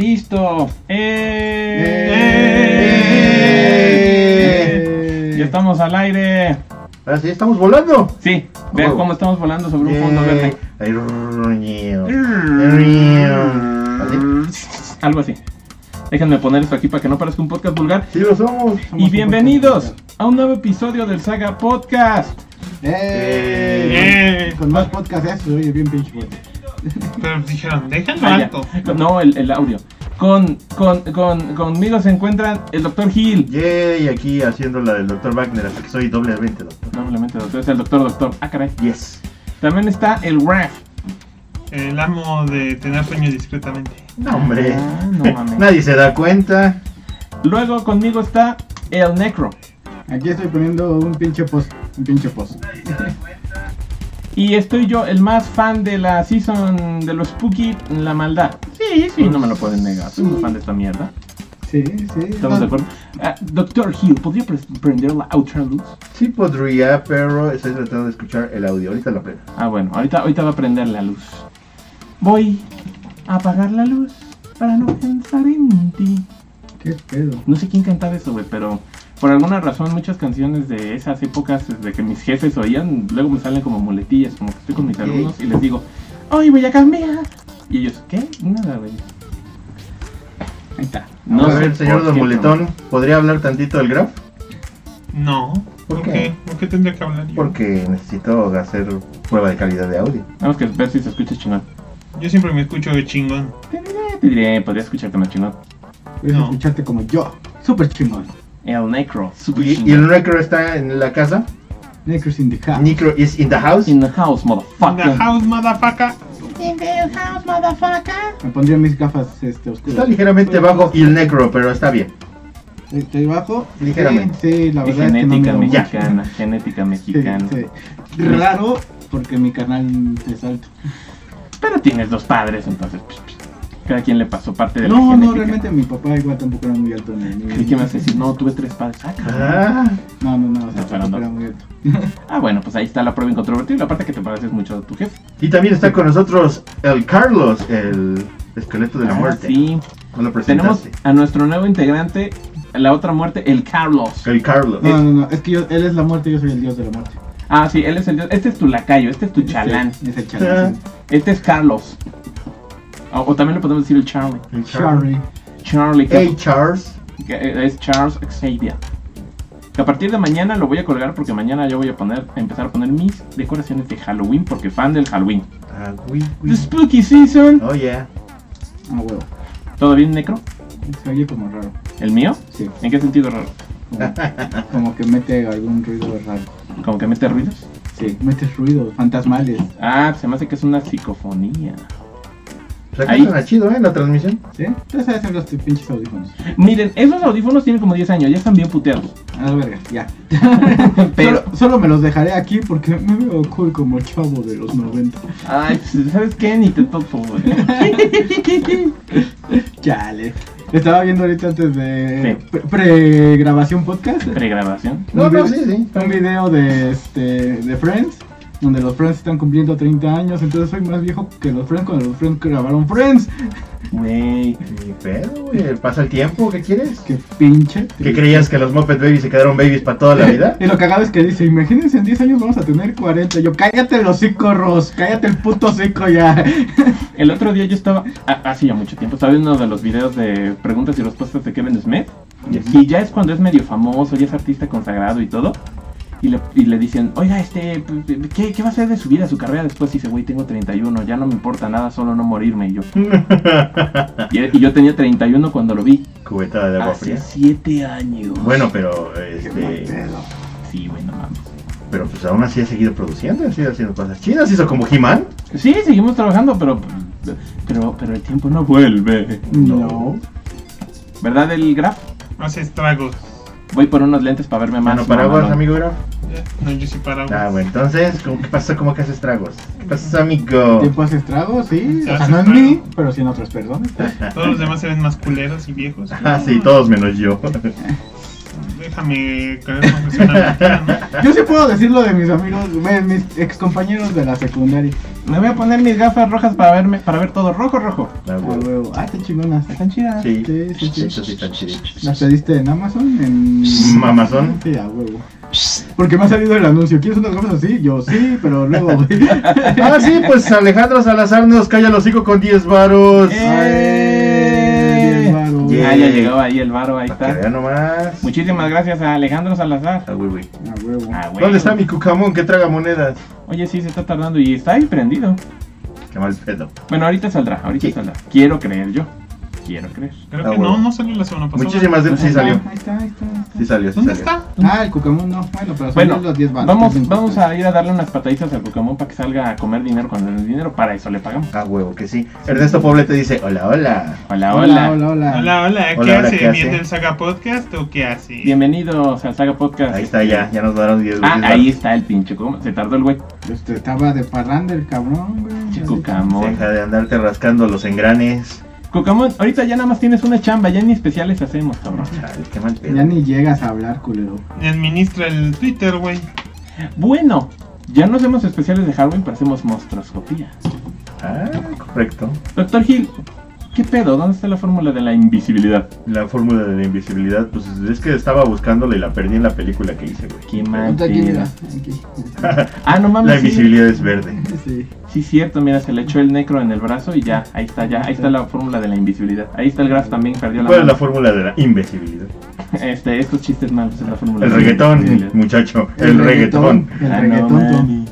nuevo. ¡Eh! ¡Eh! ¡Eh! Ya estamos al aire. Ahora sí, estamos volando. Sí, vean Wow. cómo estamos volando sobre un fondo verde. Ay, ¡Eh! Así. Algo así. Déjenme poner esto aquí para que no parezca un podcast vulgar. Sí, lo somos. Y bienvenidos a un nuevo episodio del Saga Podcast. ¡Eh! Eh, Con más podcast eso se oye bien pinche fuerte. pero dijeron, déjenlo Ah, ya. alto. No, el, el audio. Con, con, con- conmigo se encuentran el doctor Gil. Yay, aquí haciendo la del Dr. Wagner, así que soy doble de 20, doctor. Doblemente doctor, es el doctor doctor. Ah, caray. Yes. También está el Raf. El amo de tener sueños discretamente. No, hombre. Ah, no mames. Nadie se da cuenta. Luego conmigo está el Necro. Aquí estoy poniendo un pinche post. Un pinche post. Y estoy yo, el más fan de la season de los Spooky, la maldad. Sí, sí, no me lo pueden negar. Soy muy fan de esta mierda. Sí, sí. ¿Estamos de acuerdo? Ah, Doctor Hill, ¿podría pre- prender la otra luz? Sí podría, pero estoy tratando de escuchar el audio. Ahorita lo prendo. Ah, bueno, ahorita, ahorita va a prender la luz. Voy a apagar la luz para no pensar en ti. ¿Qué pedo? No sé quién cantaba eso, güey, pero por alguna razón muchas canciones de esas épocas de que mis jefes oían, luego me salen como muletillas, como que estoy con mis Ok. alumnos y les digo, ¡Ay, voy a cambiar! Y ellos, ¿qué? Nada, güey. Ahí está. No, a sé ver, por señor qué, Don pero- Boletón, ¿podría hablar tantito del Graf? No. ¿Por ¿Por qué? qué? ¿Por qué tendría que hablar yo? Porque necesito hacer prueba de calidad de audio. Vamos que ver si se escucha chingón. Yo siempre me escucho de chingón. Te diré, te diré, podría escucharte más chingón. Puedes No. escucharte como yo. Super chingón. El Necro, super ¿Y, y el Necro está en la casa? Necros in the house. Necro is in the house. In the house, motherfucker. The house, motherfucker. Me pondría mis gafas este, Está oscuras. ligeramente bajo y el Necro, pero está bien. Estoy bajo. Ligeramente. Sí, sí, la Y verdad es que no genética miro mucho. mexicana, genética Sí, mexicana. sí. Raro porque mi canal es alto. Pero tienes dos padres, entonces. psh, psh, Cada quien le pasó parte de la No, no, genética. realmente mi papá igual tampoco era muy alto. Ni, Creí ni- que me vas a decir, no, tuve tres padres. Ah, cabrón. Ah, No, no, no, o sea, No, pero tampoco no. era muy alto. Ah, bueno, pues ahí está la prueba incontrovertible. Aparte que te pareces mucho a tu jefe. y también está con nosotros el Carlos, el esqueleto de la Ah, muerte. Sí. No lo Tenemos presentaste. a nuestro nuevo integrante, la otra muerte, el Carlos. El Carlos. No, no, no, es que yo, él es la muerte, yo soy el dios de la muerte. Ah, sí, él es el dios. Este es tu lacayo, este es tu chalán. Sí, Es el chalán. sí. Este es Carlos. O, o también le podemos decir el Charlie. El Charles. Charlie. Charlie, que- Hey, Charles. que es Charles Xavier. Que a partir de mañana lo voy a colgar porque mañana yo voy a poner, empezar a poner mis decoraciones de Halloween porque fan del Halloween. Ah, güey, The güey. Spooky Season. Oh, yeah. Ah, huevo. ¿Todo bien, Necro? Se oye como raro. ¿El mío? Sí. ¿En qué sentido raro? Como, como que mete algún ruido raro. ¿Como que mete ruidos? Sí. Mete ruidos fantasmales. Ah, se me hace que es una psicofonía. Ahí. Ahí. suena chido, ¿eh? La transmisión. ¿Sí? Entonces sabes son los t- pinches audífonos. Miren, esos audífonos tienen como 10 años, ya están bien puteados. A la verga, ya. Pero, Solo, solo me los dejaré aquí porque me veo cool como el chavo de los 90. ay, pues, ¿sabes qué? Ni te topo, güey. Chale. Estaba viendo ahorita antes de Sí. pre- pre-grabación podcast. Pregrabación. No, Un no, video- sí, sí. Un video de este de Friends, donde los Friends están cumpliendo 30 años, entonces soy más viejo que los Friends cuando los Friends grabaron Friends. Güey. Ni pedo, güey. Pasa el tiempo, ¿qué quieres? Qué pinche. ¿Qué triste. creías que los Muppet Babies se quedaron babies para toda la vida? Y lo cagado es que dice, imagínense en 10 años vamos a tener 40. Yo, cállate los hocico, Ross, cállate el puto hocico ya. El otro día yo estaba, ah, hace ya mucho tiempo, estaba viendo uno de los videos de preguntas y respuestas de Kevin Smith. Y ya es cuando es medio famoso, ya es artista consagrado y todo. Y le, y le dicen, oiga, este, ¿qué, ¿qué va a ser de su vida, su carrera después? Y dice, güey, tengo 31, ya no me importa nada, solo no morirme. Y yo, y, y yo tenía 31 cuando lo vi. Cubetada de agua Hace fría. 7 años. Bueno, pero, Qué este... mal pedo. Sí, güey, no mames. Pero pues aún así ha seguido produciendo, ha seguido haciendo cosas chidas, hizo como He-Man. Sí, seguimos trabajando, pero, pero, pero el tiempo no vuelve. No. ¿Verdad, el graf? Hace estragos. Voy por unos lentes para verme más. Mano paraguas, mamalón. amigo Graf. Eh, No, yo sí paraguas. Ah, bueno, entonces, ¿cómo, ¿qué pasa? ¿Cómo que haces tragos? ¿Qué pasa, amigo? Tiempo hace estragos, sí. O Se sea, hace no en estrago. mí, pero sí en otros, perdón. Todos los demás se ven más culeros y viejos. Ah, sí, todos menos yo. Déjame caer Ah, aunque sea una mentira, ¿no? Yo sí puedo decir lo de mis amigos, me- mis ex compañeros de la secundaria. Me voy a poner mis gafas rojas para verme, para ver todo rojo, rojo. Ah, Ah, bueno. huevo. Ah, están chingonas. Están chidas. Sí, Sí, sí, sí. eso sí está chido. ¿Las pediste en Amazon? En ¿Mamazón? Sí, a huevo. Porque me ha salido el anuncio. ¿Quieres unas gafas así? Yo sí, pero luego, güey. Ah, sí, pues Alejandro Salazar nos calla el hocico con 10 varos. Eh, Ay, bien varo. Ah, ya llegó ahí el varo, ahí Para que está. vean nomás. Muchísimas gracias a Alejandro Salazar. Ah, güey, güey. A huevo. Ah, güey. ¿Dónde está mi cucamón que traga monedas? Oye, sí, se está tardando y está ahí prendido. Qué mal pedo. Bueno, ahorita saldrá, ahorita Sí. saldrá. Quiero creer yo. Quiero creer. Creo Ah, que bueno. no, no salió la semana Pues, pasada. Muchísimas gracias. Sí Ahí salió. está, Ahí está, ahí está. ahí está. Sí salió, sí ¿Dónde salió. está? Ah, el cucamón no. Bueno, pero son Bueno, los 10 varos. vamos, es vamos importante. a ir a darle unas pataditas al Pokémon para que salga a comer dinero con el dinero. Para eso le pagamos. Ah, huevo, que sí. Ernesto Poblete dice, hola, hola. Hola, hola. Hola, hola, hola. Hola, hola, ¿qué Ah. Hola, hola, hace? ¿qué hace? ¿Viene el Saga Podcast o qué hace? Bienvenidos al Saga Podcast. Ahí está ya, ya nos daron 10 Ah, varos. ahí está el pinche Pokémon. Se tardó el güey. Este, estaba de parranda el cabrón, güey. Che, Así. Cucamón. Deja de andarte rascando los engranes. Cucamón, ahorita ya nada más tienes una chamba. Ya ni especiales hacemos, cabrón. Chale, qué mal pedo. Ya ni llegas a hablar, culero. Administra el Twitter, güey. Bueno, ya no hacemos especiales de Halloween, pero hacemos monstroscopía. Ah, correcto. Doctor Hill, ¿qué pedo? ¿Dónde está la fórmula de la invisibilidad? La fórmula de la invisibilidad, pues es que estaba buscándola y la perdí en la película que hice, güey. Qué mal Pregunta quién pedo. era. Aquí. Ah, no mames. La sí. invisibilidad es verde. Sí. Sí, cierto, mira, se le echó el necro en el brazo y ya, ahí está, ya, ahí está la fórmula de la invisibilidad. Ahí está el graf también, perdió la ¿Cuál es la mano. fórmula de la invisibilidad? Este, estos chistes malos es la fórmula. El de la reggaetón, invisibilidad. muchacho. El reggaetón. El Ah, no reggaetón. mames.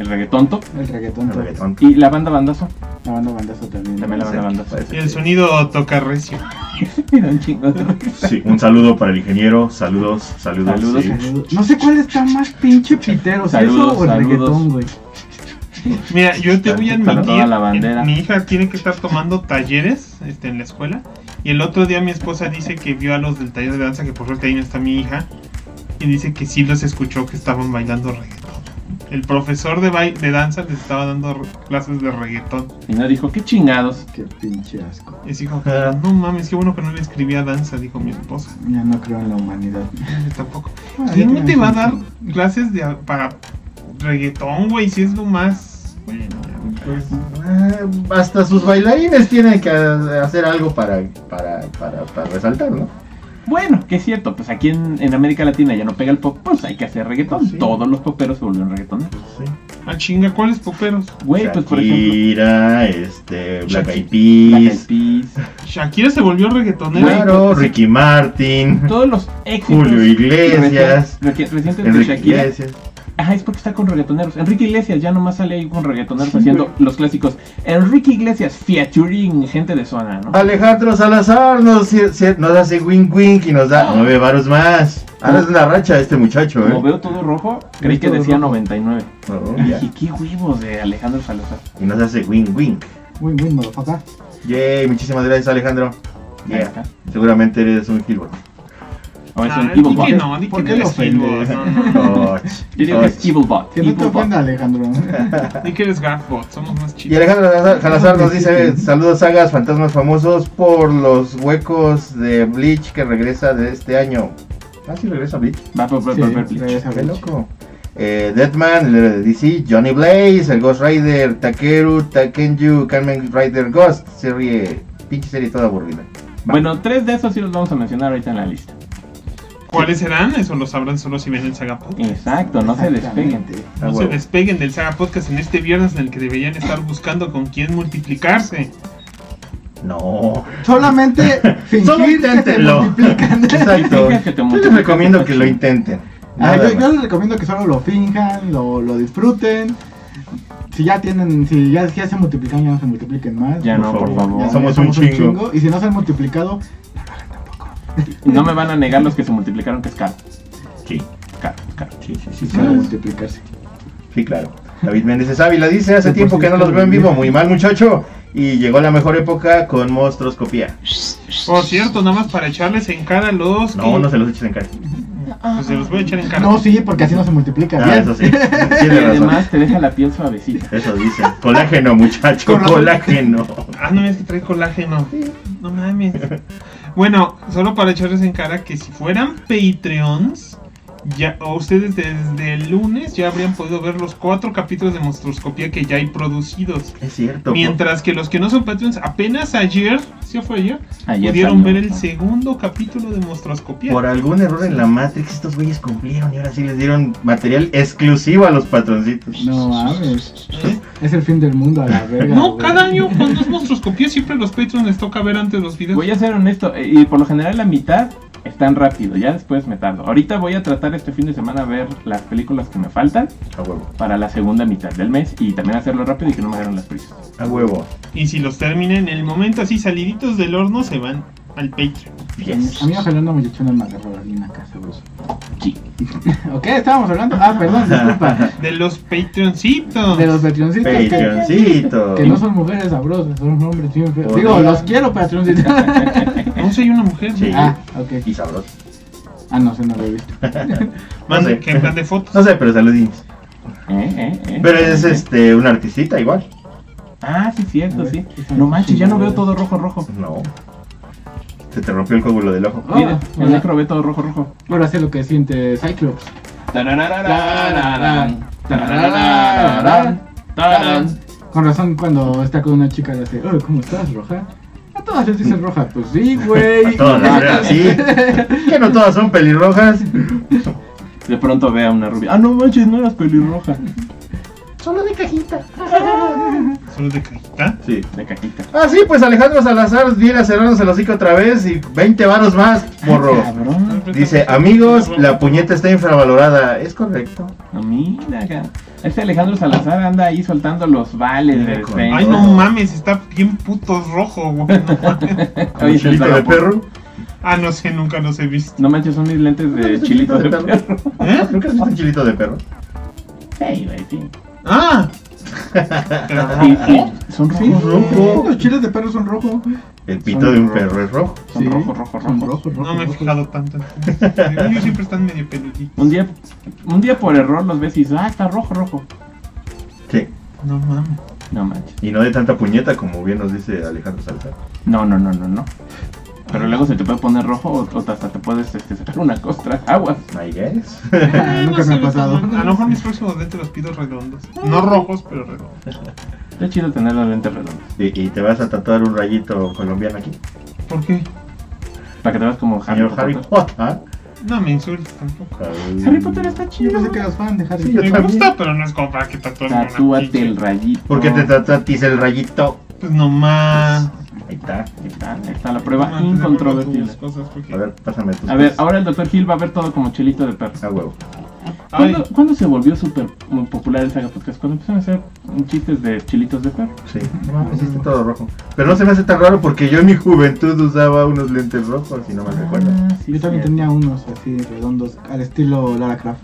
El reggaetonto. El reggaetón. El reggaetón. Y la banda bandazo. La banda bandazo también. También la banda bandazo. pues. Y el sonido toca recio. Mira, un chingo de- Sí, un saludo para el ingeniero. Saludos, saludos. Saludos, sí. Saludos. No sé cuál está más pinche pitero, si Saludos, eso o el saludos. reggaetón, güey. Mira, yo te voy a Para toda admitir, la bandera. eh, mi hija tiene que estar tomando talleres este, en la escuela. Y el otro día mi esposa dice que vio a los del taller de danza, que por suerte ahí no está mi hija. Y dice que sí los escuchó que estaban bailando reggaetón. El profesor de, bai- de danza les estaba dando re- clases de reggaetón. Y no dijo, qué chingados. Qué pinche asco. Y así dijo, no mames, qué bueno que no le escribía danza, dijo mi esposa. Ya no creo en la humanidad. Yo tampoco. Ah, ¿Quién ya, te va a dar sí. clases de, para reggaetón, güey? Si es lo más... Bueno, Pues, ah, hasta sus bailarines tienen que hacer algo para, para, para, para resaltar, ¿no? Bueno, que es cierto, pues aquí en, en América Latina ya no pega el pop, pues hay que hacer Ah, reggaetón. Sí. Todos los poperos se volvieron reggaetón. Sí. a Ah, chinga, ¿cuáles poperos? Güey, pues por ejemplo, Shakira, este, Black Eyed Black Eyed Peas. Peas, Shakira se volvió reggaetonera. Güey, Claro, pues, Ricky Martin, todos los éxitos. Julio Iglesias, reci- reci- Recientes de Enrique Shakira. Iglesias. Ajá, es porque está con reggaetoneros. Enrique Iglesias ya nomás sale ahí con reggaetoneros Sí, haciendo güey. los clásicos. Enrique Iglesias featuring gente de zona, Ah, ¿no? Alejandro Salazar nos, se- se- nos hace wink wink y nos da Ah. nueve varos más. Ahora es una racha este muchacho, Como ¿eh? veo todo rojo, creí que todo decía rojo. 99. Oh, Y ya. dije, qué huevos de Alejandro Salazar. Y nos hace wink wink. Muy, muy motherfucker. Yay, muchísimas gracias Alejandro. Ahí Yeah. está. Seguramente eres un Gilbert. O es Ah, un di evil bot. que no, di ¿Por que qué lo no eres Gil, ofendes? vos, no, no, no. Och, Yo digo que es och. evil bot. Que no te Evil bot. ofenda, Alejandro. Pues, Di que eres Garfbot, somos más Y chidos. Alejandro Salazar- Salazar nos dice, saludos sagas, fantasmas famosos por los huecos de Bleach que regresa de este año. Ah, sí regresa Bleach. Va, va, va, pues, Sí, pues, va, va, va. regresa. Qué loco. Eh, Deadman, el héroe de DC, Johnny Blaze, el Ghost Rider, Takeru, Takenju, Carmen Rider Ghost, serie, pinche serie toda aburrida. Va. Bueno, tres de esos sí los vamos a mencionar ahorita en la lista. ¿Cuáles serán? Eso lo sabrán solo si ven el Saga Podcast. Exacto, no se despeguen. Exactamente. Ah, No se huevo. despeguen del Saga Podcast en este viernes en el que deberían estar buscando con quién multiplicarse. No. Solamente Solo fingir que te inténtenlo. multiplican. Exacto. Fijas que te Yo les multiplican, recomiendo está que lo chido. intenten. Ah, Nada yo, yo más. les recomiendo que solo lo finjan, lo, lo disfruten. Si ya tienen, si ya, si ya se multiplican, ya no se multipliquen más. Ya Por no, por favor. favor. Ya somos un chingo. Y si no se han multiplicado, No me van a negar los que se multiplicaron que es caro. Sí, Caro, caro. sí, sí, sí, van a claro. multiplicarse. Sí, claro. David Méndez es Ávila, dice, hace Sí, tiempo pues, que no sí, los está veo en bien. vivo, muy mal muchacho. Y llegó la mejor época con Monstroscopía. Oh, Por cierto, nada más para echarles en cara a los que... No, no se los eches en cara. Pues se los voy a echar en cara. No, sí, porque así no se multiplica. Ah, bien. eso sí. Y Tiene razón. además te deja la piel suavecita. Eso dice. Colágeno, muchacho, Con razón. colágeno. Ah, no es que trae colágeno. No mames. Bueno, solo para echarles en cara que si fueran Patreons, ya o ustedes desde el lunes ya habrían podido ver los cuatro capítulos de Monstroscopía que ya hay producidos. Es cierto. Mientras que los que no son Patreons, apenas ayer, ¿sí fue ayer? Ayer pudieron salió, ver el ¿no? segundo capítulo de ¿Eh? Monstroscopía. Por, por algún error en la Matrix, estos güeyes cumplieron y ahora sí les dieron material exclusivo a los patroncitos. No mames. ¿Eh? Es el fin del mundo a la verga. No, güey. cada año cuando es Monstroscopía siempre los Patreons les toca ver antes los videos. Voy a ser honesto, eh, y por lo general la mitad están rápido, ya después me tardo. Ahorita voy a tratar este fin de semana a ver las películas que me faltan A huevo. para la segunda mitad del mes y también hacerlo rápido y que no me agarren las prisas. A huevo. Y si los terminan en el momento así saliditos del horno se van al Patreon. Yes. A mí ojalá una muchachona me agarró la lina acá, seguro. Sí. Ok, estábamos hablando. Ah, perdón, disculpa. De los Patreoncitos. De los patroncitos. que- Patreoncito. Que no son mujeres sabrosas, son hombres bien feos. Por Digo, Dios. los quiero, patroncitos. No soy una mujer. Sí. ¿no? ah, ok. Y sabroso. Ah, no, se no lo he visto. Mande, No sé. que en plan de fotos. No sé, pero saludines. Eh, eh, eh. Pero es este, un artista igual. Ah, sí, A cierto, ver, sí. ¿qué tal? No manches, ya no Sí, veo güey. todo rojo, rojo. No. Se te rompió el cóbulo del ojo. Ah, Mira, hola. el necro ve todo rojo, rojo. Ahora sé lo que siente Cyclops. Tararararararán, tararararararán, tarán. Con razón, cuando está con una chica le hace, oh, ¿cómo estás, roja? A todas les dicen roja. Pues sí, güey. A todas las veas, sí. Que no todas son pelirrojas. De pronto ve a una rubia. Ah, no manches, no eras pelirroja. Solo de cajita. Solo de cajita. Sí. De cajita. Ah, sí, pues Alejandro Salazar viene a cerrarnos el hocico otra vez y 20 varos más, Ah, morro. Cabrón. Dice, amigos, la puñeta está infravalorada. Es correcto. No, mira, acá. Este Alejandro Salazar anda ahí soltando los vales de despensa. Ay, no mames, está bien putos rojo, güey. no mames. Oye, Con chilito de César, perro. Ah, no sé, nunca los he visto. No manches, son mis lentes ¿Nunca has de visto chilito de chilito de perro. ¿Eh? ¿Nunca has visto un chilito de perro? Sí, güey, sí. Ah. Sí, sí, Son Sí, rojos, rojo. Los chiles de perro son rojos. El pito de un perro es rojo. Son rojo, rojo, Son rojo. rojos, No rojos, me he rojos. fijado tanto. entonces. Ellos siempre están medio peluditos. Un día, un día por error los ves y dices, ah, está rojo, rojo. Sí. No mames. No manches. Y no de tanta puñeta como bien nos dice Alejandro Salazar. No, no, no, no, no. Pero luego se te puede poner rojo o, o hasta te puedes este, sacar una costra. Aguas. My guess. Ah, Nunca me ha sé, pasado. no sé. A lo mejor mis próximos lentes los pido redondos. No rojos, pero redondos. Está chido tener los lentes redondos. y, y te vas a tatuar un rayito colombiano aquí. ¿Por qué? Para que te veas como Harry Señor Harry Potter. Potter. No me insultes tampoco. Harry Potter está Yo pensé chido. que eras fan de Harry Sí, Potter. Me también. gusta, pero no es como para que tatúen una Tatúate pinche- el rayito. ¿Por qué te tatuatis el rayito? Pues nomás. Ahí está. Ahí está, ahí está la No prueba manches, de acuerdo con incontrovertible. tus cosas, porque- A ver, pásame tus A ver, ah, cosas. ahora el doctor Hill va a ver todo como chilito de perro. A huevo. Ay, ¿Cuándo, cuándo se volvió súper muy popular el Saga Podcast? Cuando empezaron a hacer mm, chistes de chilitos de perro. Sí. No mames, hiciste todo rojo. Pero no se me hace tan raro porque yo en mi juventud usaba unos lentes rojos, si no me recuerdo. Ah, sí, Yo también sí. tenía unos así redondos, al estilo Lara Croft.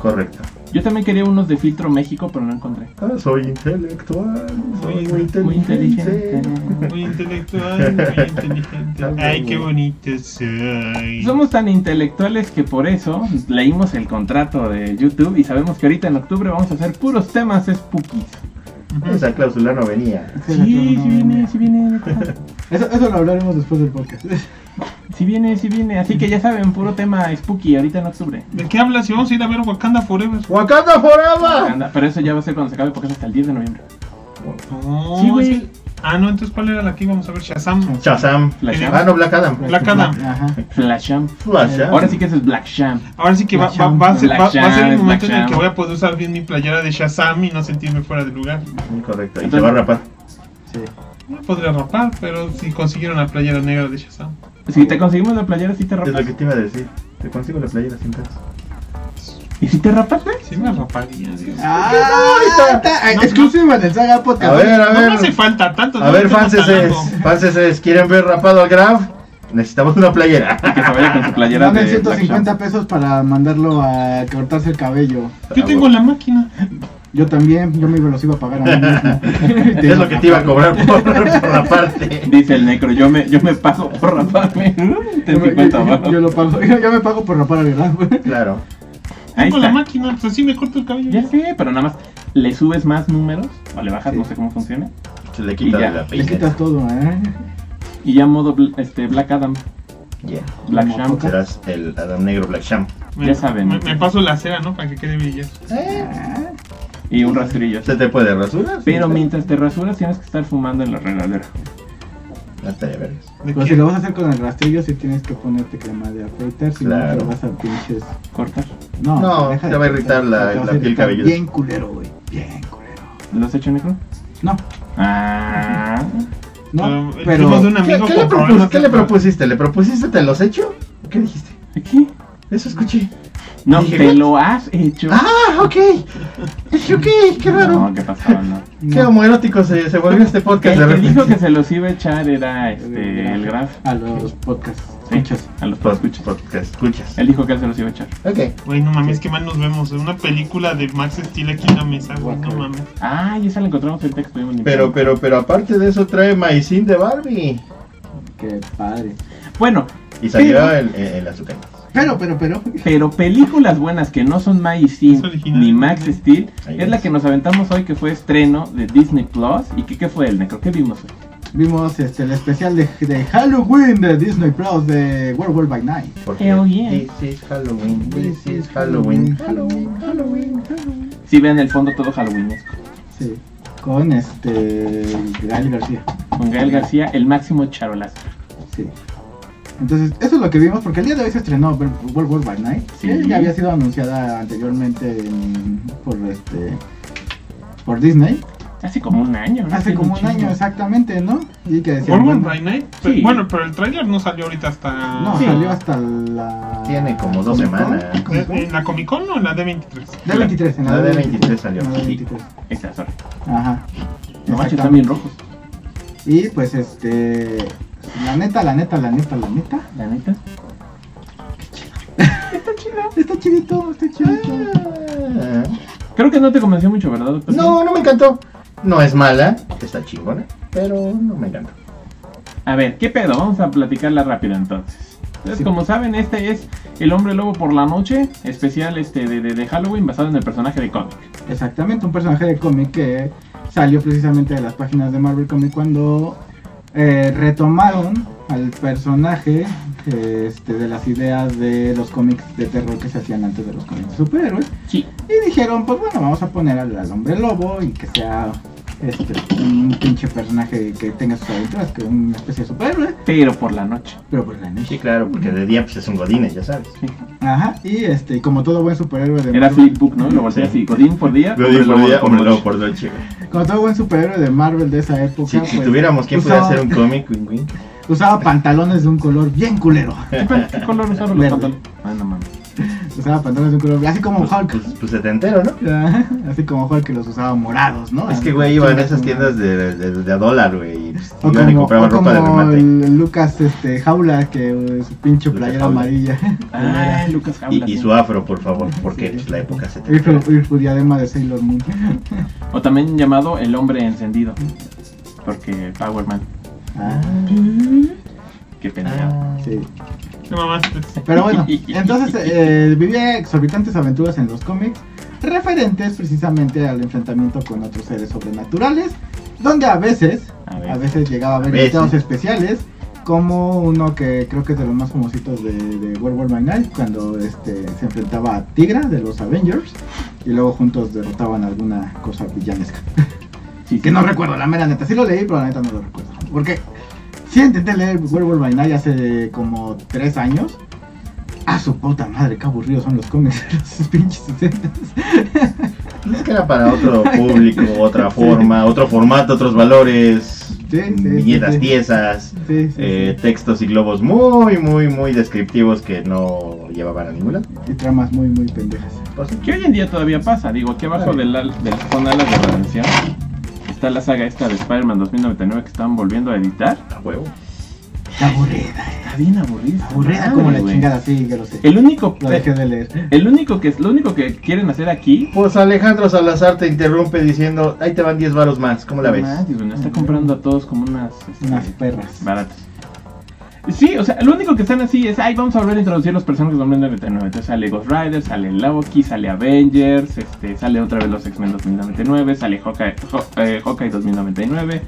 Correcto. Yo también quería unos de filtro México, pero no encontré. Ah, soy intelectual. Soy Muy muy inteligente. Muy inteligente. muy intelectual, muy inteligente. Ay, qué bonito soy. Somos tan intelectuales que por eso leímos el contrato de YouTube y sabemos que ahorita en octubre vamos a hacer puros temas spookies. Ujú. Esa cláusula no venía. Sí, sí viene, sí viene. Eso, eso lo hablaremos después del podcast. Sí viene, sí viene. Así que ya saben, puro tema spooky ahorita en octubre. ¿De qué hablas? Si vamos a ir a ver Wakanda Forever. ¡Wakanda Forever! Anda, Pero eso ya va a ser cuando se acabe porque es hasta el 10 de noviembre. No, Sí, güey. es el- Ah, no, entonces ¿cuál era la que íbamos a ver? Shazam. Shazam. Flash Ah, Jam. no, Black Adam. Black Adam. Ajá. Flash Jam. Flash Jam. Ahora sí que ese es Black Sham. Ahora sí que va, Black va- va a Sham. ser, va- Black va a ser Sham, el momento Black en el que Sham. voy a poder usar bien mi playera de Shazam y no sentirme fuera de lugar. Correcto. Y Entonces- se va a rapar. Sí. No podría rapar, pero si consiguieron la playera negra de Shazam. Si te conseguimos la playera, si te Es rapas. lo que te iba a decir. Te consigo la playera sin pedos. ¿Y si te rapas? güey? Sí me raparía. Dios. Ah, está, está, No, exclusiva en el Saga Podcast. A ver, a No me hace ver. falta tanto. A no ver, estamos fanses. hablando. Fanses, ¿quieren ver rapado al Graf? Necesitamos una playera. Y que se vaya con su playera Dame de Black 150 Sham. pesos para mandarlo a cortarse el cabello. Yo tengo la máquina. Yo también, yo me los iba a pagar a mí mismo. Es lo que te iba a cobrar por, por raparte. Dice el necro, yo me, yo me paso por raparme. Te Yo, me- yo, 50 yo- baros. yo lo pago, yo, yo me pago por rapar, ¿verdad? Claro. Ahí Tengo la está. máquina, pues así me corto el cabello. Ya sé, pero nada más le subes más números o le bajas, Sí. no sé cómo funciona. Se le quita Y ya, de la Le playera. quitas todo, ¿eh? Y ya modo bl- este, Black Adam, Ya. Black Como Sham. toca. Serás el Adam Negro Black Sham. Me- Ya saben. Me, me paso la cera, ¿no? Para que quede brillante. Eh, Y un rastrillo. ¿Se te puede rasurar? Pero Sí, mientras te rasuras tienes que estar fumando en la regadera. No estaría vergas. ¿De Pero Pues qué? Pues si lo vas a hacer con el rastrillo, si tienes que ponerte crema de afeitar, si Claro. no te vas a pinches. Cortar. No, No, deja de te va a cortar, irritar la- te vas la a piel irritar. cabelluda. Bien culero, güey. Bien culero. ¿Los hecho negro? No, Ah. no, Pero pero. hicimos de un ¿Qué, amigo qué le con propus- problemas qué de- le propusiste? ¿Le propusiste te los hecho? ¿Qué dijiste? ¿Aquí? Eso escuché. No, Dije, te ¿qué? lo has hecho. ¡Ah, ok! Dije, ok, qué raro. No, ¿qué pasaba? No. Qué No, homoerótico se, se volvió este podcast de El que dijo que repente. se los iba a echar era este, el Graf. a los podcasts. Sí, Escuchas. A los Pod- escuchas. Podcast, escuchas. Él dijo que él se los iba a echar. Ok. Güey, no mames, qué mal nos vemos. Una película de Max Steel aquí en la mesa, güey. No Guácala. mames. Ah, y esa la encontramos ahorita que estuvimos Pero, limpiando. pero, pero aparte de eso trae maicín de Barbie. Qué padre. Bueno, Y salió Pero- el, el, el azúcar. Pero, pero, pero. pero películas buenas que no son My Es Sin original. ni Max Steel Ahí es la es. que nos aventamos hoy que fue estreno de Disney Plus. ¿Y qué, qué fue el necro? ¿Qué vimos hoy? Vimos este, el especial de, de Halloween de Disney Plus de Werewolf by Night. Porque Hell yeah. this is Halloween, Eh, this is Halloween. Halloween, Halloween, Halloween. Si vean el fondo todo halloweenesco. Sí. Con este. Gael García. Con Gael García, el máximo charolazo. Sí. Entonces, eso es lo que vimos, porque el día de hoy se estrenó Ver- World War by Night. Sí. que ya había sido anunciada anteriormente en- por este por Disney. Hace como un año. ¿no? Hace Sí, como un chingo. año exactamente, ¿no? Y que decían, ¿Warwick bueno, by Night? Sí. Pe- Bueno, pero el tráiler no salió ahorita hasta... No, Sí. salió hasta la... Tiene como dos Comic Con. semanas. Comic Con. ¿En la Comic Con o en la D23? D23, en la, La D23 D23 salió. en la Sí. D23. Esta, sorry. Ajá. No manches, Exactamente. están bien rojos. Y pues este... La neta, la neta, la neta, la neta. La neta. Está chido. Está chidito, está chidito. Ah. Creo que no te convenció mucho, ¿verdad, doctor? No, no me encantó. No es mala, está chingona, pero no me encantó. A ver, ¿qué pedo? Vamos a platicarla rápido entonces. Entonces, Sí. como saben, este es El Hombre Lobo por la Noche, especial este de, de- de Halloween basado en el personaje de cómic. Exactamente, un personaje de cómic que salió precisamente de las páginas de Marvel Comics cuando eh, retomaron al personaje este, de las ideas de los cómics de terror que se hacían antes de los cómics de superhéroes. Sí. Y dijeron, pues bueno, vamos a poner al, al hombre lobo y que sea este, un pinche personaje que tenga sus aventuras, que una especie de superhéroe, Pero por la noche. pero pues la noche. Sí, claro, porque de día pues es un godines, ya sabes. Ajá, y este, y como todo buen superhéroe de Era Marvel- flipbook, ¿no? Lo volteé así. Godín por día. Lo digo pues, por día, por hombre, noche. no, por noche. Como todo buen superhéroe de Marvel de esa época. Si, si pues, tuviéramos quien pudiera usaba- hacer un cómic, win win. Usaba pantalones de un color bien culero. ¿Qué pan- ¿Qué color usaron los Verde. pantalones? Ah, no mames. Usaba pantalones de un color, así como Pues, Hulk. pues, pues setentero, ¿no? Ajá, así como Hulk que los usaba morados, ¿no? Es Así que, como güey, iban a chingas, esas ¿no? tiendas de, de, de a dólar, güey. Y pues, O iban y como, compraban o ropa de como remate. el Lucas este, Jaula, que eh, su pinche Lucas playera Jaula. amarilla. Ah, Lucas Jaula. Y, y sí. su afro, por favor, porque pues, la época se Y su, y su diadema de Sailor Moon. O también llamado El Hombre Encendido. Porque Power Man. Ah, Qué pena. sí. ¿Qué mamaste? Pero bueno, entonces eh, vivía exorbitantes aventuras en los cómics, referentes precisamente al enfrentamiento con otros seres sobrenaturales, donde a veces, A ver. a veces llegaba a haber veces. invitados especiales, como uno que creo que es de los más famositos de, de World War by Night, cuando este, se enfrentaba a Tigra de los Avengers, y luego juntos derrotaban alguna cosa villanesca. Sí, Que no recuerdo, la mera neta. Sí lo leí, pero la neta no lo recuerdo. Porque sí intenté leer Werewolf by Night hace como tres años. Ah, su puta madre, qué aburridos son los cómics de los pinches 60. Es Ah. que era para otro público, otra forma, otro formato, otros valores, Sí, sí, sí, viñetas sí. tiesas, Sí, sí, sí. eh, textos y globos muy, muy, muy descriptivos que no llevaban a ninguna. Y tramas muy, muy pendejas. Que hoy en día todavía pasa, digo, aquí abajo del, al- del con alas de redención está la saga esta de Spider-Man 2099 que están volviendo a editar. A huevo. Qué aburrida, eh, Está bien aburrida. aburrida madre, como la güey. chingada, sí, ya lo sé. Ah, El único, Lo dejé de leer. el único que lo único que quieren hacer aquí. Pues Alejandro Salazar te interrumpe diciendo, ahí te van 10 varos más, ¿cómo la ves? Madre, güey, nos está comprando a todos como unas, este, Unas perras. baratas. Sí, o sea, lo único que están así es, ay, vamos a volver a introducir los personajes de 2099. Entonces sale Ghost Rider, sale Loki, sale Avengers, este, sale otra vez los X-Men 2099, sale Hawkeye, Haw- eh, Hawkeye 2099.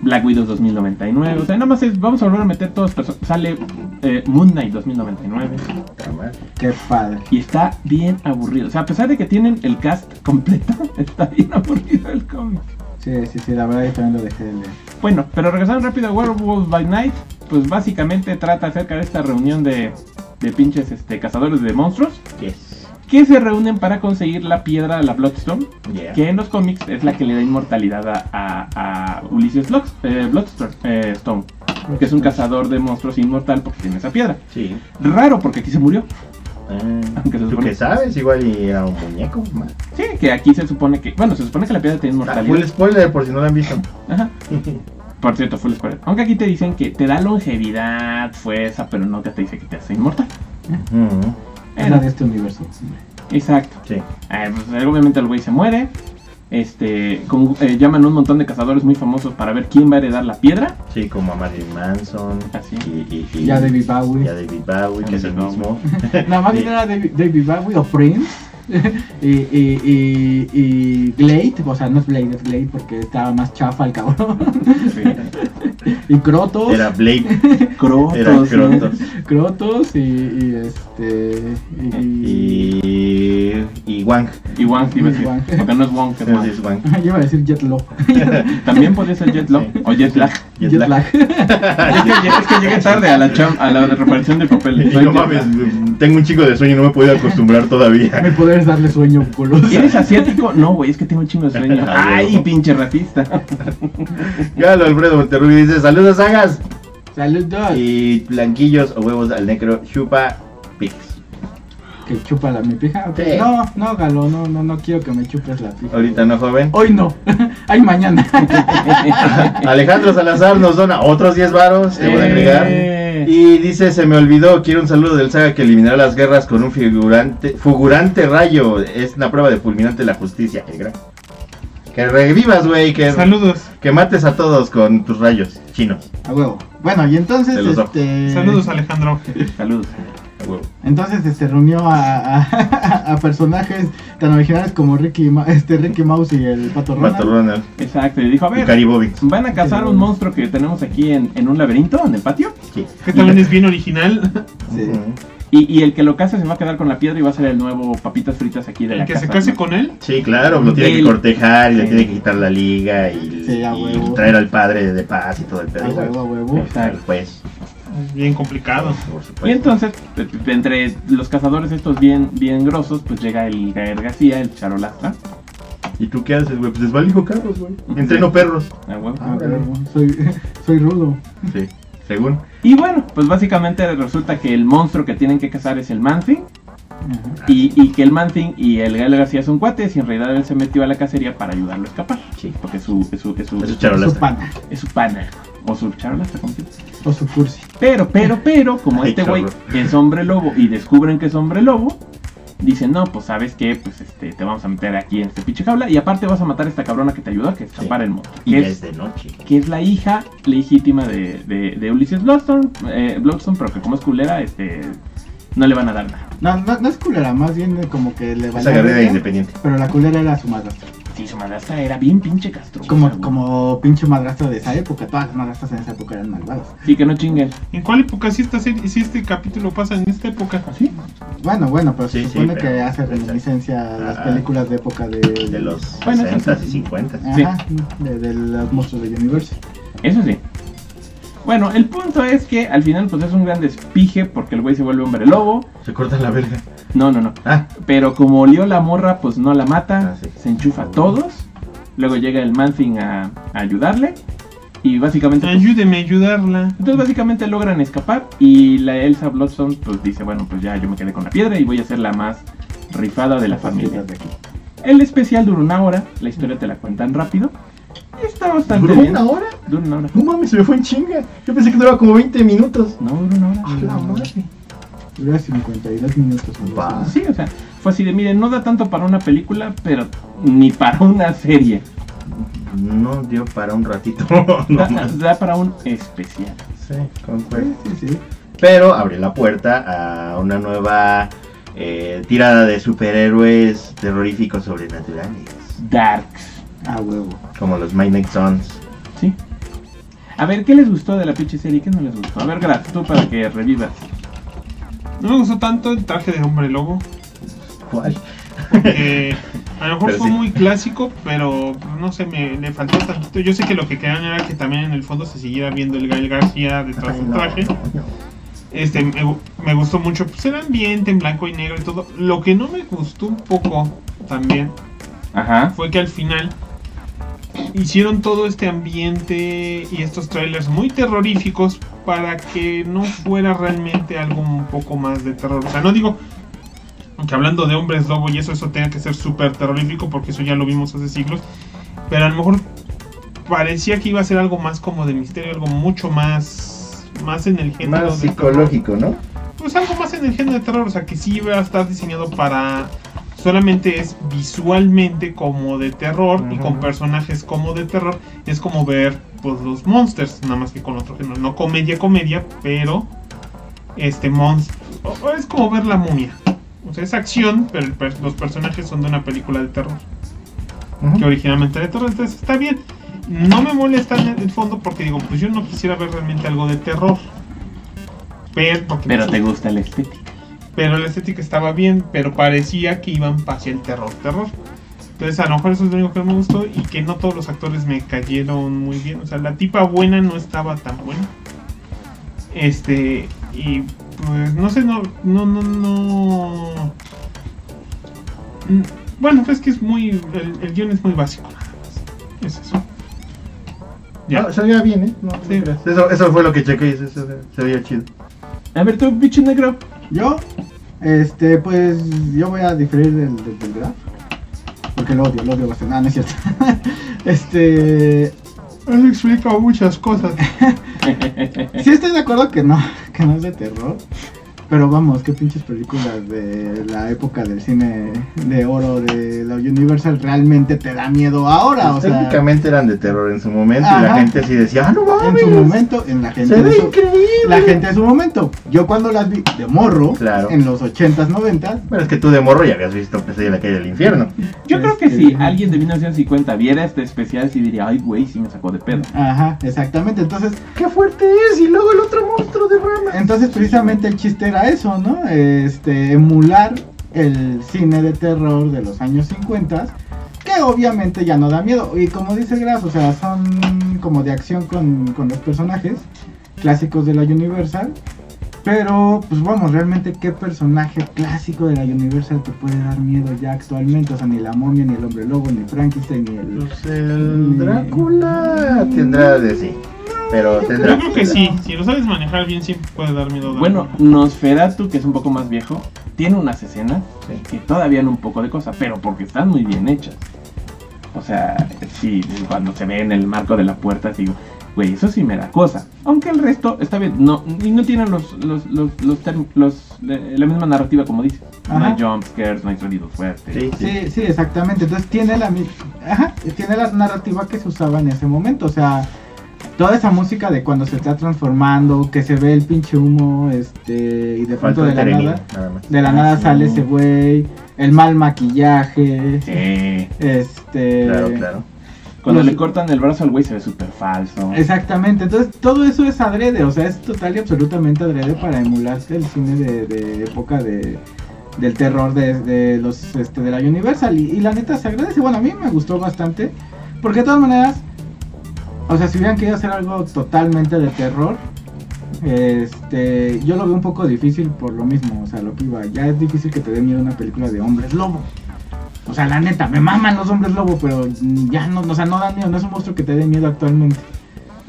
Black Widow 2099. O sea, nada más es, vamos a volver a meter todos. perso- Sale eh, Moon Knight 2099. Está mal. Qué padre. Y está bien aburrido. O sea, a pesar de que tienen el cast completo, está bien aburrido el cómic. Sí, sí, sí, la verdad yo también lo dejé de leer. Bueno, pero regresando rápido a Werewolves by Night, pues básicamente trata acerca de esta reunión de, de pinches este, cazadores de monstruos Yes. que se reúnen para conseguir la piedra, la Bloodstone, Yeah. que en los cómics es la que le da inmortalidad a, a- a Ulises Lux- eh, Bloodstone, eh, Stone, que es un cazador de monstruos inmortal porque tiene esa piedra. Sí. Raro porque aquí se murió. Ah, Aunque se ¿Tú supone- qué sabes? Igual y era un muñeco. man. Sí, que aquí se supone que, bueno, se supone que la piedra tiene Ah, Full inmortalidad. spoiler por si no lo han visto. Ajá. Por cierto, full spoiler. Aunque aquí te dicen que te da longevidad, fuerza, pero no te dice que te hace inmortal. Mm, Es la de este universo. Exacto. sí. Eh, pues, obviamente el güey se muere. Este, con- eh, llaman un montón de cazadores muy famosos para ver quién va a heredar la piedra. Sí, como a Marilyn Manson. Así. Y, y, y- Ya David Bowie. y a David Bowie, que es el David mismo. Nada más Sí. que era David, David Bowie o Prince. y, y, y, y Blade, o sea, no es Blade, es Blade porque estaba más chafa el cabrón. y Crotos. Era Blake. Crotos. Era ¿no? Crotos. Crotos y, y este. Y, Y. Y Wang. Y Wang, sí, iba a decir, Wang. Porque no es Wang, que es Wang. Entonces es Wang. Yo iba a decir Jet Lo. También podría ser Jet Lag Sí. o Jet Lag. Jet Jet, lag. Lag. es, que, es que llegué tarde a la, cham- a la reparación de papel. Y Soy no Jet mames, Lag. tengo un chico de sueño, no me he podido acostumbrar Mi todavía. poder es darle sueño, culo. ¿Eres asiático? No, güey, es que tengo un chingo de sueño. Ay, pinche racista. Galo Alfredo Monterrubio dice: Saludos, sagas. Saludos. Y blanquillos o huevos al negro, chupa pics. Que chupa la mi pija. Sí. No, no, Galo, no, no, no quiero que me chupes la pija. Ahorita no, joven. Hoy no. Ay, mañana. Alejandro Salazar nos dona otros 10 varos, te voy a agregar. Eh. Y dice, se me olvidó, quiero un saludo del saga que eliminará las guerras con un figurante, fulgurante rayo. Es una prueba de fulminante la justicia. el gran. Que revivas, güey, que, Saludos. que mates a todos con tus rayos chinos. A huevo. Bueno, y entonces Te los doy. eh, este. Saludos, Alejandro. Saludos. A huevo. Entonces se reunió a, a- a personajes tan originales como Ricky, Ma- este, Ricky Mouse y el Pato Ronald. Mato Ronald Exacto, y dijo, a y ver, Caribobi. van a cazar un monstruo que tenemos aquí en, en un laberinto, en el patio. Sí. Que también es bien original. Sí. Ujú. Y, y el que lo casa se va a quedar con la piedra y va a ser el nuevo papitas fritas aquí de la El que casa. se case ¿no? con él. Sí, claro, lo tiene que Él. cortejar y le Sí. tiene que quitar la liga y, Sí, a y huevo. traer al padre de paz y todo el A pedo. huevo, a huevo. Al juez, Es bien complicado. por supuesto. Y entonces, eh, entre los cazadores estos bien, bien grosos, pues llega el Gael García, el charolastra. ¿Y tú qué haces, güey? Pues desvalijo carros, güey. Entreno perros. a huevo. A huevo. Soy, soy rudo. Sí, según. Y bueno, pues básicamente resulta que el monstruo que tienen que cazar es el Manthing. Ajá. Y, y que el Manthing y el Gael García son cuates y en realidad él se metió a la cacería para ayudarlo a escapar. Sí. Porque es su, es su, es su, Es su Su charolastra. pana. es su pana. O su charolastra, ¿cómo se dice? O su cursi. Pero, pero, pero, como Ay, este güey cabrón. es hombre lobo y descubren que es hombre lobo, dicen, no, pues sabes qué, pues este, te vamos a meter aquí en este pinche jaula y aparte vas a matar a esta cabrona que te ayudó a que escapara el monstruo. Y Que es es, de noche. que es la hija legítima de, de, de Ulises Bloodstone, eh, Bloodstone, pero que como es culera, este, no le van a dar nada. No, no, no es culera, más bien como que le Esa valía carrera verga, Pues independiente. Pero la culera era su madrastra. Sí, su madrastra era bien pinche castro. Como, como pinche madrastra de esa época. Todas las madrastras en esa época eran malvadas. Sí, que no chinguen. ¿En cuál época si esta serie, si este capítulo pasa en esta época? ¿Así? Bueno, bueno, pero se Sí, sí, supone pero- que hace exacto. reminiscencia a las Ah. películas de época de, De los Bueno, eso 60s sí. y 50s. Sí. Ajá, de, de los monstruos de Universo. Eso sí. Bueno, el punto es que al final pues es un gran despije porque el güey se vuelve hombre lobo. Se corta la verga. No, no, no. Ah, Pero como olió la morra, pues no la mata, Ah, sí. se enchufa a todos. Luego llega el Manthing a, a ayudarle. Y básicamente. pues, Ayúdeme a ayudarla. entonces básicamente logran escapar. Y la Elsa Bloodstone pues dice, bueno, pues ya yo me quedé con la piedra y voy a ser la más rifada de la familia. De aquí. El especial dura una hora, la historia te la cuentan rápido. Y está bastante ¿duró bien. una hora? Dura una hora. No mames, se me fue en chinga. Yo pensé que duraba como 20 minutos. No, dura una hora. A la madre. Dura 52 minutos. algo Va. así. Sí, o sea, fue así de, miren, no da tanto para una película, pero ni para una serie. No dio para un ratito. Da- no mames. da para un especial. Sí, concuerdo. Sí, sí, sí. Pero abrió la puerta a una nueva eh, tirada de superhéroes terroríficos sobrenaturales. Darks. A huevo. Como los My Next Sons. Sí. A ver, ¿qué les gustó de la pinche serie? ¿Qué no les gustó? A ver, Graf, tú para que revivas. No me gustó tanto el traje de hombre lobo. ¿Cuál? Porque a lo mejor Pero fue sí. muy clásico, pero no sé, me le faltó tantito. Yo sé que lo que querían era que también en el fondo se siguiera viendo el Gael García detrás Ay, del no, traje. no, no. Este, me, gu- me gustó mucho pues, el ambiente en blanco y negro y todo. Lo que no me gustó un poco también Ajá. fue que al final hicieron todo este ambiente y estos trailers muy terroríficos para que no fuera realmente algo un poco más de terror. O sea, no digo que hablando de hombres lobo y eso, eso tenga que ser súper terrorífico porque eso ya lo vimos hace siglos. Pero a lo mejor parecía que iba a ser algo más como de misterio, algo mucho más, más en el género Más de terror psicológico, ¿no? pues algo más en el género de terror, o sea que sí va a estar diseñado para solamente es visualmente como de terror y con Ajá. personajes como de terror, es como ver pues los monsters, nada más que con otro género, no comedia comedia, pero este monster es como ver la momia. O sea, es acción, pero el per- los personajes son de una película de terror que Ujú. originalmente era de terror, entonces está bien. No me molesta en el fondo porque digo, pues yo no quisiera ver realmente algo de terror. Pero, porque Pero te gusta la estética. pero la estética estaba bien, pero parecía que iban hacia el terror, terror. Entonces a lo mejor eso es lo único que no me gustó y que no todos los actores me cayeron muy bien. O sea, la tipa buena no estaba tan buena. Este, y pues no sé, no, no, no, no. Mm, Bueno, pues es que es muy, el, el guión es muy básico. nada más. Es eso. Ya. No, se veía bien, ¿eh? No, no Sí. creas. eso, eso fue lo que chequé y eso, eso se veía chido. A ver, tú, pinche negro. Yo, este, pues yo voy a diferir del, del, del Graf, Porque lo odio, lo odio bastante. Ah, no es cierto. este. Eso explica muchas cosas. Sí estoy de acuerdo que no, que no es de terror. Pero vamos, qué pinches películas de la época del cine de oro de la Universal realmente te da miedo ahora. Ah, O sea, Técnicamente eran de terror en su momento y la Ajá. gente así decía, ah, no mames. en su momento, en la gente se de ve su- increíble. la gente de su momento. Yo cuando las vi de morro, Claro. en los 80s, 90s, Pero es que tú de morro ya habías visto pues, de la calle del infierno. Yo creo que Este, si alguien de 1950 viera este especial, sí diría, ay, güey, sí me sacó de pedo. ajá, exactamente. Entonces, ¡Qué fuerte es! Y luego el otro monstruo de rama. Entonces precisamente el chiste era eso, ¿no? Este, emular el cine de terror de los años 50, que obviamente ya no da miedo. Y como dice Gras, o sea, son como de acción con, con los personajes clásicos de la Universal. Pero, pues vamos, realmente qué personaje clásico de la Universal te puede dar miedo ya actualmente. O sea, ni la momia, ni el hombre lobo, ni Frankenstein, ni el... Pues el Drácula tendrá de sí. Pero tendrá. Yo creo que sí, si lo sabes manejar bien, siempre puede dar miedo. de Bueno, alguna. Nosferatu, que es un poco más viejo, tiene unas escenas Sí. que todavía no un poco de cosa, pero porque están muy bien hechas. O sea, sí, cuando se ve en el marco de la puerta, digo, güey, eso sí me da cosa. Aunque el resto está bien, no, y no tienen los, los, los, los, term- los, eh, la misma narrativa como dice. No hay Ajá. jump scares, no hay sonidos fuertes. Sí, sí. Sí, sí, exactamente. Entonces tiene la mi- ajá, tiene la narrativa que se usaba en ese momento. O sea, toda esa música de cuando se está transformando, que se ve el pinche humo, este, y de Faltó pronto de el la Teremin, nada, nada más. de la nada sale ese güey, el mal maquillaje, Sí. este, Claro, claro. Cuando Los- le cortan el brazo al güey se ve súper falso. Exactamente, entonces todo eso es adrede, o sea, es total y absolutamente adrede para emularse el cine de, de época de, del terror de, de los este, de la Universal. Y, y la neta se agradece, bueno, a mí me gustó bastante, porque de todas maneras, o sea, si hubieran querido hacer algo totalmente de terror, este, yo lo veo un poco difícil por lo mismo, o sea, lo que iba, ya es difícil que te dé miedo una película de hombres lobo. O sea, la neta, me maman los hombres lobo, pero mm, ya no, o sea, no dan miedo, no es un monstruo que te dé miedo actualmente.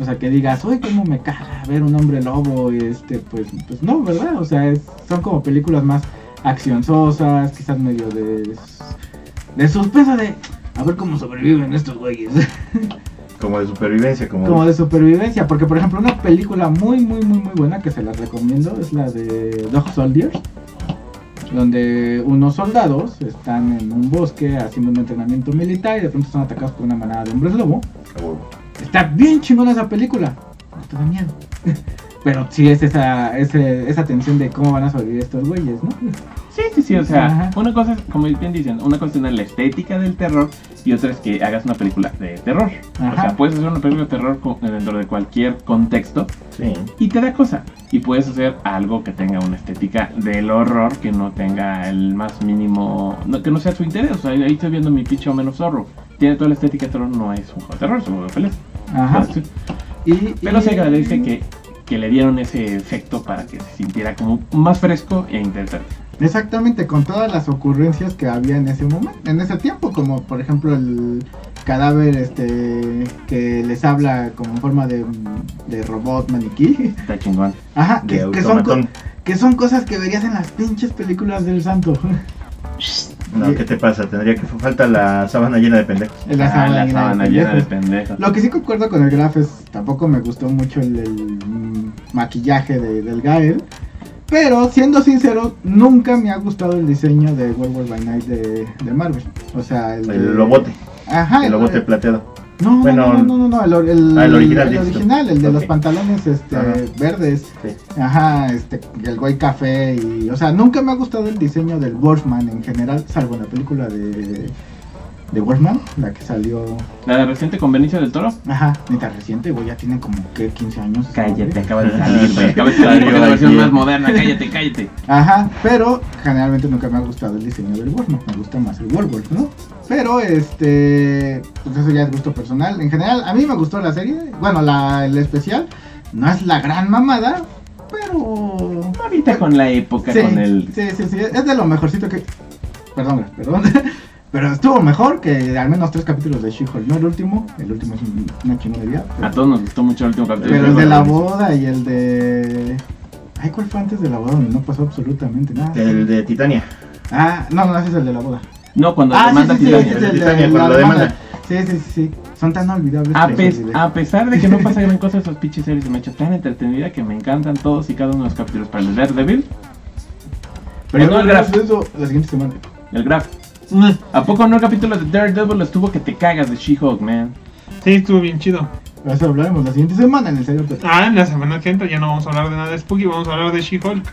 O sea, que digas, uy, cómo me caga ver un hombre lobo, y este, pues, pues no, ¿verdad? O sea, es- son como películas más accionzosas, quizás medio de, de suspenso de, a ver cómo sobreviven estos güeyes. Como de supervivencia, como. como de supervivencia, porque por ejemplo una película muy, muy, muy, muy buena que se las recomiendo es la de Dog Soldier, donde unos soldados están en un bosque haciendo un entrenamiento militar y de pronto son atacados por una manada de hombres lobo. A huevo. Está bien chingona esa película. No te da miedo. Pero sí es esa, ese- esa tensión de cómo van a sobrevivir estos güeyes, ¿no? Sí, sí, sí, o sea, Ajá. una cosa es, como bien dicen, una cosa es la estética del terror y otra es que hagas una película de terror. O Ajá. sea, puedes hacer una película de terror con- dentro de cualquier contexto Sí. y te da cosa. Y puedes hacer algo que tenga una estética del horror, que no tenga el más mínimo, no- que no sea su interés. O sea, ahí estoy viendo mi picho menos zorro. Tiene toda la estética de terror, no es un juego de terror, es un juego de peleas. Ajá. Entonces, Y, pues, pero y- se agradece que, que le dieron ese efecto para que se sintiera como más fresco e interesante. Exactamente, con todas las ocurrencias que había en ese momento, en ese tiempo, como por ejemplo el cadáver este que les habla como en forma de, de robot maniquí. Está chingón. Ajá, De Ah, que, que son, co- automatón. que son cosas que verías en las pinches películas del santo. No, ¿qué te pasa? Tendría que falta la sábana llena de pendejos. En la Ah, sábana llena de llena de pendejos. pendejos. Lo que sí concuerdo con el Graf es tampoco me gustó mucho el, el, mm, maquillaje de- del Gael. Pero siendo sincero, nunca me ha gustado el diseño de Werewolf by Night de, de Marvel. O sea, el, de- El lobote, Ajá, el lobote de- plateado. No, no, Bueno, no, no, no, no, el, or- el, ah, el original, el listo. original, el de los Ok. pantalones este, Ajá. verdes. Sí. Ajá, este, el güey café y, o sea, nunca me ha gustado el diseño del Wolfman en general, salvo en la película de, de Wolfman, la que salió, La de reciente con Benicio del Toro. ajá, ni tan reciente, güey, ya tiene como que 15 años. esa Cállate, madre. acaba de salir, güey. Ah, Acaba de salir porque es la versión más moderna. Cállate, cállate. Ajá, pero generalmente nunca me ha gustado el diseño del Wolfman, me gusta más el Werewolf, ¿no? Pero este, pues eso ya es gusto personal. En general, a mí me gustó la serie, bueno, la, el especial, no es la gran mamada, pero... Ahorita con la época, Sí, con el. sí, sí, sí, es de lo mejorcito que... Perdón, perdón. Pero estuvo mejor que al menos tres capítulos de She-Hulk, no el último, el último es un- una chingonería. pero- A todos nos gustó mucho el último capítulo. pero el de la Bueno, boda y el de... Ay, ¿cuál fue antes de la boda donde no pasó absolutamente nada? El de Titania. Ah, no, no, ese es el de la boda. No, cuando ah, demanda sí, sí, sí, Titania. ese es el de Titania, cuando la la demanda. demanda. Sí, sí, sí, sí. Son tan olvidables. A, Ah, que pues, pes- los olvidé. a pesar de que no pasa gran cosa, esos pinches series se me ha hecho tan entretenida que me encantan todos y cada uno de los capítulos. Para el Daredevil, Pero no, yo el creo graf. que eso la siguiente semana. el Graf. ¿A poco no el capítulo de Daredevil estuvo que te cagas de She-Hulk, man? Sí, estuvo bien chido. Pero eso hablaremos la siguiente semana en el pues. señor Pérez. Ah, en la semana que entra ya no vamos a hablar de nada de Spooky, vamos a hablar de She-Hulk.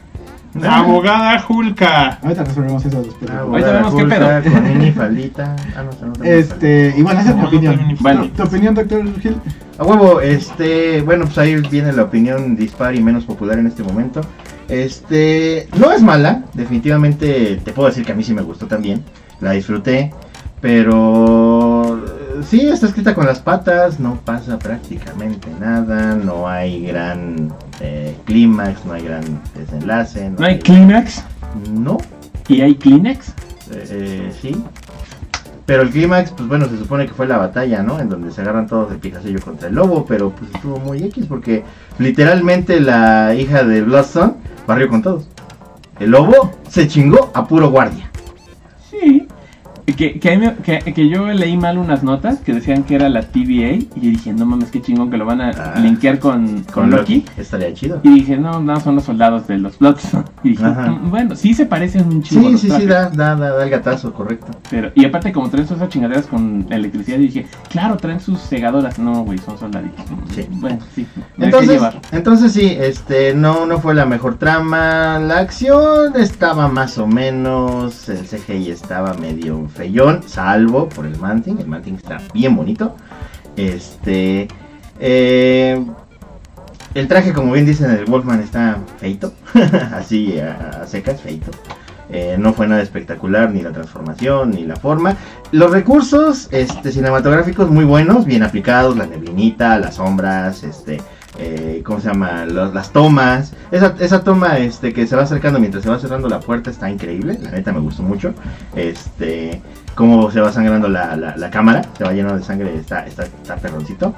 Ah. Abogada Hulka. Ahorita resolvemos eso después. Ah, Ahorita vemos qué Julka, pedo. Con mini falita. Ah, no, no, no, no. este, y bueno, esa es No, mi no tengo ni opinión. Bueno. ¿Tu, tu opinión, doctor Gil? A huevo, este, bueno, pues ahí viene la opinión dispar y menos popular en este momento. Este, no es mala, definitivamente te puedo decir que a mí sí me gustó también, la disfruté, pero eh, sí está escrita con las patas, no pasa prácticamente nada, no hay gran eh, clímax, no hay gran desenlace. ¿No hay Kleenex? No, ¿Y hay Kleenex? eh, eh, sí. Pero el clímax, pues bueno, se supone que fue la batalla, ¿no? En donde se agarran todos de picacillo contra el lobo, pero pues estuvo muy X porque literalmente la hija de Bloodstone barrió con todos. El lobo se chingó a puro guardia. Sí. Que, que, ahí me- que, que yo leí mal unas notas que decían que era la TVA y yo dije, no mames, qué chingón que lo van a Ah. linkear con, con Loki. Estaría chido. Y dije, no, no, son los soldados de los Bloods. Y dije, Ajá. "Mm, bueno, sí se parecen un chingo. Sí, los sí, sí, trajes". da, da, da, da el gatazo, correcto. Pero, y aparte, como traen sus esas chingaderas con electricidad, yo dije, claro, traen sus segadoras. No, güey, son soldaditos. Sí. Bueno, sí. me dejé Entonces, llevar. entonces sí, este, no, no fue la mejor trama. La acción estaba más o menos. El CGI estaba medio feyón, salvo por el Manting. El Manting está bien bonito. Este. eh, el traje, como bien dicen, el Wolfman está feito. Así a, a secas, feito. Eh, no fue nada espectacular, ni la transformación, ni la forma. Los recursos este, cinematográficos muy buenos, bien aplicados, la neblinita, las sombras, este, eh, ¿cómo se llama? Los- las tomas. Esa, esa toma este, que se va acercando mientras se va cerrando la puerta está increíble, la neta me gustó mucho. Este, cómo se va sangrando la, la- la cámara, se va llenando de sangre, está, está, está perroncito.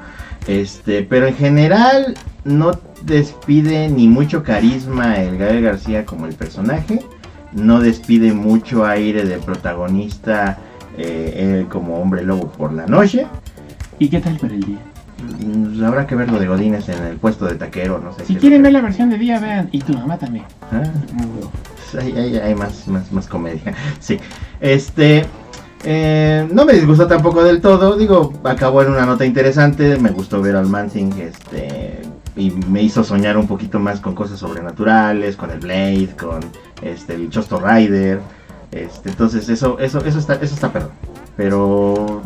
Este, pero en general no despide ni mucho carisma el Gael García como el personaje. No despide mucho aire de protagonista eh, él como hombre lobo por la noche. ¿Y qué tal para el día? Mm, Habrá que ver lo de Godines en el puesto de taquero, no sé. qué Si es lo quieren que- ver la versión de día, vean. Y tu mamá también. Ah. Ah, huevo. hay, hay- hay más, más, más comedia. Sí. Este. eh, no me disgustó tampoco del todo. Digo, acabó en una nota interesante. Me gustó ver al Mansing. Este. Y me hizo soñar un poquito más con cosas sobrenaturales, con el Blade, con este, el Chosto Rider. Este, entonces eso, eso, eso está, eso está perdón. Pero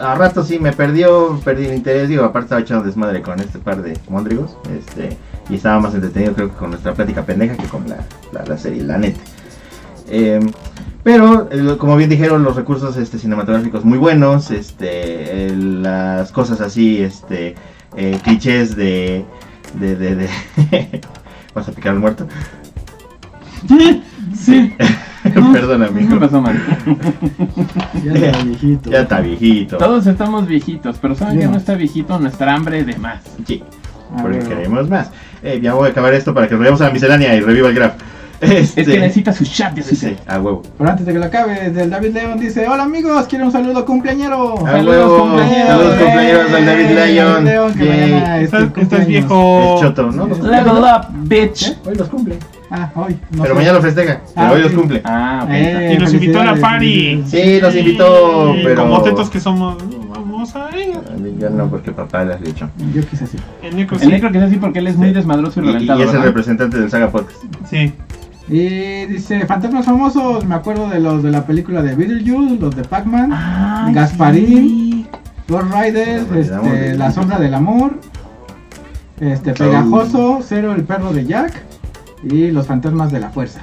a rato sí me perdió, perdí el interés, digo, aparte estaba echando desmadre con este par de mondrigos, este, y estaba más entretenido creo que con nuestra plática pendeja que con la, la, la serie, la neta. Eh, pero, eh, como bien dijeron, los recursos este, cinematográficos muy buenos, este, eh, las cosas así, este, eh, clichés de... de, de, de ¿Vas a picar al muerto? Sí. Perdón, amigo. ¿Qué pasó, man? Ya está viejito. Ya está viejito. Todos estamos viejitos, pero ¿saben Ya. que no está viejito nuestra hambre de más? Sí, Ah, A porque ver, queremos más. Eh, ya voy a acabar esto para que nos vayamos a la miscelánea y reviva el graph. Este, Es que necesita su chat de sí, azúcar. sí, a huevo. Pero antes de que lo acabe, del David León dice, hola amigos, quiero un saludo cumpleañero. A Saludos, huevo. compañeros. Saludos, compañeros, al David Eh, León. León, que Yay. este mañana es tu Estás, estás Este cumpleaños. viejo. Es choto, ¿no? Los cumple. Level up, bitch. ¿Eh? Hoy los cumple. Ah, hoy. no Pero sé. mañana lo festeja, pero Ah, hoy los sí. cumple. Ah, ok. Eh, Y nos invitó a la felicidades. party. Sí, nos invitó, Y pero- Como tetos que somos, vamos a ir. A mí ya no, porque papá las le echó. Yo quise así. El Necro El sí. negro que es así porque él es muy pues Sí. desmadroso y Y, reventado. y es el ¿verdad? representante del Saga Podcast. Sí. Y Eh, dice, fantasmas famosos, me acuerdo de los de la película de Beetlejuice, los de Pac-Man, Ay, Gasparín. Ghost Rider, Nos olvidamos este, de- La Sombra del Amor, este, Pegajoso, Cero el Perro de Jack y Los Fantasmas de la Fuerza.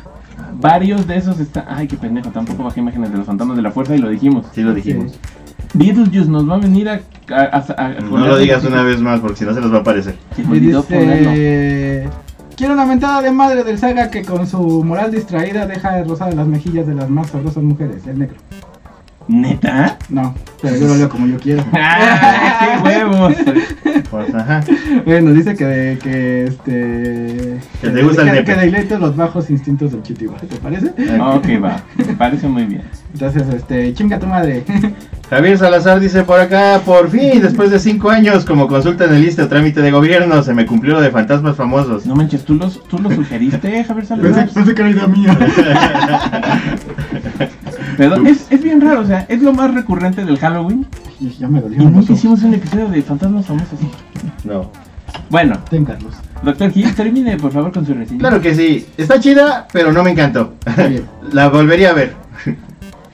Varios de esos están. Ay, qué pendejo, tampoco bajé imágenes de los fantasmas de la fuerza y lo dijimos. Sí lo dijimos. Sí. Beetlejuice nos va a venir a. a, a- a- No lo digas una vez más, porque si no se nos va a aparecer. Se me Y olvidó ponerlo. dice, quiero una mentada de madre del saga que con su moral distraída deja de rozar las mejillas de las más sabrosas mujeres, el negro. ¿Neta? No, pero yo lo leo como yo quiero. ¡Ah! ¡Qué huevos! Pues, ajá. Bueno, dice que, que este. Que te gusta el que, nepe. que deleite los bajos instintos del chitiba, ¿te parece? Ok, va. Me parece muy bien. Entonces, este, chinga tu madre. Javier Salazar dice por acá, por fin, después de cinco años como consulta en el lista o trámite de gobierno, se me cumplió lo de fantasmas famosos. No manches, ¿tú, los, tú lo sugeriste, Javier Salazar? pensé, pensé que era idea mía. Pero es, es bien raro, o sea, es lo más recurrente del Halloween. Y ya me Y dolió. nunca mucho. hicimos un episodio de fantasmas famosos. No. Bueno, Ten, Carlos. doctor Gil, termine por favor con su reseña. Claro que sí, está chida, pero no me encantó. Está bien. La volvería a ver.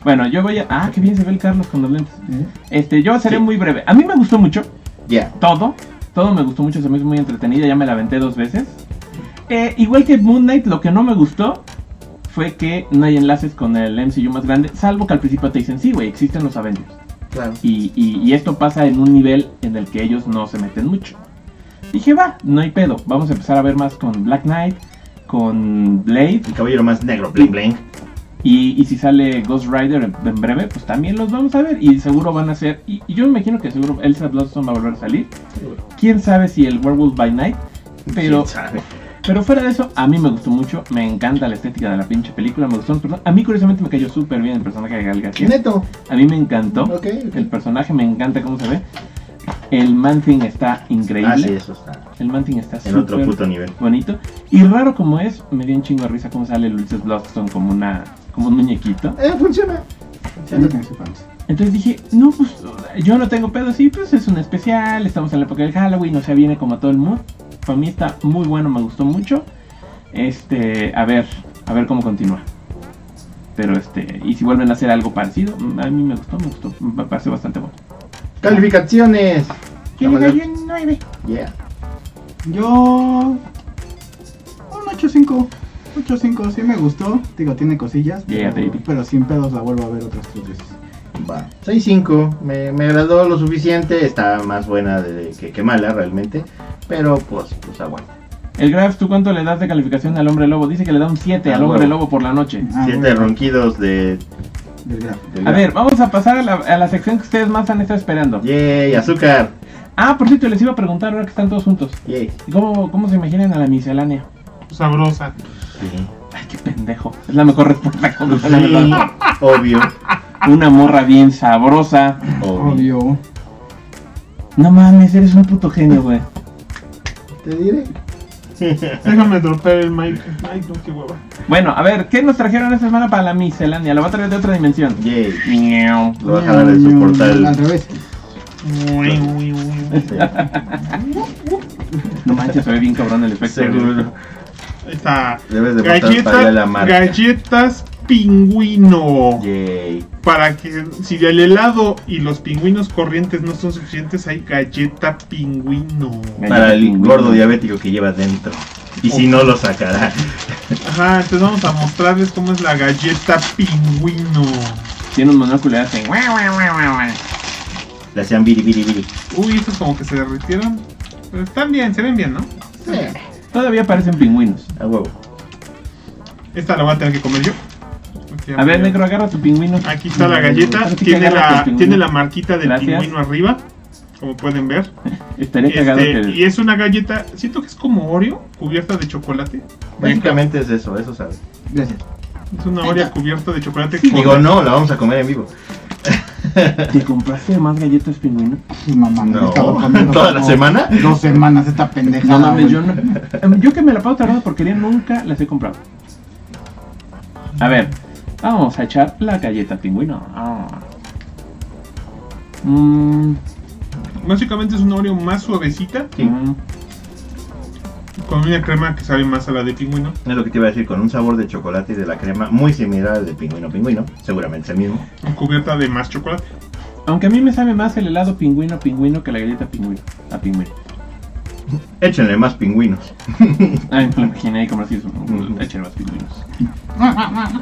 Bueno, yo voy a. Ah, qué bien se ve el Carlos con los lentes. ¿Eh? Este, yo seré Sí. muy breve. A mí me gustó mucho. Ya. todo. Todo me gustó mucho, se me hizo muy entretenida, ya me la aventé dos veces. Eh, igual que Moon Knight, lo que no me gustó fue que no hay enlaces con el MCU más grande, salvo que al principio te dicen, sí, güey, existen los Avengers. Claro. Y, y- y esto pasa en un nivel en el que ellos no se meten mucho. Dije, va, no hay pedo, vamos a empezar a ver más con Black Knight, con Blade, El caballero más negro, bling bling. y, y si sale Ghost Rider en, en breve, pues también los vamos a ver. Y seguro van a ser. Y, y yo me imagino que seguro Elsa Bloodstone va a volver a salir. Seguro. Quién sabe si el Werewolf by Night. Pero, Sí, sabe. pero fuera de eso, a mí me gustó mucho. Me encanta la estética de la pinche película. Me gustó el person- A mí, curiosamente, me cayó súper bien el personaje de Gal Gadot. Neto. A mí me encantó. Ok, ok. El personaje me encanta cómo se ve. El Man-Thing está increíble. Ah, sí, eso está. El Man-Thing está En otro súper puto nivel. bonito. Y raro como es, me dio un chingo de risa cómo sale Luis Bloodstone como, una, como un muñequito. Eh, funciona. Siento que me hice fans. Entonces dije, no, pues yo no tengo pedo, sí, pues es un especial, estamos en la época del Halloween, o sea, viene como a todo el mundo. Para mí está muy bueno, me gustó mucho. Este, a ver, a ver cómo continúa. Pero este, y si vuelven a hacer algo parecido, mm, a mí me gustó, me gustó, me parece bastante bueno. Calificaciones. Yo le doy un 9. Yeah. Yo. Un 8-5. 8-5, sí me gustó. Digo, tiene cosillas. Yeah, pero, baby. pero sin pedos la vuelvo a ver otras tres veces. Va. 6.5. Me, me agradó lo suficiente. Está más buena de- que, que mala realmente. Pero pues, pues aguanta. El Graf, ¿tú cuánto le das de calificación al hombre lobo? Dice que le da un 7 al Ah, hombre huevo. lobo por la noche. Ah, Siete bueno, ronquidos de. del gráfico. del- A ver, vamos a pasar a la, a la sección que ustedes más han estado esperando. Yay, azúcar. Ah, por cierto, les iba a preguntar ahora que están todos juntos. Yay. ¿Cómo, cómo se imaginan a la miscelánea? Sabrosa. Sí. Ay, qué pendejo. Es la mejor respuesta. con la Sí, verdad. obvio. Una morra bien sabrosa. Obvio. Obvio. No mames, eres un puto genio, güey. Te diré. Déjame dropear el mic. Ay, no, qué hueva. Bueno, a ver, ¿qué nos trajeron esta semana para la miscelánea? Lo va a traer de otra dimensión. Yay. Miau. Lo voy a jalar de su Al portal. revés. Uy, uy, uy. Sí, No manches, se ve bien cabrón el efecto. Seguro. Está. Debes de botar para allá Galletas, la marca. galletas pingüino. Yay. Para que si el helado y los pingüinos corrientes no son suficientes, hay galleta pingüino. Galleta Para el pingüino. gordo diabético que lleva dentro. Y si no lo sacará. Ajá, entonces vamos a mostrarles cómo es la galleta pingüino. Tiene un monóculo y hace guau, guau, guau, guau, guau. Le hacían biri biri biri. Uy, estos como que se derritieron. Pero están bien, se ven bien, ¿no? Todavía parecen pingüinos. A huevo. Esta la voy a tener que comer yo. Porque ya A ver, me dio- negro, agarra tu pingüino. Aquí está la Mm, galleta. ahora sí que Tiene agarra tu la, pingüino. tiene la marquita del Gracias. pingüino arriba, como pueden ver. Estaría Este, cagado y que. es una galleta, siento que es como Oreo, cubierta de chocolate. Básicamente es eso, eso sabes. Gracias. Es una Oreo cubierta de chocolate. con- Digo, no, la vamos a comer en vivo. ¿Te compraste más galletas pingüino? Sí, mamá, me No. estaba comiendo ¿Toda como la semana? Dos semanas esta pendejada. No mames, güey. yo no. em, Yo que me la pago tardando porquería nunca las he comprado. A ver, vamos a echar la galleta pingüino. Ah. Mm, Básicamente es una Oreo más suavecita, Sí. mm. con una crema que sabe más a la de pingüino. Es lo que te iba a decir, con un sabor de chocolate y de la crema muy similar al de pingüino pingüino. Seguramente es el mismo. Cubierta de más chocolate. Aunque a mí me sabe más el helado pingüino pingüino que la galleta pingüino. A pingüino. Échenle más pingüinos. Ay, Ah, me lo imaginé ahí como así. Mm. Échale más pingüinos.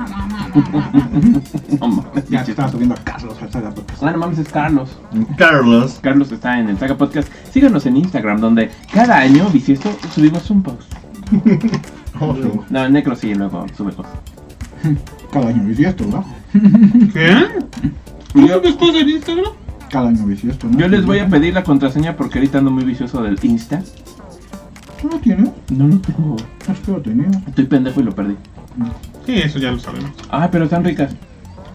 No mames, Ya te pinches. estaba subiendo a Carlos al Saga Podcast. Ah, no mames, es Carlos. Carlos. Carlos está en el Saga Podcast. Síganos en Instagram, donde cada año, bisiesto, subimos un post. Oh, sí. No, el Necro sí, luego sube cosas. Cada año bisiesto, ¿verdad? ¿Qué? ¿Tú subes cosas en Instagram? Cada año bisiesto, ¿no? Yo les voy a pedir la contraseña porque ahorita ando muy vicioso del Insta. ¿Tú no tienes? No lo tengo. Es que lo tenía. Estoy pendejo y lo perdí. Sí, eso ya lo sabemos. Ah, pero están ricas.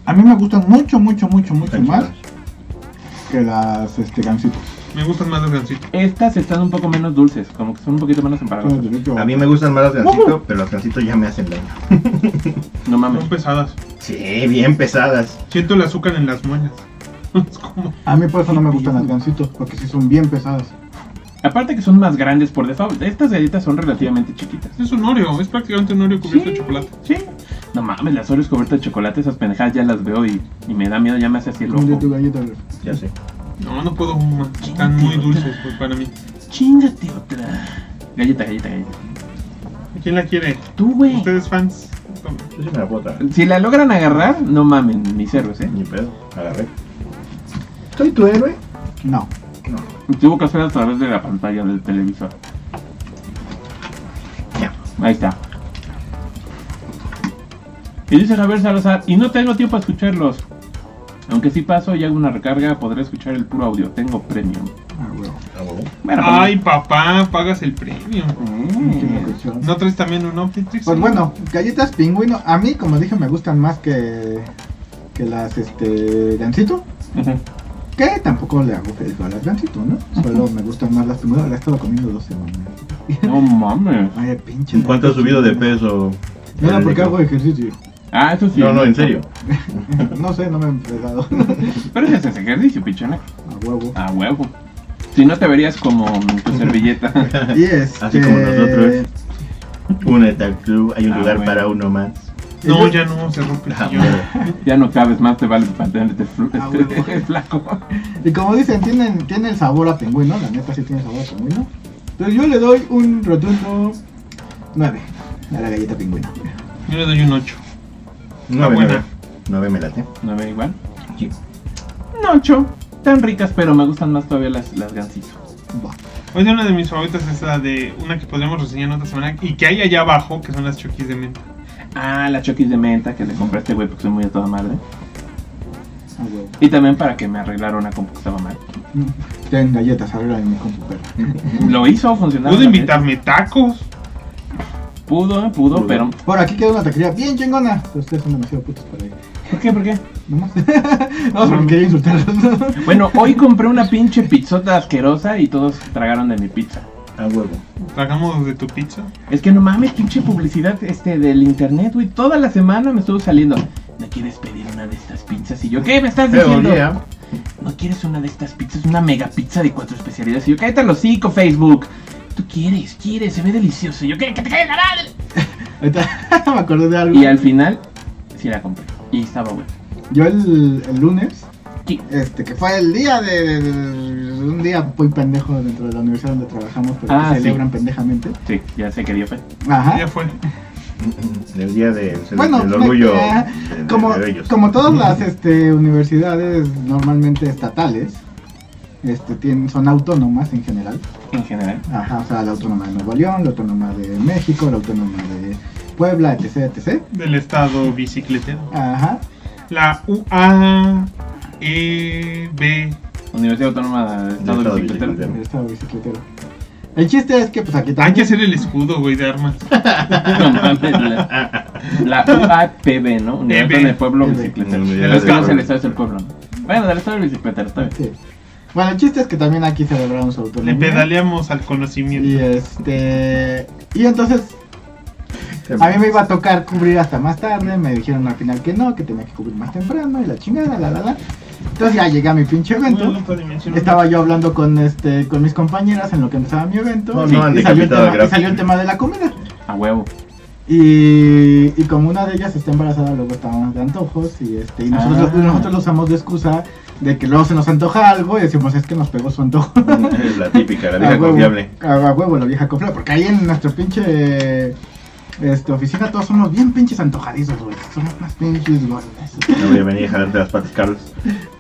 A mí me gustan mucho, mucho, mucho, mucho Están más chidas. que las este, gancitos. Me gustan más los gancitos. Estas están un poco menos dulces, como que son un poquito menos Tiene empalagosas. derecho A mí me gustan más las gancitos, pero las gancitos ya me hacen daño. No mames. Son pesadas. Sí, bien pesadas. Siento el azúcar en las muelas. Es como... A mí por eso no me gustan las gancitos, porque sí son bien pesadas. Aparte que son más grandes por default. Estas galletas son relativamente chiquitas. Es un Oreo, es prácticamente un Oreo cubierto de Sí, chocolate. Sí. No mames, las Oreos cubiertas de chocolate, esas pendejadas ya las veo y, y me da miedo, ya me hace así el Mira tu ojo. galleta, güey. Ya sé. No, no puedo más. Están muy dulces pues, para mí. Chingate otra. Galleta, galleta, galleta. ¿Quién la quiere? Tú, güey. Ustedes fans. Yo sí me la puedo tragar. Si la logran agarrar, no mamen, mis héroes, eh. Ni pedo. Agarré. ¿Soy tu héroe? No. No. Tuvo que hacer a través de la pantalla del televisor. Ya. Ahí está. Y dice Javier Salazar, y no tengo tiempo a escucharlos. Aunque si paso y hago una recarga, podré escuchar el puro audio. Tengo premium. Ah, güey. A huevo. Bueno, pues, Ay, papá, pagas el premio. No tiene Mm. cuestión. ¿No traes también un Optitrix? Pues bueno, galletas pingüino, a mí como dije me gustan más que, que las este gancito, Ujú. que tampoco le hago que a las gancito, ¿no? Solo me gustan más las pingüinos, las he estado comiendo dos semanas. No mames. Ay, pinche. ¿En cuánto has subido de peso? No, no, porque hago ejercicio. Eh, Ah, eso sí. No, no, en serio. No sé, no me he empezado. A Pero ese es ejercicio, pichona. huevo. A huevo. Si no te verías como tu servilleta. Y este... Así como nosotros. Únete al club, hay un Ah, lugar bueno. para uno más. No, ya no, se rompe el Ah, sillón. bueno. ya no cabes más, te vale para tenerte fl- Ah, este, huevo. flaco. Y como dicen, tienen, tiene el sabor a pingüino, la neta sí tiene sabor a pingüino. Pero yo le doy un rotundo 9 a la galleta pingüino. Yo le doy un 8. Ah, Nueve, buena. nueve. Nueve me late. ¿No ve igual? Sí. No, cho. Tan ricas, pero me gustan más todavía las, las gansito. Va. Hoy Pues una de mis favoritas es la de una que podríamos reseñar en otra semana y que hay allá abajo, que son las choquis de menta. Ah, la choquis de menta que le compré a este güey porque soy muy a toda madre. A huevo. Mm, Y también para que me arreglara una compu que estaba mal. Ten galletas, arregla en mi compu, perro. Lo hizo funcionar. Puedo la invitarme tacos. neta. Pudo, pudo, Pudo. pero. Por aquí queda una taquería bien chingona. Pero ustedes son demasiado putos para ir. ¿Por qué? ¿Por qué? Nomás. no, porque quería insultarlos. Bueno, hoy compré una pinche pizzota asquerosa y todos tragaron de mi pizza. Ah, A huevo. Tragamos de tu pizza. Es que no mames, pinche publicidad este del internet, güey. Toda la semana me estuvo saliendo. ¿No quieres pedir una de estas pizzas? Y yo, ¿qué me estás Pero diciendo? ya. ¿No quieres una de estas pizzas? Una mega pizza de cuatro especialidades. Y yo, cállate los cinco, Facebook. Tú quieres, quieres, se ve delicioso. Y yo, ¿qué? ¡Que te cae la madre! Ahorita me acordé de algo. Y al final, sí la compré. Y estaba bueno. Yo el, el lunes, Sí. este, que fue el día de, de- de- un día muy pendejo dentro de la universidad donde trabajamos, pero Ah, que sí. celebran pendejamente. Sí, ya sé que día fue. Ya Ajá. fue. El día del, del- Bueno, del me- orgullo. ah, de- de- Como, de ellos. como todas las este, universidades normalmente estatales, este, tienen, son autónomas en general. En general. Ajá, o sea, la autónoma de Nuevo León, la autónoma de México, la autónoma de Puebla, etc, etc. Del estado bicicletero. Ajá. La UA. E. B. Universidad Autónoma del Estado Estado Bicicletero. Bicicletero. El estado bicicletero. El chiste es que pues aquí Hay que también... hacer el escudo, güey, de armas. No mames, la, la UAPB, ¿no? Unidad EB. del Pueblo EB. Bicicletero. Unidad Pero es que del no es el Pueblo. Estado, es el pueblo. ¿no? Bueno, del Estado Bicicletero, está bien. Sí. Bueno, el chiste es que también aquí celebraron su Ah, Le autonomía. pedaleamos al Y conocimiento. este... Y entonces a mí me iba a tocar cubrir hasta más tarde, me dijeron al final que no, que tenía que cubrir más temprano y la chingada, la la la. Entonces ya llegué a mi pinche evento. Bueno, otra dimensión. Estaba yo hablando con este con mis compañeras en lo que empezaba mi evento. No, Sí, no, han y, salió el decapitado al tema, y gráfico. salió el tema de la comida. A huevo. Y, y como una de ellas está embarazada, luego estábamos de antojos y, este, y nosotros, Ah. lo, nosotros lo usamos de excusa de que luego se nos antoja algo y decimos es que nos pegó su antojo. Es la típica, la A vieja Ah, huevo, confiable. A, a huevo, la vieja confiable, porque ahí en nuestro pinche este, oficina todos somos bien pinches antojadizos, güey. Somos más pinches gordos. No voy a venir a jalarte las patas, Carlos.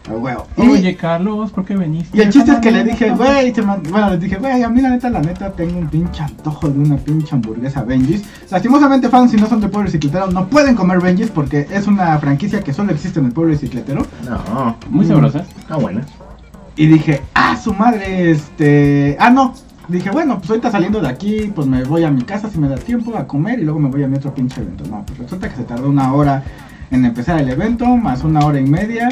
A huevo. Y- Oye, Carlos, ¿por qué veniste? Y el chiste es que le dije, güey, se man- bueno, le dije, güey, a mí la neta, la neta, tengo un pinche antojo de una pinche hamburguesa Benji's. Lastimosamente, fans, si no son del pueblo bicicletero, no pueden comer Benji's porque es una franquicia que solo existe en el pueblo bicicletero. No, Muy mm, sabrosas. está buena. Y dije, ah, su madre, este. Ah, no. Dije, bueno, pues ahorita saliendo de aquí, pues me voy a mi casa si me da tiempo a comer y luego me voy a mi otro pinche evento. No, pues resulta que se tardó una hora en empezar el evento, más una hora y media.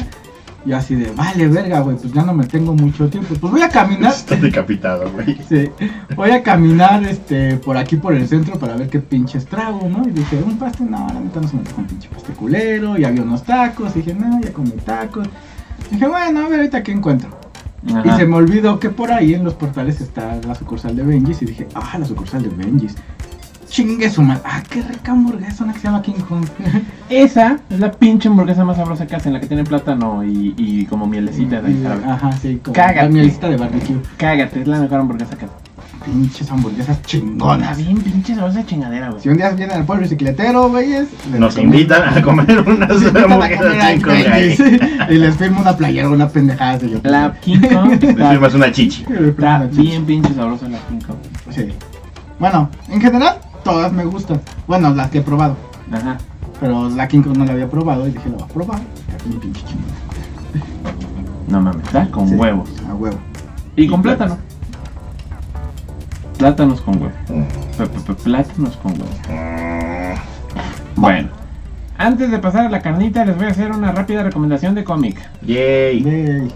Y así de, vale, verga, güey, pues ya no me tengo mucho tiempo. Pues voy a caminar. Está decapitado, güey. Sí, voy a caminar este por aquí por el centro para ver qué pinches trago, ¿no? Y dije, un pastel, no, la neta no se me antoja un pinche pastel culero, y había unos tacos, y dije, no, ya comí tacos. Dije, bueno, a ver ahorita qué encuentro. Y Ajá. se me olvidó que por ahí en los portales está la sucursal de Benji's y dije, ah, la sucursal de Benji's. Chingue su madre. Ah, qué rica hamburguesa, una que se llama King Kong. Esa es la pinche hamburguesa más sabrosa que hacen, la que tiene plátano y, y como mielecita de ahí, ¿sabes? Ajá, sí, como Cágate. mi lista de barbecue. Cágate, es la mejor hamburguesa que hacen. Pinches hamburguesas Está chingonas. bien pinche sabrosa chingadera, güey. Si un día vienen al pueblo bicicletero, güeyes, les Nos recomiendo- invitan a comer unas Se invitan a comer hamburguesas ahí, sin con güey, sí, Y les firmo una playera, una pendejada de yo. La King Kong Le está, firmas una chichi. Les firmo está una chicha. bien pinche sabrosa la King Kong. Sí. Bueno, en general, todas me gustan. Bueno, las que he probado. Ajá. Pero la King Kong no la había probado y dije, la voy a probar. Está bien pinche chingona. No mames, está con Sí. huevos. A huevo. Y con plátano. Plátanos con huevo. Pe- pe- pe- Plátanos con huevo. Bueno. Antes de pasar a la carnita, les voy a hacer una rápida recomendación de cómic. Yay. Yay.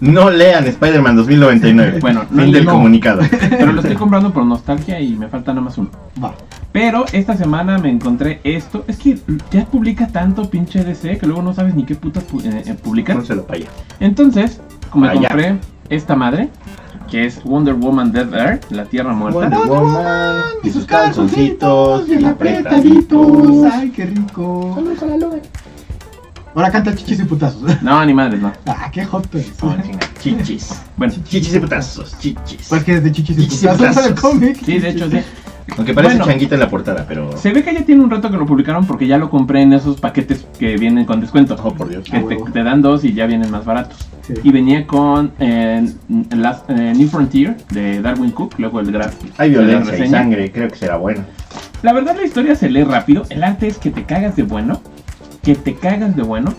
No lean Spider-Man 2099. Bueno, no, fin del no. comunicado. Pero lo estoy comprando por nostalgia y me falta nada más uno. Va. Pero esta semana me encontré esto. Es que ya publica tanto pinche DC que luego no sabes ni qué putas pu- eh, eh, publicar. No se lo paya. Entonces, como me Ah, ya. compré esta madre, que es Wonder Woman Dead Earth, la Tierra Muerta. Wonder Woman y sus calzoncitos bien bien apretaditos. apretaditos. Ay, qué rico. Ahora canta chichis y putazos. No, ni madres, no. Ah, qué hot eres. Oh, No, chinga. Chichis. Bueno, Chichis y putazos. Chichis. Pues que es de chichis y Chichis y putazos el putazos. cómic. sí, de hecho, sí. Aunque parece Bueno. changuita en la portada, pero. Se ve que ya tiene un rato que lo publicaron porque ya lo compré en esos paquetes que vienen con descuento. Oh, por Dios. Que Ah, te, huevo. te dan dos y ya vienen más baratos. Sí. Y venía con eh, Last- eh, New Frontier de Darwin Cook, luego el graph. Hay la violencia y reseña. sangre. Creo que será bueno. La verdad la historia se lee rápido, el arte es que te cagas de bueno, que te cagas de bueno.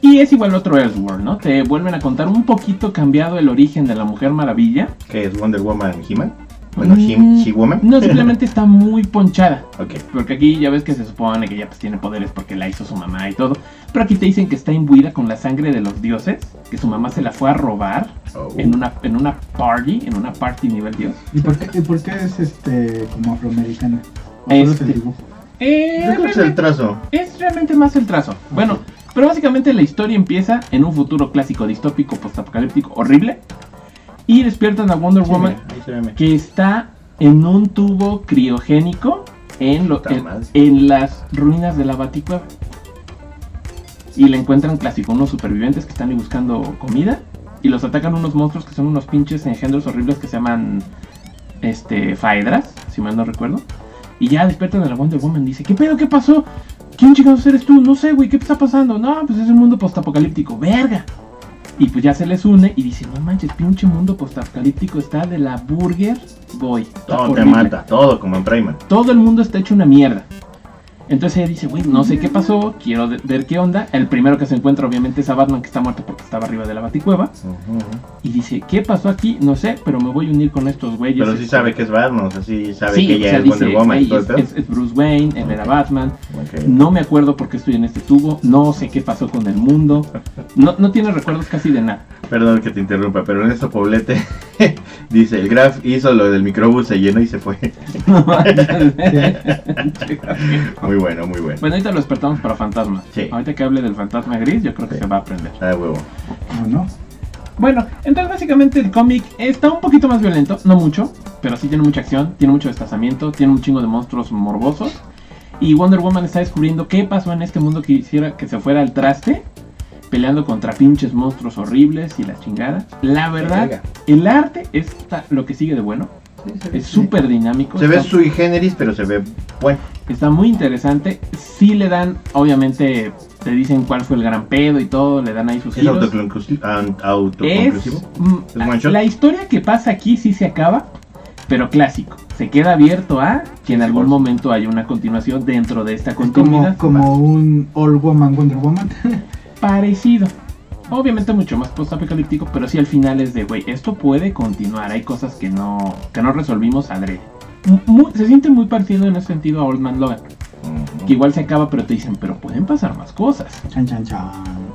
Y es igual otro Elseworld, ¿no? Te vuelven a contar un poquito cambiado el origen de la Mujer Maravilla. ¿Qué es Wonder Woman He-Man? Bueno, Him- Mm, She-Woman. No, simplemente está muy ponchada. Ok. Porque aquí ya ves que se supone que ya pues tiene poderes porque la hizo su mamá y todo. Pero aquí te dicen que está imbuida con la sangre de los dioses, que su mamá se la fue a robar Oh. en una, en una party, en una party nivel dios. ¿Y por qué, y por qué es este como afroamericana? ¿O solo es Este, el dibujo? Eh, Yo creo que es el trazo. Es realmente más el trazo. Bueno, pero básicamente la historia empieza en un futuro clásico, distópico, postapocalíptico, horrible. Y despiertan a Wonder Sí, Woman mira, ahí se ve. que está en un tubo criogénico en, lo- Puta en, madre. en las ruinas de la Baticueva. Y le encuentran clásico unos supervivientes que están ahí buscando comida. Y los atacan unos monstruos que son unos pinches engendros horribles que se llaman este Faedras, si mal no recuerdo. Y ya despiertan a la Wonder Woman. Dice: ¿Qué pedo? ¿Qué pasó? ¿Quién chingados eres tú? No sé, güey, ¿qué está pasando? No, pues es un mundo postapocalíptico, verga. Y pues ya se les une y dice: No manches, pinche mundo postapocalíptico está de la Burger Boy. Está Todo te horrible mata, todo como en Primer. todo el mundo está hecho una mierda. Entonces ella dice, güey, no sé qué pasó, quiero de- ver qué onda. El primero que se encuentra obviamente es a Batman que está muerto porque estaba arriba de la baticueva. Y dice, ¿qué pasó aquí? No sé, pero me voy a unir con estos güeyes. Pero sí Este, sabe que es Batman, o sea, sí sabe sí, que o ella sea, es dice, Wonder Woman y "Güey, todo el es, pedo. es- es Bruce Wayne, él era Batman. Ok. No me acuerdo por qué estoy en este tubo, no sé qué pasó con el mundo. No, no tiene recuerdos casi de nada. Perdón que te interrumpa, pero Ernesto Poblete dice, el Graf hizo lo del microbús, se llenó y se fue. Muy bueno, muy bueno. bueno, ahorita lo despertamos para fantasmas. Sí. Ahorita que hable del fantasma gris, yo creo que Sí. se va a aprender. Ah, huevo. ¿O no? Bueno, entonces básicamente el cómic está un poquito más violento, no mucho, pero sí tiene mucha acción, tiene mucho destazamiento, tiene un chingo de monstruos morbosos. Y Wonder Woman está descubriendo qué pasó en este mundo que hiciera que se fuera al traste, peleando contra pinches monstruos horribles y la chingada. La verdad, Verga. el arte es ta- lo que sigue de bueno, es súper dinámico. Se ve está- sui generis, pero se ve bueno. Está muy interesante. Sí le dan, obviamente, te dicen cuál fue el gran pedo y todo, le dan ahí sus ¿Es giros. autoconclusi- an- Es, autoconclusivo? mm, ¿Es one shot? la historia que pasa aquí sí se acaba, pero clásico. Se queda abierto a que en algún momento haya una continuación dentro de esta Es como, continuidad. como un All Woman Wonder Woman. Parecido. Obviamente mucho más postapocalíptico, pero sí al final es de, güey, esto puede continuar. Hay cosas que no, que no resolvimos adrede. M- muy- se siente muy partido en ese sentido a Old Man Logan. Ujú. Que igual se acaba, pero te dicen, pero pueden pasar más cosas. Chan, chan, chan.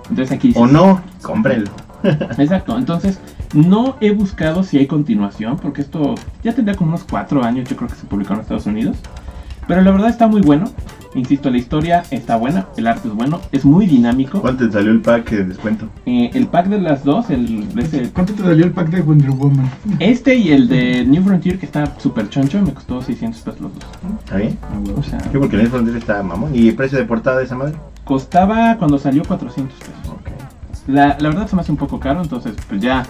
Entonces aquí dices, O no, cómprelo. Exacto, entonces no he buscado si hay continuación, porque esto ya tendrá como unos cuatro años, yo creo que se publicó en Estados Unidos. Pero la verdad está muy bueno, insisto, la historia está buena, el arte es bueno, es muy dinámico. ¿Cuánto te salió el pack de descuento? Eh, el pack de las dos, el, de ese- ¿Cuánto te salió el pack de Wonder Woman? este y el de New Frontier, que está súper choncho, me costó 600 pesos los dos. ¿Está bien? Ah, huevo. O sea, Sí, porque en el frontier está mamón. ¿Y el precio de portada de esa madre? costaba cuando salió 400 pesos. Ok. La, la verdad se me hace un poco caro, entonces pues ya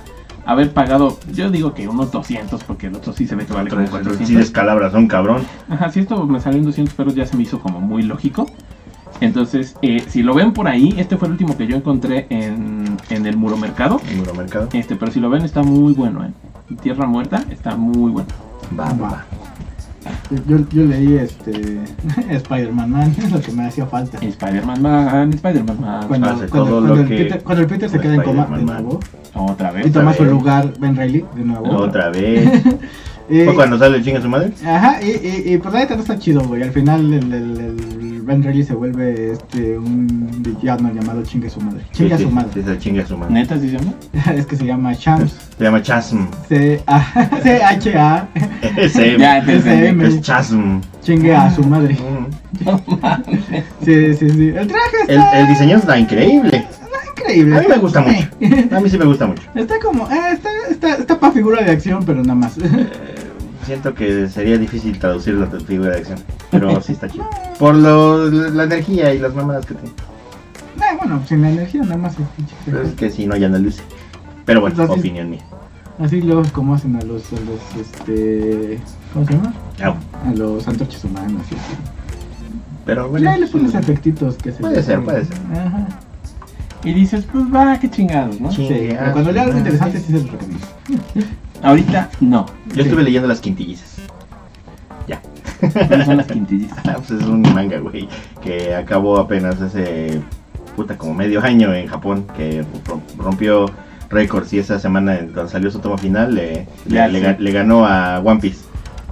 haber pagado, yo digo que unos 200, porque el otro sí se ve que vale como Tres, 400. Sí descalabras a un cabrón. Ajá, si esto me salió en 200 pesos ya se me hizo como muy lógico. Entonces, eh, si lo ven por ahí, este fue el último que yo encontré en, en el Muro Mercado. En el mercado. Este, pero si lo ven está muy bueno, ¿eh? Tierra Muerta está muy bueno. Va, va, va. Va. Yo, yo leí este Spider-Man Man, es lo que me hacía falta. Spider-Man Man, Spider-Man Man. Cuando, Hace cuando- todo cuando lo el que- Peter, cuando el Peter se queda en coma de Spider-Man Man. nuevo Otra y vez. toma su vez. lugar Ben Reilly de nuevo. Otra vez. Eh, ¿Fue cuando sale el chinga su madre? Ajá, y, y, y pues la neta no está chido, güey. Al final el, el- el Ben Reilly se vuelve este un villano llamado Chingue su madre. Chingue a Sí, su sí, madre. sí, es el chinga su madre. ¿Neta sí se llama? es que se llama Shams. Se llama Chasm. C-H-A. Ese Ya, te entendí. SM. es Chasm. Chingue a su madre. Mm. Sí, sí, sí. El traje El, está el diseño está increíble. increíble. A mí me gusta Eh, mucho. A mí sí me gusta mucho. Está como, eh, está, está, está para figura de acción, pero nada más. Eh, Siento que sería difícil traducirlo a tu figura de acción. Pero sí está chido. Por lo, la energía y las mamadas que tiene. Eh, bueno, sin la energía, nada más el pinche Pero es traje. que si no, ya no luce. Pero bueno, Entonces- opinión mía. Así luego como hacen a los, a los, este, ¿cómo se llama? Au. A los antorchas humanos. y así. Pero bueno. Pues ya le pones sí. efectitos que se Puede le- ser, puede ser. Ajá. Y dices, pues va, qué chingados, ¿no? Sí. Sí, Chingue pero a cuando su lea algo madre. interesante sí se los recomiendo. Ahorita no. Yo Sí. estuve leyendo las quintillizas. Ya. Pero son las quintillas. Ah, pues es un manga, güey, que acabó apenas hace, puta, como medio año en Japón, que ro- rompió récords y esa semana en donde salió su toma final le, Ya, le, sí. le ga- le ganó a One Piece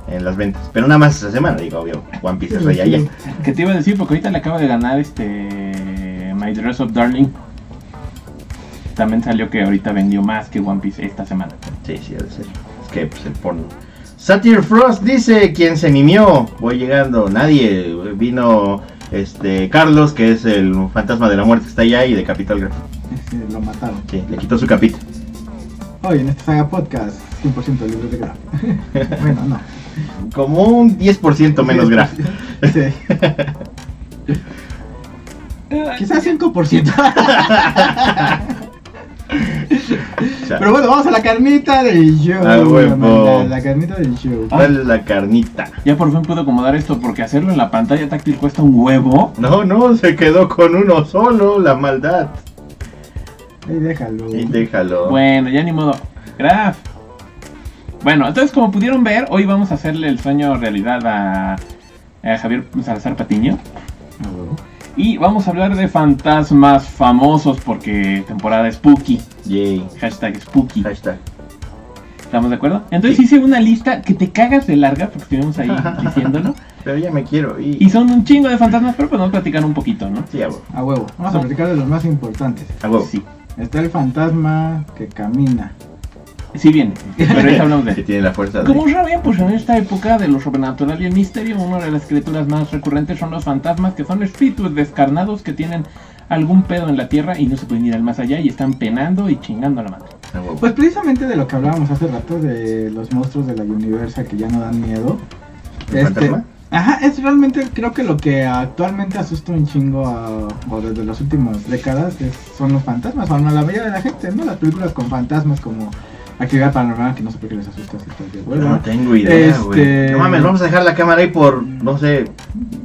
en las ventas. Pero nada más esa semana, digo, obvio, One Piece es rey allá. Que te iba a decir, porque ahorita le acaba de ganar este My Dress Up Darling. También salió que ahorita vendió más que One Piece esta semana. Sí, sí, debe ser. Es que, pues, el porno. Satyr Frost dice, ¿quién se mimió? Voy llegando, nadie. Vino, este, Carlos, que es el fantasma de la muerte que está allá y de Capital Graf. Sí, lo mataron. Sí, le quitó su capita. Hoy en esta saga podcast, 100% libro de graf. bueno, no. Como un 10% menos graf. Sí. Quizás 5%. sea, Pero bueno, vamos a la carnita del show. Ah, huevo. Amanda, La carnita del show. ¿Cuál es la carnita? Ya por fin pude acomodar esto porque hacerlo en la pantalla táctil cuesta un huevo. No, no, se quedó con uno solo, la maldad. Ahí déjalo. Y déjalo. Bueno, ya ni modo. Graf. Bueno, entonces como pudieron ver, hoy vamos a hacerle el sueño realidad a, a Javier Salazar Patiño. Ah, huevo. Y vamos a hablar de fantasmas famosos porque temporada spooky. Yay. Hashtag spooky. Hashtag. ¿Estamos de acuerdo? Entonces Sí. hice una lista que te cagas de larga porque estuvimos ahí diciéndolo. Pero ya me quiero ir. Y son un chingo de fantasmas, pero podemos platicar un poquito, ¿no? Sí, a huevo. A huevo. Vamos a platicar de los más importantes. A huevo. Sí, Está el fantasma que camina. sí viene. Pero ahí hablamos de Que tiene la fuerza de... Como saben, pues en esta época de lo sobrenatural y el misterio, una de las criaturas más recurrentes son los fantasmas, que son espíritus descarnados que tienen algún pedo en la tierra y no se pueden ir al más allá y están penando y chingando a la madre. A huevo. Pues precisamente de lo que hablábamos hace rato de los monstruos de la Universa que ya no dan miedo. ¿El fantasma? Este, Ajá, es realmente creo que lo que actualmente asusta un chingo a- o desde las últimas décadas es- son los fantasmas, o a la mayoría de la gente, ¿no? Las películas con fantasmas como Actividad Paranormal, que no sé por qué les asusta si estás de acuerdo. No tengo idea, Este- güey. No mames, vamos a dejar la cámara ahí por, no sé,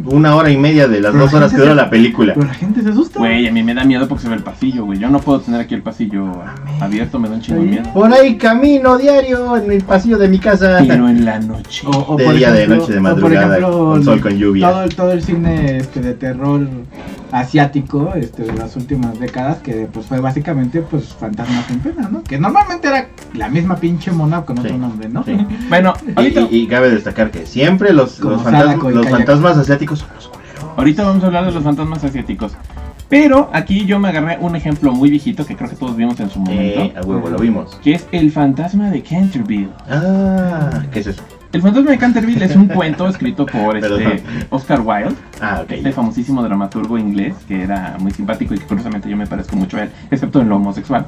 una hora y media de las Pero dos la horas que gente dura se- la película. Pero la gente se asusta. Güey, a mí me da miedo porque se ve el pasillo, güey. Yo no puedo tener aquí el pasillo abierto, me da un chingo de miedo. Por ahí camino diario en el pasillo de mi casa. Pero en la noche. O, o de por día, de ejemplo- noche, de o por madrugada, ejemplo, con sol, con lluvia. Todo, el- todo el cine este, de terror asiático este, de las últimas décadas, que pues fue básicamente pues Fantasmas en Pena, ¿no? Que normalmente era la misma pinche mona con otro Sí, nombre, ¿no? sí. Bueno, Y, ahorita, y- y cabe destacar que siempre los, Como los, fantasma- Sadako y los Kayako. fantasmas asiáticos son los culeros. ahorita vamos a hablar de los fantasmas asiáticos. Pero aquí yo me agarré un ejemplo muy viejito que creo que todos vimos en su momento. Eh, a huevo, lo vimos. Que es el fantasma de Canterville. Ah, ¿qué es eso? El fantasma de Canterville es un cuento escrito por este Perdón. Oscar Wilde, Ah, ok. este famosísimo dramaturgo inglés que era muy simpático y que curiosamente yo me parezco mucho a él, excepto en lo homosexual.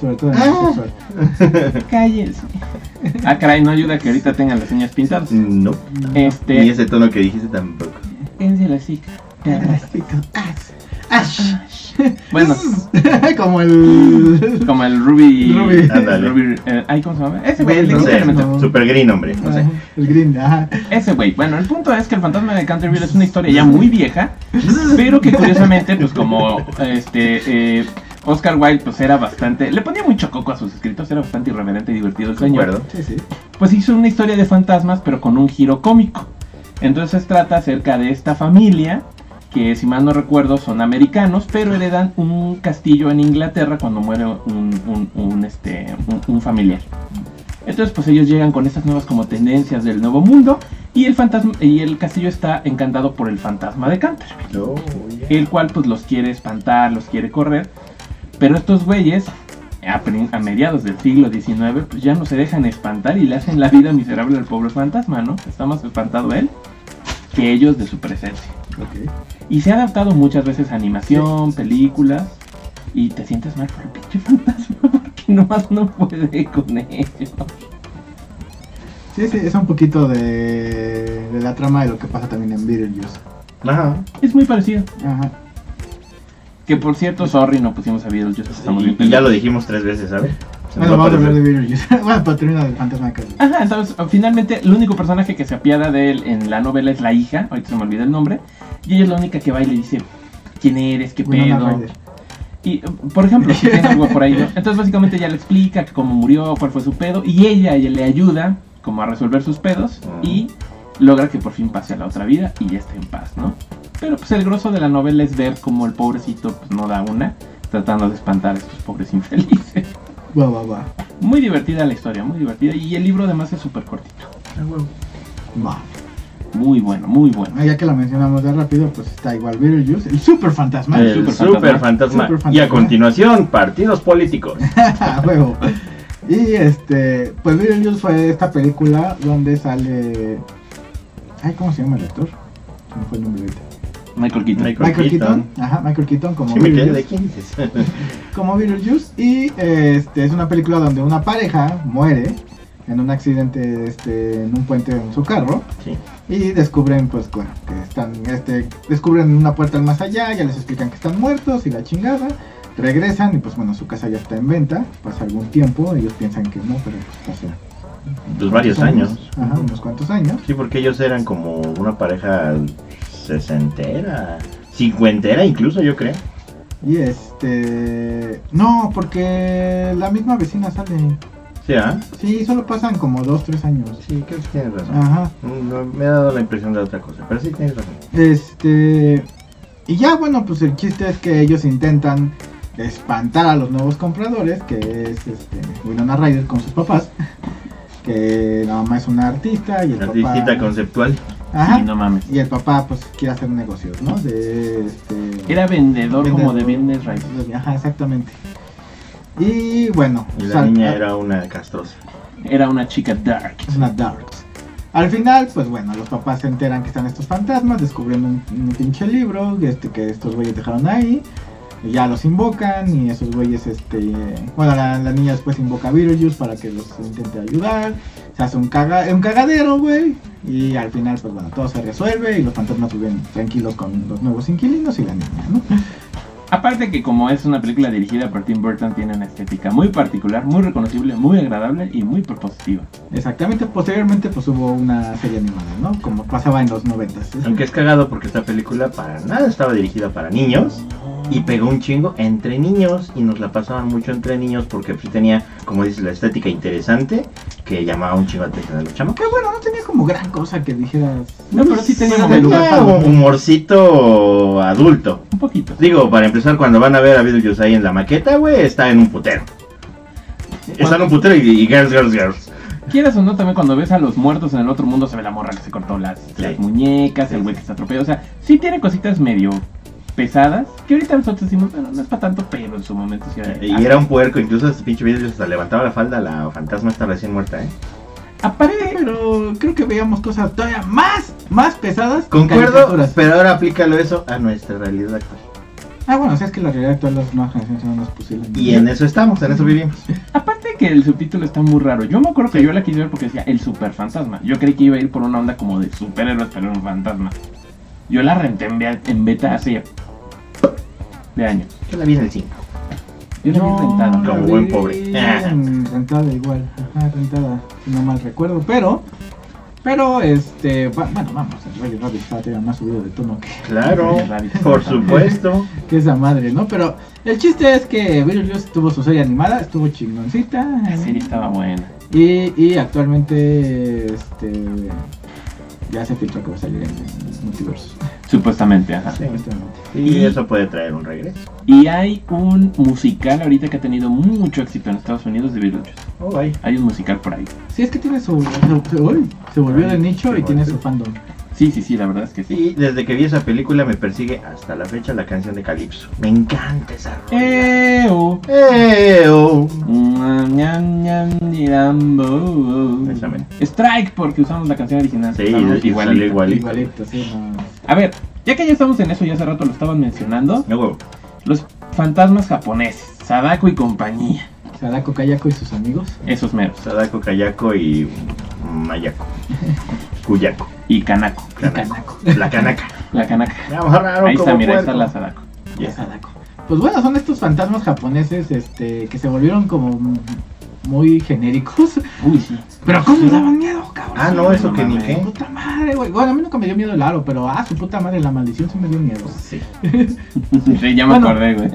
Sobre todo en Ah. el sexual. Cállese. Ah, caray, no ayuda que ahorita tengan las uñas pintadas. No, ni Este, ese tono que dijiste tampoco. cállense la chica. Ash, ash. Bueno, como el. como el Ruby. Ruby. Ándale. Ruby, eh, ay, ¿cómo se llama? Ese güey. Bueno, el No sé, elemento. No. super green, hombre. No sé. El Green, ajá. Ese güey. Bueno, el punto es que el fantasma de Canterville es una historia ya muy vieja, pero que curiosamente, pues como este eh, Oscar Wilde, pues era bastante, le ponía mucho coco a sus escritos, era bastante irreverente y divertido el señor. Concuerdo. Sí, sí. Pues hizo una historia de fantasmas, pero con un giro cómico. Entonces trata acerca de esta familia que, si mal no recuerdo, son americanos, pero heredan un castillo en Inglaterra cuando muere un, un- un, este, un- un familiar. Entonces, pues ellos llegan con estas nuevas como tendencias del nuevo mundo y el fantasma y el castillo está encantado por el fantasma de Canterville No, el cual pues los quiere espantar, los quiere correr, pero estos güeyes a, prin- a mediados del siglo XIX pues ya no se dejan espantar y le hacen la vida miserable al pobre fantasma, ¿no? Está más espantado él que ellos de su presencia. Ok. Y se ha adaptado muchas veces a animación, películas, y te sientes mal por el pinche fantasma porque nomás no puede con ellos. Sí, sí, es un poquito de, de la trama de lo que pasa también en Beetlejuice. Ajá. Es muy parecido. Ajá. Que por cierto, sorry, no pusimos a Beetlejuice, estamos bien Y, y ya peludos. lo dijimos tres veces, ¿sabes? Se nos Bueno, va a vamos a hablar de aparecer. Beetlejuice. bueno, pero termina del fantasma de Carlos. Ajá, entonces finalmente el único personaje que se apiada de él en la novela es la hija, ahorita se me olvida el nombre, y ella es la única que va y le dice quién eres, qué Winona pedo. Ryder. Y eh, por ejemplo, si tiene algo por ahí, ¿no? entonces básicamente ella le explica que cómo murió, cuál fue su pedo, y ella, ella le ayuda como a resolver sus pedos Ujú. y logra que por fin pase a la otra vida y ya esté en paz, ¿no? Pero pues el grosso de la novela es ver cómo el pobrecito pues no da una, tratando de espantar a estos pobres infelices. Guau, guau, guau. Muy divertida la historia, muy divertida, y el libro además es súper cortito. Va. Muy bueno, muy bueno. Ah, Ya que lo mencionamos ya rápido, pues está igual Beetlejuice, el super fantasma. El super fantasma. Superfantasma. Y a continuación, partidos políticos. A huevo. Y este, pues Beetlejuice fue esta película donde sale. Ay, ¿cómo se llama el actor? Se me fue el nombre ahorita. Michael Keaton. Michael Michael Keaton. Keaton. Ajá, Michael Keaton como Sí, me quedé Beetlejuice. de quién dices. como Beetlejuice y este es una película donde una pareja muere en un accidente este, en un puente en su carro Sí. y descubren pues bueno, que están este descubren una puerta al más allá, ya les explican que están muertos y la chingada. Regresan y pues bueno, su casa ya está en venta, pasa algún tiempo, ellos piensan que no, pero pues, pasa Pues varios unos- años. Ajá, unos cuantos años. Sí, porque ellos eran como una pareja sesentera, cincuentera incluso, yo creo. Y este. No, porque la misma vecina sale. Sí, ¿ah? Sí, solo pasan como 2-3 años. Sí, creo que tienes razón. Ajá. No, me ha dado la impresión de otra cosa, pero sí tienes razón. Este. Y ya, bueno, pues el chiste es que ellos intentan espantar a los nuevos compradores, que es este, Winona Ryder con sus papás. Que la mamá es una artista y el Artista papá. conceptual. Ajá. Sí, no mames. Y el papá, pues quiere hacer negocios, ¿no? De este. Era vendedor, como de bienes Vendedor. raíces. Ajá, exactamente. Y bueno, Y la sal- niña era una castrosa. Era una chica dark. Es una Darks. Al final, pues bueno, los papás se enteran que están estos fantasmas, descubren un, un pinche libro este, que estos güeyes dejaron ahí, y ya los invocan, y esos güeyes, este, eh, bueno, la, la niña después invoca a Virus para que los intente ayudar, se hace un, caga, un cagadero, güey, y al final, pues bueno, todo se resuelve, y los fantasmas viven tranquilos con los nuevos inquilinos y la niña, ¿no? Aparte que como es una película dirigida por Tim Burton, tiene una estética muy particular, muy reconocible, muy agradable y muy propositiva. Exactamente, posteriormente, pues hubo una serie animada, ¿no? Como pasaba en los noventas. Aunque es cagado porque esta película para nada estaba dirigida para niños. Y pegó un chingo entre niños y nos la pasaban mucho entre niños porque sí tenía, como dices, la estética interesante que llamaba un chingo la atención a los chamacos. Que bueno, no tenía como gran cosa que dijeras. No, pero sí tenía Fuera como de el lugar Tenía para un dormir. humorcito adulto. Un poquito. Digo, para empezar, cuando van a ver a Beetlejuice ahí en la maqueta, güey, está en un putero. Está en un putero y, y girls, girls, girls. Quieras o no, también cuando ves a los muertos en el otro mundo se ve la morra que se cortó las, Sí. las muñecas, Sí, el güey que se atropelló. O sea, sí tiene cositas medio pesadas, que ahorita nosotros decimos, bueno, no es para tanto, pero en su momento sí era. Eh, Y era un puerco, incluso ese pinche Beetlejuice hasta levantaba la falda, la fantasma está recién muerta, ¿eh? "Ah, Aparte, Pero creo que veíamos cosas todavía más, más pesadas. que Concuerdo, caricaturas. pero ahora aplícalo eso a nuestra realidad actual. Ah, bueno, o sea, es que la realidad actual las nuevas generaciones no nos pusieron. Y en eso estamos, en eso vivimos. aparte que el subtítulo está muy raro. Yo me acuerdo que yo la quise ver porque decía el super fantasma. Yo creí que iba a ir por una onda como de superhéroes, pero era un fantasma. Yo la renté en, be- en beta hace de años. Yo la vi en el 5. Yo la había rentado. Como la buen vi pobre. en rentada igual. Ajá, rentada, si no mal recuerdo. Pero, pero, este, va- bueno, vamos, el Roger Rabbit está todavía más subido de tono que, Claro, por supuesto. que esa madre, ¿no? Pero el chiste es que Beetlejuice tuvo su serie animada, estuvo chingoncita. ¿eh? La serie estaba buena. Y, y actualmente, este, ya se filtró que va a salir en, en multiverso. Ah, este Supuestamente, ajá. Sí. Justamente. Y eso puede traer un regreso. Y hay un musical ahorita que ha tenido mucho éxito en Estados Unidos de Beetlejuice. Oh, bye. Hay un musical por ahí. Sí, es que tiene su. su- su- uy, se volvió de nicho y Sí, tiene sí. su fandom. Sí, sí, sí, la verdad es que sí. Y desde que vi esa película me persigue hasta la fecha la canción de Calypso. Me encanta esa rola. Eh, oh. Eh, oh. Mm, ñam, ñam, ñirambo. Exactamente. Strike, porque usamos la canción original. Sí, Estamos y- y igualita. salió igualito. Igualito, sí, no. A ver, ya que ya estamos en eso y hace rato lo estaban mencionando, No huevo. los fantasmas japoneses, Sadako y compañía, Sadako Kayako y sus amigos. esos meros, Sadako, Kayako y Mayako. Kuyako. y Kanako, Y Kanako. Kanako. La Kanaka. la Kanaka. Me amarraron Ahí está, como mira, ahí está puerco. la Sadako. Y Sadako. Pues bueno, son estos fantasmas japoneses este, que se volvieron como muy genéricos. Uy, sí. Pero ¿cómo daban miedo, cabrón? Ah, no, eso que ni mames. qué. Puta madre, güey. Bueno, a mí nunca me dio miedo el aro, pero ah, su puta madre, la maldición sí me dio miedo. Sí. Sí, ya me Bueno. acordé, güey.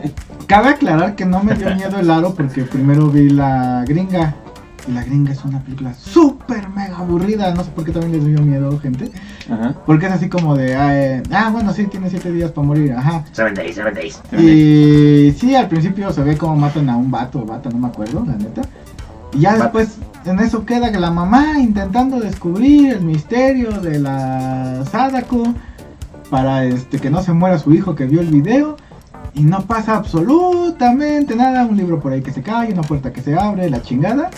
Cabe aclarar que no me dio miedo el aro porque primero vi la gringa. Y la gringa es una película súper mega aburrida. No sé por qué también les dio miedo, gente. Ajá. Porque es así como de, ah, eh, ah, bueno, sí, tiene siete días para morir. Ajá. Seven days, seven days. Y sí, al principio se ve como matan a un vato o vata, no me acuerdo, la neta. Y ya Vato. después, en eso queda que la mamá intentando descubrir el misterio de la Sadako para este que no se muera su hijo que vio el video. Y no pasa absolutamente nada, un libro por ahí que se cae, una puerta que se abre, la chingada.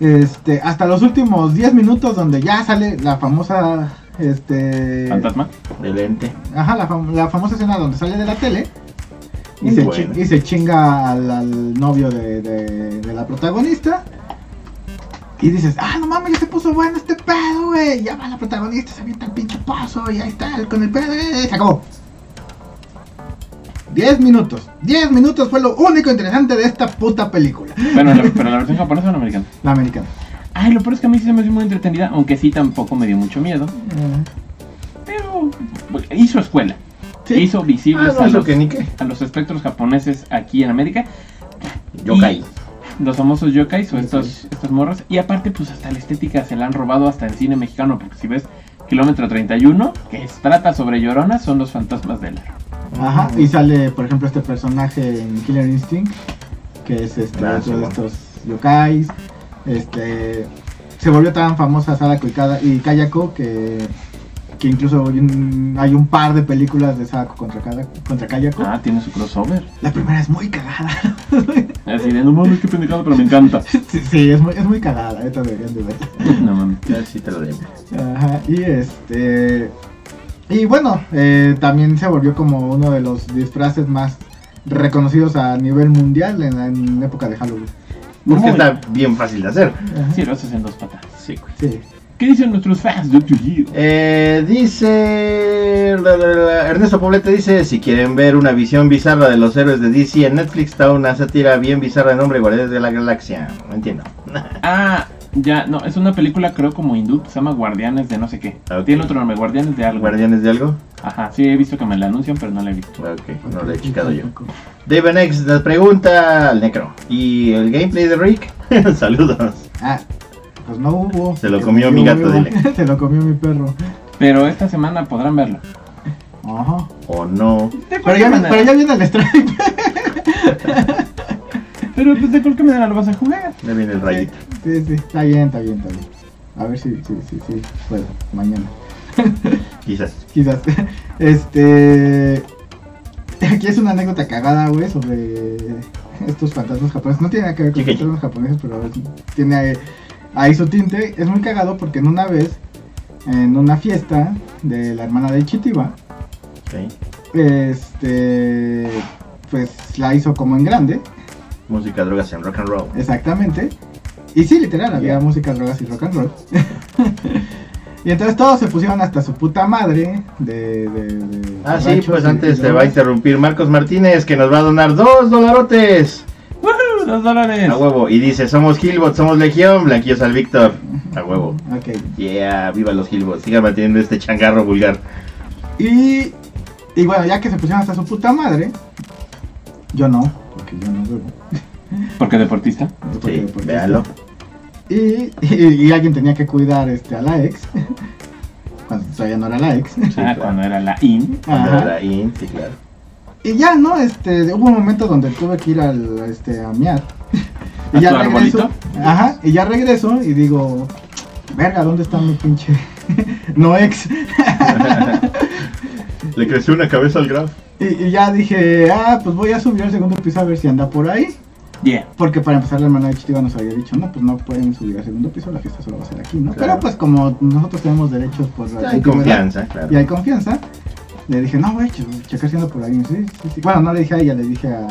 Este, hasta los últimos 10 minutos donde ya sale la famosa este Fantasma. Del ente. Ajá, la, fam- la famosa escena donde sale de la tele y, Muy se, buena. chi- y se chinga al, al novio de, de- de la protagonista. Y dices, ah, no mames, ya se puso bueno este pedo, güey. Ya va la protagonista, se avienta el pinche pozo y ahí está, con el pedo, eh, se acabó. 10 minutos. 10 minutos fue lo único interesante de esta puta película. Bueno, la- pero la versión japonesa o la americana. La americana. Ay, lo peor es que a mí sí se me hizo muy entretenida, aunque sí tampoco me dio mucho miedo. Eh, Pero hizo escuela. Sí. Hizo visibles Ah, no, a, eso los, que ni qué. a los espectros japoneses aquí en América. Yo Y- caí. Los famosos yokais o Sí, estos, estas morras. Y aparte, pues hasta la estética se la han robado hasta el cine mexicano. Porque si ves Kilómetro 31, que es- trata sobre lloronas, son los fantasmas del aro. Ajá, y sale, por ejemplo, este personaje en Killer Instinct, que es este, Ah, otro sí, de bueno. estos yokais. Este, se volvió tan famosa Sadako y, Kada- y Kayako que, que incluso hay un, hay un par de películas de Sadako contra, Kada- contra Kayako. Ah, tiene su crossover. La primera es muy cagada. Así de, no mames, qué pendejado, pero me encanta. sí, sí, es muy, es muy cagada, esta deberían de verla. No mames. Ya sí te lo debo. Ajá, y este. Y bueno, eh, también se volvió como uno de los disfraces más reconocidos a nivel mundial en, en época de Halloween. Porque Muy- está bien fácil de hacer. Ajá, Sí, lo haces en dos patas. Sí, güey. sí. ¿Qué dicen nuestros fans de Tuyo? Eh, dice la, la, la, Ernesto Poblete dice si quieren ver una visión bizarra de los héroes de DC en Netflix está una sátira bien bizarra de nombre Guardianes de la Galaxia. No entiendo. Ah, ya, no, es una película creo como hindú que se llama Guardianes de no sé qué. Ok. Tiene otro nombre, Ah, Guardianes de algo. ¿Guardianes de algo? Ajá, sí he visto que me la anuncian, pero no la he visto. Ok, no lo he checado yo. David X nos pregunta al Necro. ¿Y el gameplay de Rick? Saludos. Ah, pues no hubo. Se lo Se comió mi gato, hubo. dile. se lo comió mi perro. Pero esta semana podrán verlo. Ajá. ¿O no? Pero ya, pero ya viene el strike. Pero pues de cualquier manera lo vas a jugar. Ya viene el rayito. Sí, sí, está bien, está bien, está bien. A ver si, si, si, si, puedo, mañana. Quizás. Quizás. Este. Aquí es una anécdota cagada, güey, sobre estos fantasmas japoneses. No tiene nada que ver con Chiqui. fantasmas japoneses, pero a ver, tiene ahí, ahí su tinte. Es muy cagado porque en una vez, en una fiesta de la hermana de Chitiba, Ok. este. Pues la hizo como en grande, Música, drogas en rock and roll. exactamente. Y sí, literal, había Ya. música, drogas y rock and roll. y entonces todos se pusieron hasta su puta madre de. de, de Ah, sí, borrachos pues y- y antes te va a demás. interrumpir Marcos Martínez, que nos va a donar dos dolarotes. ¡Woohoo! ¡Dos dólares! A huevo. Y dice, somos Gilbot, somos Legión, blanquillos al Víctor. A huevo. Ok. Yeah, viva los Gilbots. Sigan manteniendo este changarro vulgar. Y, y bueno, ya que se pusieron hasta su puta madre, yo no, porque yo no bebo. Porque deportista. porque Sí, deportista. véalo. Y, y- y alguien tenía que cuidar este, a la ex, cuando todavía no era la ex. ah, claro. cuando era la IN. Ajá. Ahora, y- sí, claro. Y ya, ¿no? Este, hubo un momento donde tuve que ir al, este, a miar. ¿A tu regreso. arbolito? Ajá, y ya regreso y digo, verga, ¿dónde está mi pinche no ex? Le creció una cabeza al Graf. Y, y ya dije, ah, pues voy a subir al segundo piso a ver si anda por ahí. Yeah. Porque para empezar la hermana de Chitiba nos había dicho, no, pues no pueden subir al segundo piso, la fiesta solo va a ser aquí, ¿no? Claro. Pero pues como nosotros tenemos derechos por la Hay antigüedad confianza, claro. y hay confianza, le dije, no, güey, che- checar siendo por ahí, sí, sí, sí. Bueno, no le dije a ella, le dije a...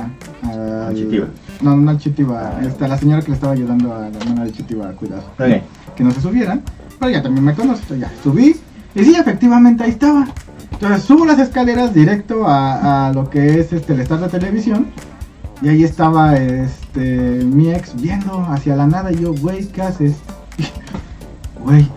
a A Chitiba. No, no a Chitiba, Ah. este, a la señora que le estaba ayudando a la hermana de Chitiba a cuidar, Ok. que no se subieran, pero ella también me conoce, entonces ya subí, y sí, efectivamente, ahí estaba. Entonces subo las escaleras directo a, a lo que es este, el stand de televisión. Y ahí estaba este, mi ex viendo hacia la nada. Y yo, güey, ¿qué haces? Güey,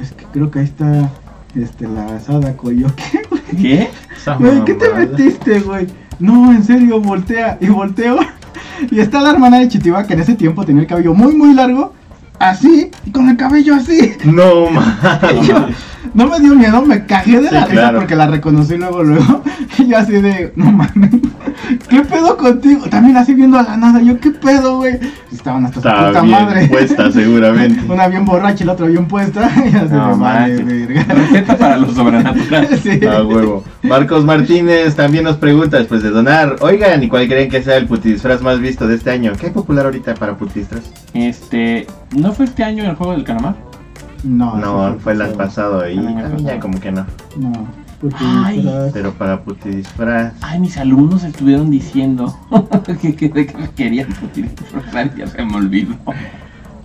es que creo que ahí está este, la Sadako. Y yo, ¿qué, güey? ¿Qué? Esa Güey, ¿qué te mamada. metiste, güey? No, en serio, voltea. Y volteo. Y está la hermana de Chitiba que en ese tiempo tenía el cabello muy, muy largo. Así, y con el cabello así. No, mames. Yo- no me dio miedo, me cagué de Sí, la risa claro. porque la reconocí luego, luego. Y yo así de, no mames, ¿qué pedo contigo? También así viendo a la nada, yo, ¿qué pedo, güey? Estaban hasta su Está puta bien madre. puesta, seguramente. Una bien borracha y la otra bien puesta. Y así No, de, vale, manches. verga. Receta para los sobrenaturales. Sí. A Ah, huevo. Marcos Martínez también nos pregunta después de donar. Oigan, ¿y cuál creen que sea el putidisfraz más visto de este año? ¿Qué hay popular ahorita para putidisfraz? Este. ¿No fue este año el juego del calamar? No, No, eso fue el año pasado y El año también ya pasado. como que no. No, porque Ay. pero- Pero para putidisfraz. Ay, mis alumnos estuvieron diciendo que, que, que querían disfrutar y ya se me olvidó.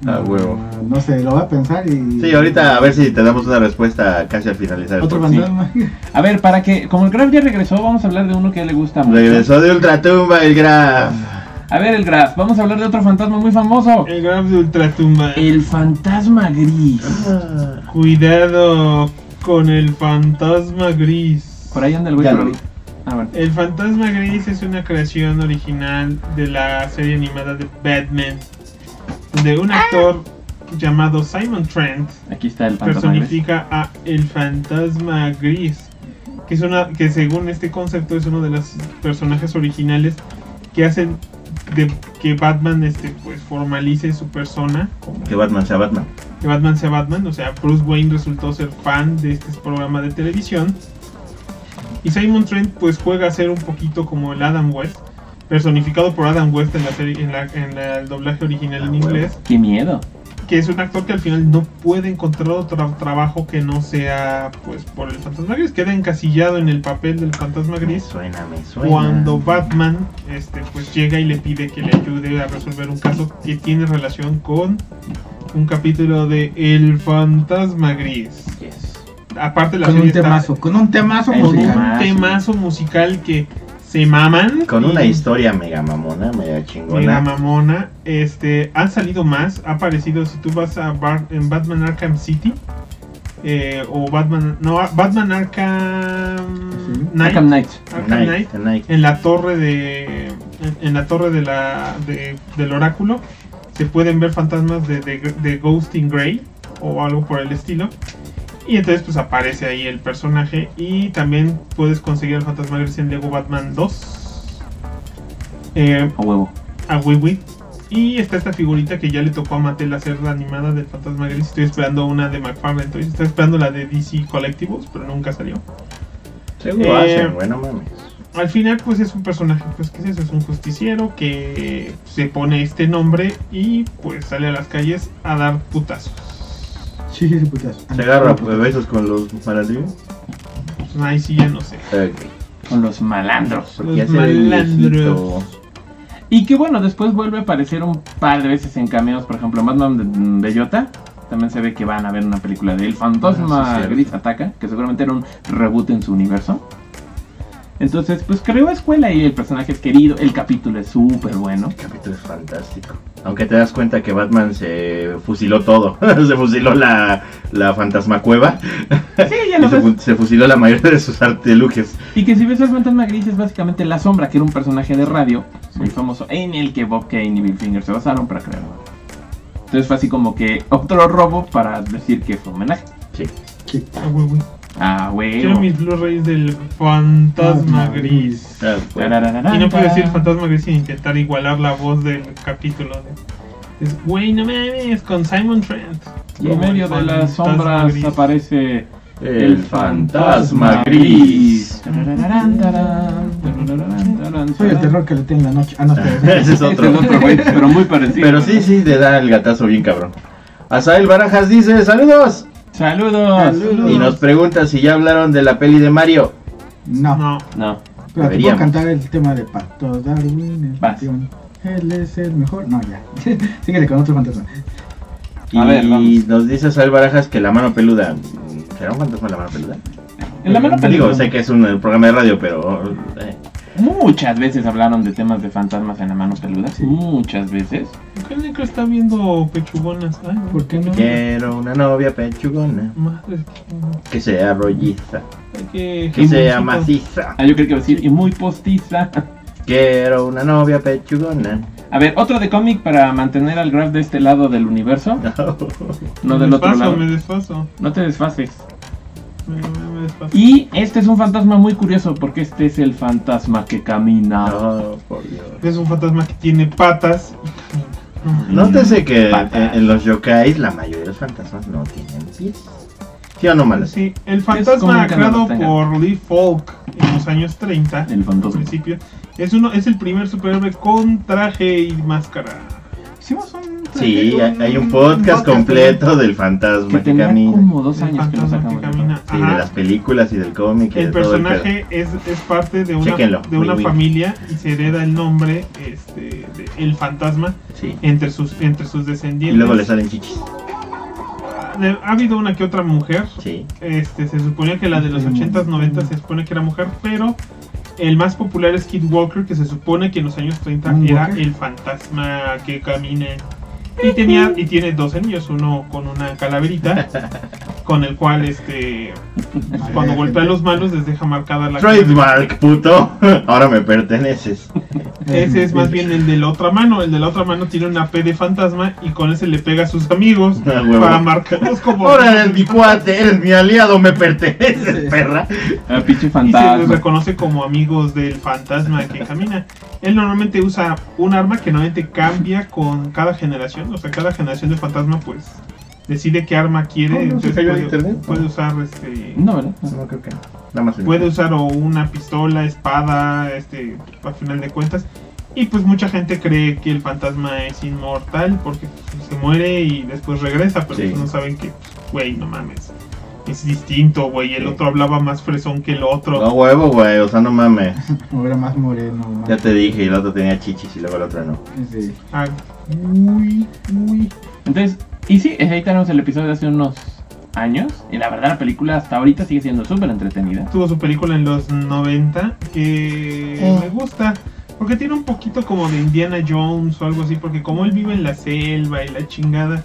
A huevo. Ah, no sé, lo voy a pensar y. Sí, ahorita pues, a ver si te damos una respuesta casi al finalizar. el Otro podcast. fantasma. A ver, para que. Como el Graf ya regresó, vamos a hablar de uno que le gusta mucho. Regresó de Ultratumba el Graf. A ver, el Graf, vamos a hablar de otro fantasma muy famoso. El Graf de Ultratumba. El fantasma gris. Cuidado con el fantasma gris. Por ahí anda el güey. Ya lo pero- vi. A ver. El fantasma gris es una creación original de la serie animada de Batman, donde un actor llamado Simon Trent Aquí está el fantasma gris. personifica a el fantasma gris, que es una que según este concepto es uno de los personajes originales que hacen de- que Batman este pues formalice su persona, Que Batman sea Batman. que Batman sea Batman, o sea, Bruce Wayne resultó ser fan de este programa de televisión. Y Simon Trent pues juega a ser un poquito como el Adam West, personificado por Adam West en la serie en, la- en la- el doblaje original Ah, en bueno. inglés, Qué miedo. que es un actor que al final no puede encontrar otro trabajo que no sea pues por el Fantasma Gris, queda encasillado en el papel del Fantasma Me Gris. suena, me suena. Cuando Batman este, pues llega y le pide que le ayude a resolver un caso que tiene relación con un capítulo de El Fantasma Gris. Yes. Aparte la Con serie un está temazo, con un temazo Ahí con sí. musical. un temazo musical que se maman. Con una Y- historia mega mamona, mega chingona. Mira, mamona. Este, han salido más. Ha aparecido, si tú vas a Bar- en Batman Arkham City. eh, o Batman. No, Batman Arkham Sí. Knight. Arkham Knight. Arkham Knight. The Knight. En la torre de. En, en la torre de la, de- del oráculo. Se pueden ver fantasmas de, de, de Ghost in Grey. O algo por el estilo. Y entonces pues aparece ahí el personaje. Y también puedes conseguir el fantasma gris en Lego Batman 2. Eh, A huevo. a Wiwi. Y está esta figurita que ya le tocó a Mattel hacer la animada del Fantasma Gris. Estoy esperando una de McFarlane. Entonces estoy esperando la de DC Collectibles, pero nunca salió. Seguro Eh, hacen, bueno mames. Al final, pues es un personaje, pues que es eso? Es un justiciero que se pone este nombre y pues sale a las calles a dar putazos. Sí, sí, sí, putazo. Se agarra pues, besos con los paradillos. Pues, ahí sí ya no sé. Con los malandros. Eh, Porque Los ya se ve malandros. viejito. Y que bueno, después vuelve a aparecer un par de veces en cameos. Por ejemplo, Batman de- Bellota. También se ve que van a ver una película de El Ah, sí, Fantasma cierto. Gris Ataca, que seguramente era un reboot en su universo. Entonces, pues creó escuela y el personaje es querido. El capítulo es súper bueno. El capítulo es fantástico. Aunque te das cuenta que Batman se fusiló todo. se fusiló la, la fantasma cueva. Sí, ya Y lo se, ves. fu- se fusiló la mayoría de sus artilugios. Y que si ves el fantasma gris es básicamente La Sombra, que era un personaje de radio muy famoso en el que Bob Kane y Bill Finger se basaron para crear. Entonces fue así como que otro robo para decir que fue homenaje. Sí. A Wiwi. Ah, Quiero huevo. mis Blu-rays del Fantasma Gris. Ah, fue- Tarararara. Y no puedo decir Fantasma Gris sin intentar igualar la voz del capítulo. de- Es, güey, no mames, con Simon Trent. Y en medio de las sombras aparece El fantasma gris. Tarararán, tarán, tarararán, tarán, Soy el tarán. terror que le tiene en la noche. Ah, no, espera. Ese es Ese otro. es otro, güey, pero muy parecido. Pero sí, sí, te da el gatazo bien cabrón. Asael Barajas dice, saludos. ¡Saludos! Saludos. Y nos pregunta si ya hablaron de la peli de Mario. No. No, No, Pero te puedo Deberíamos. cantar el tema de Pato Darwin, el Vas. campeón. Él es el mejor. No, ya. Síguele con otro fantasma. Y A ver, vamos. nos dice Asael Barajas que la mano peluda... mm, ¿Será un fantasma la mano peluda? en la mano Digo, película sé que es un eh, programa de radio, pero... eh, muchas veces hablaron de temas de fantasmas en la mano peluda. Sí. Muchas veces. ¿por qué el negro está viendo pechugonas? Ay, no. ¿Por qué no? quiero una novia pechugona. Madre, Que sea rolliza. hay que... Que sea jamoncito. maciza. Ah, yo creo que iba a decir, y muy postiza. Quiero una novia pechugona. A ver, otro de cómic para mantener al Graf de este lado del universo, no del me otro desfaso, lado. Me desfaso, No te desfases. me, me- me desfaso. Y este es un fantasma muy curioso porque este es el fantasma que camina. No, por Dios. Es un fantasma que tiene patas y camina. No mames. Nótese que en, Patas. en los yokais la mayoría de los fantasmas no tienen pies. ¿Sí o no, malas? Sí, el como fantasma un creado canalotanga. por Lee Falk en los años 30, El fantasma. principio, es, uno, es el primer superhéroe con traje y máscara. Hicimos un Sí, hay hay un podcast completo del Que fantasma que tenía camina. como dos años que lo sacamos. Ah, Sí, de las películas y del cómic y de El todo el pedo. personaje es, es parte de una, Chéquenlo, de una win-win. familia y se hereda el nombre, este, de el fantasma, Sí. entre sus, entre sus Y descendientes. Ah, luego le salen chichis. De- Ha habido una que otra mujer. Sí. Este, se suponía que la de los Sí. 80s, 90 se supone que era mujer, pero el más popular es Kid Walker, que se supone que en los años 30 ¿Un era Walker? el fantasma que camina. Y tenía y tiene dos anillos, uno con una calaverita, con el cual este cuando golpea a los malos les deja marcada la Trademark, puto. Ahora me perteneces. Ese es más bien el de la otra mano. El de la otra mano tiene una P de fantasma y con ese le pega a sus amigos Ah, huevo. para marcarlos como. Ahora eres mi cuate, eres mi aliado, me perteneces, perra. Ah, pinche Y se les fantasma. reconoce como amigos del fantasma que camina. Él normalmente usa un arma que normalmente cambia con cada generación. O sea, cada generación de fantasma, pues decide qué arma quiere. Oh, no, se entonces cayó el puede, internet. puede usar este. No, ¿verdad? No creo que no. Nada más el- Puede usar o una pistola, espada, este, al final de cuentas. Y pues mucha gente cree que el fantasma es inmortal porque pues, se muere y después regresa, pero Sí. pues, no saben que, pues, güey, no mames. Es distinto, güey. El otro hablaba más fresón que el otro. No huevo, güey, o sea, no mames. Ahora más moreno. más- Ya te dije, y el otro tenía chichis y luego el otro no. Sí. Ah, uy, uy. Entonces, y sí, es ahí tenemos el episodio de hace unos años. Y la verdad, la película hasta ahorita sigue siendo súper entretenida. Tuvo su película en los 90 que me gusta. Porque tiene un poquito como de Indiana Jones o algo así. Porque como él vive en la selva y la chingada.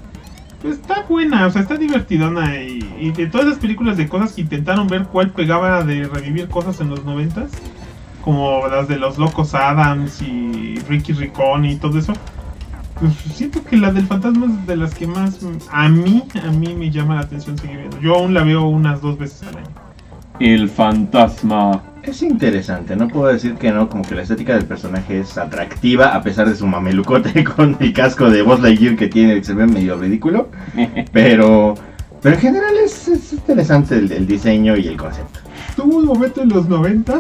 Pues está buena, o sea, está divertidona. Y, y de todas las películas de cosas que intentaron ver cuál pegaba de revivir cosas en los 90 como las de los locos Adams y Ricky Ricón y todo eso. Pues siento que la del fantasma es de las que más mm, a mí, a mí me llama la atención seguir viendo. Yo aún la veo unas dos veces al año. El fantasma. Es interesante, no puedo decir que no, como que la estética del personaje es atractiva, a pesar de su mamelucote con el casco de Buzz Lightyear que tiene, que se ve medio ridículo, pero, pero en general es, es interesante el, el diseño y el concepto. Tuvo un momento en los 90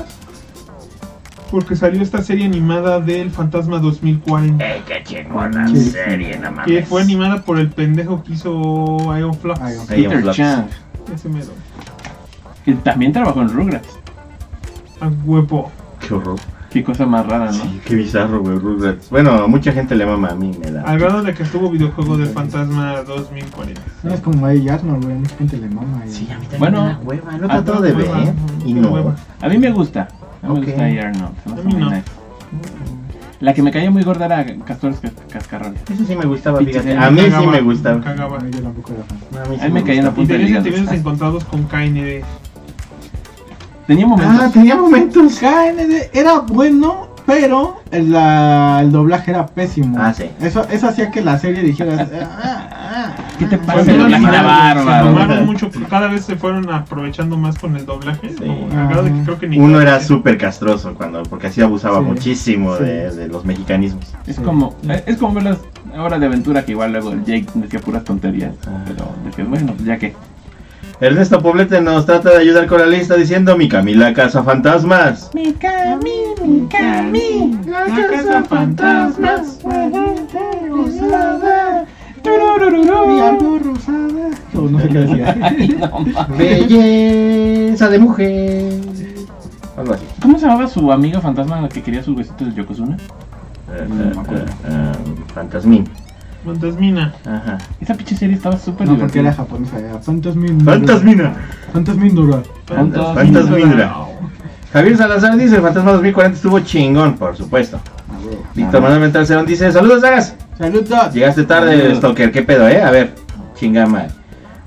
porque salió esta serie animada del Fantasma 2040, ¡Eh, qué chingona Sí. serie, no mames! que fue animada por el pendejo que hizo Ion Flux. Iron Flux. Ahí en Peter Flaps. Chang. Ese mero. Que también trabajó en Rugrats. A huevo. ¡Qué horror! Qué cosa más rara, ¿no? Sí, qué bizarro, güey, Rugrats. Bueno, a mucha gente le mama, a mí me da. Al grado de que estuvo videojuego del Fantasma 2040. No es como Eddie Arnold, güey. Mucha gente le mama. y- Sí, a mí también Bueno, me da hueva, no a trató todos de ver, hueva, ¿eh? ujú, y qué no. hueva. A mí me gusta. A mí Ok. me gusta Air Arnold. se me hace A mí muy no. nice. La que me caía muy gorda era Castores Cas- Cascarrones. Eso sí me gustaba, Pinche fíjate. serie, A mí Cagaba, sí me gustaba. cagaba. Yo tampoco era fan. A mí Ahí me caía en la Y punta tenía del hígado. sentimientos encontrados con KND. Tenía momentos. Ah, tenía momentos. KND era bueno, pero la- el doblaje era pésimo. Ah, sí. Eso, eso hacía que la serie dijeras. "Ah, ah, ah". ¿Qué te Pues pasa? no, Lo ni imagina nada, bárbaro. Se tomaron mucho, cada vez se fueron aprovechando más con el doblaje. Sí. como al grado de que creo que ni Uno era súper castroso cuando, porque así abusaba Sí. muchísimo Sí. de, de los mexicanismos. Es Sí. como, eh, es como ver las horas de aventura que igual luego el Jake decía puras tonterías. Ah. Pero decías, bueno, ya que. Ernesto Poblete nos trata de ayudar con la lista diciendo mi Camila Casa Fantasmas. Mi Cami, mi Cami, la casa fantasmas. Y algo rosada. O no sé qué decía. Belleza de mujer. Algo así. ¿Cómo se llamaba su amigo fantasma al que quería sus huesitos de Yokozuna? Eh, No me eh, acuerdo. eh, eh, fantasmín. Fantasmina. Ajá. Esa pinche serie estaba súper No, porque divertida. era japonesa. Era Fantasmin. Fantasmina. Fantasmin Dura. Fantas- Fantasmina. Javier Salazar dice, el Fantasma 2040 estuvo chingón, por supuesto. Víctor Manuel Mental Cerón dice, saludos, Sagas. Saludos. Llegaste tarde, Saludos. Stalker, qué pedo, eh. A ver, chingama.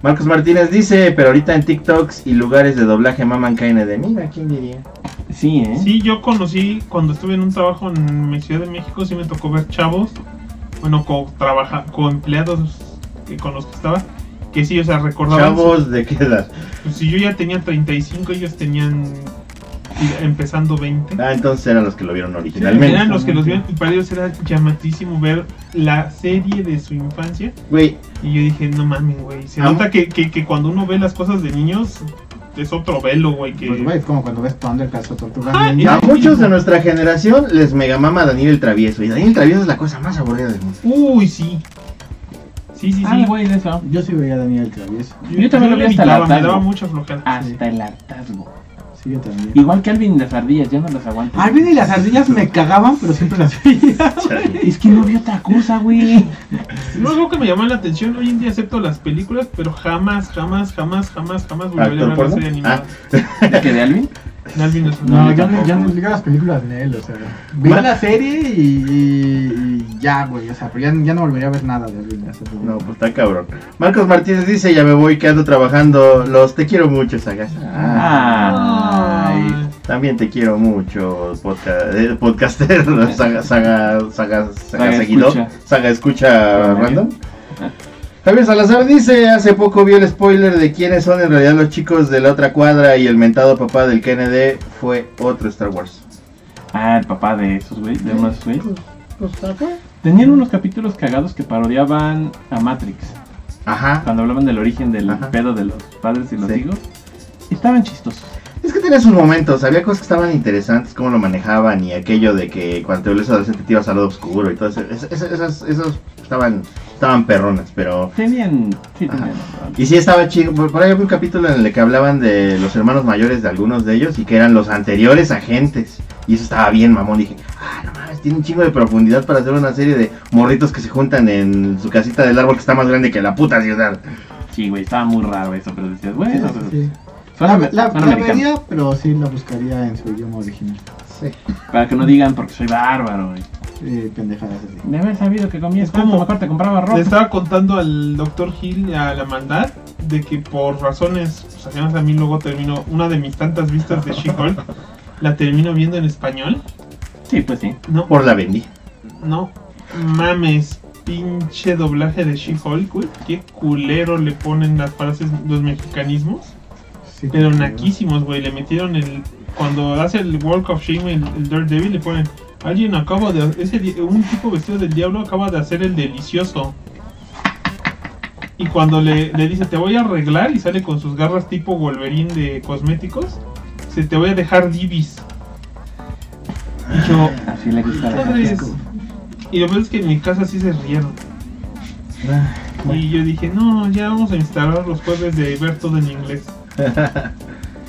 Marcos Martínez dice, pero ahorita en TikToks y lugares de doblaje maman caen de mira, ¿quién diría? Sí, ¿eh? Sí, yo conocí cuando estuve en un trabajo en mi Ciudad de México, sí me tocó ver chavos, bueno, con, trabaja, con empleados que- con los que estaba, que sí, o sea, recordaban... Chavos de qué edad. Pues si yo ya tenía 35, ellos tenían y- empezando 20. Ah, entonces eran los que lo vieron Eran originalmente. los que los vieron y para ellos era llamatísimo ver la serie de su infancia. Güey, Y yo dije, no mames, güey. Se Amo. nota que, que, que cuando uno ve las cosas de niños, es otro velo, güey. Que... Pues, güey, es como cuando ves Thundercats o Tortugas Ah, Ninja. a muchos de nuestra generación les megamama Daniel el Travieso. Y Daniel el Travieso es la cosa más aburrida del mundo. Uy, sí. Sí, sí, sí. Ah, güey, de eso. Yo sí veía a Daniel el Travieso. yo también lo vi hasta el evitaba, Me hartazgo. daba mucha flojera. Hasta el hartazgo. Sí, yo también. Igual que Alvin y las ardillas, ya no las aguanto. Alvin y las ardillas me cagaban, pero siempre las veía. Chale. Es que no vi otra cosa, güey. No es algo que me llama la atención. Hoy en día acepto las películas, pero jamás, jamás, jamás, jamás, jamás volveré a ¿Actor ver la porno? serie Ah, animada. ¿De qué de Alvin? Nalvin es un- No, No, yo yo, no, yo no tampoco. ligo las películas de él, o sea. Vi Bueno. la serie y, y- y ya, güey, o sea, pero ya, ya no volvería a ver nada de él. No, pues está cabrón. Marcos Martínez dice, ya me voy, que ando trabajando. Los te quiero mucho, Sagas. Ah. Ay. También te quiero mucho, podca- eh, podcaster, saga, saga, saga, saga Saga seguidor, escucha. saga escucha Random. random. Ah. Javier Salazar dice, hace poco vi el spoiler de quiénes son en realidad los chicos de la otra cuadra y el mentado papá del Kennedy fue otro Star Wars. Ah, el papá de esos, güey. De uno de esos, güey. Pues, Tenían unos capítulos cagados que parodiaban a Matrix. Ajá. Cuando hablaban del origen del Ajá. pedo de los padres y los Sí. hijos. Estaban chistosos. Es que tenía sus momentos, había cosas que estaban interesantes, cómo lo manejaban y aquello de que cuando te volvías adolescente te ibas al lado oscuro y todo eso. Es- es- esas, esas estaban, estaban perronas, pero... Tenían... Sí, Ajá. tenían... Y sí estaba chido, por, por ahí había un capítulo en el que hablaban de los hermanos mayores de algunos de ellos y que eran los anteriores agentes. Y eso estaba bien, mamón. Dije, ah, no mames, tiene un chingo de profundidad para hacer una serie de morritos que se juntan en su casita del árbol que está más grande que la puta ciudad. Sí, güey, estaba muy raro eso, pero decías, bueno, son- Sí. son, La, amer- la- son la americanos. vería, pero sí la buscaría en su idioma original. Sí. Para que no digan porque soy bárbaro, güey. Eh, pendejadas así. De haber sabido que comías Es como como- mejor te compraba Le ropa. estaba contando al doctor Hill a la maldad de que por razones pues, ajenas a mí luego termino una de mis tantas vistas de She-Hulk la termino viendo en español. Sí, pues sí. No, Por la vendí. no mames, pinche doblaje de She-Hulk, güey. Qué culero le ponen las frases los mexicanismos. Sí, Pero sí, naquísimos, güey. Le metieron el. Cuando hace el Walk of Shame, el, el Daredevil, le ponen. Alguien acaba de. Ese, di- un tipo vestido del diablo acaba de hacer el delicioso. Y cuando le, le dice, te voy a arreglar, y sale con sus garras tipo Wolverine de cosméticos, se te voy a dejar divis. Y yo, Así le gusta a la gente. madres. Y lo peor es que en mi casa sí se rieron. Ah, bueno. Y yo dije, no, ya vamos a instalar los jueves de ver todo en inglés.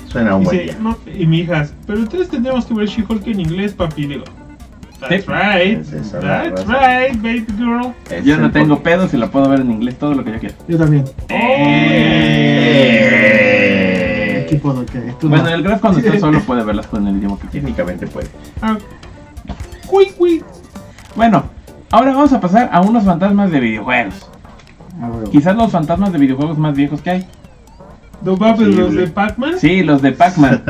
Suena un buen Dice, día. no, y mi hija, pero entonces tendríamos que ver She-Hulk en inglés, papi. Digo, that's Sí. right, Es esa la that's raza. right, baby girl. Es Yo el no tengo podcast. pedos y la puedo ver en inglés todo lo que yo quiera. Yo también. Oh, Eh. Aquí puedo que. tú Bueno, no. el Graf cuando Sí. está solo puede verlas con el idioma que quiera. Técnicamente puede. Ah, Uy, uy. Bueno, ahora vamos a pasar a unos fantasmas de videojuegos. Ah, huevo. Quizás los fantasmas de videojuegos más viejos que hay. No mames, los Posible. de Pac-Man. Sí, los de Pac-Man.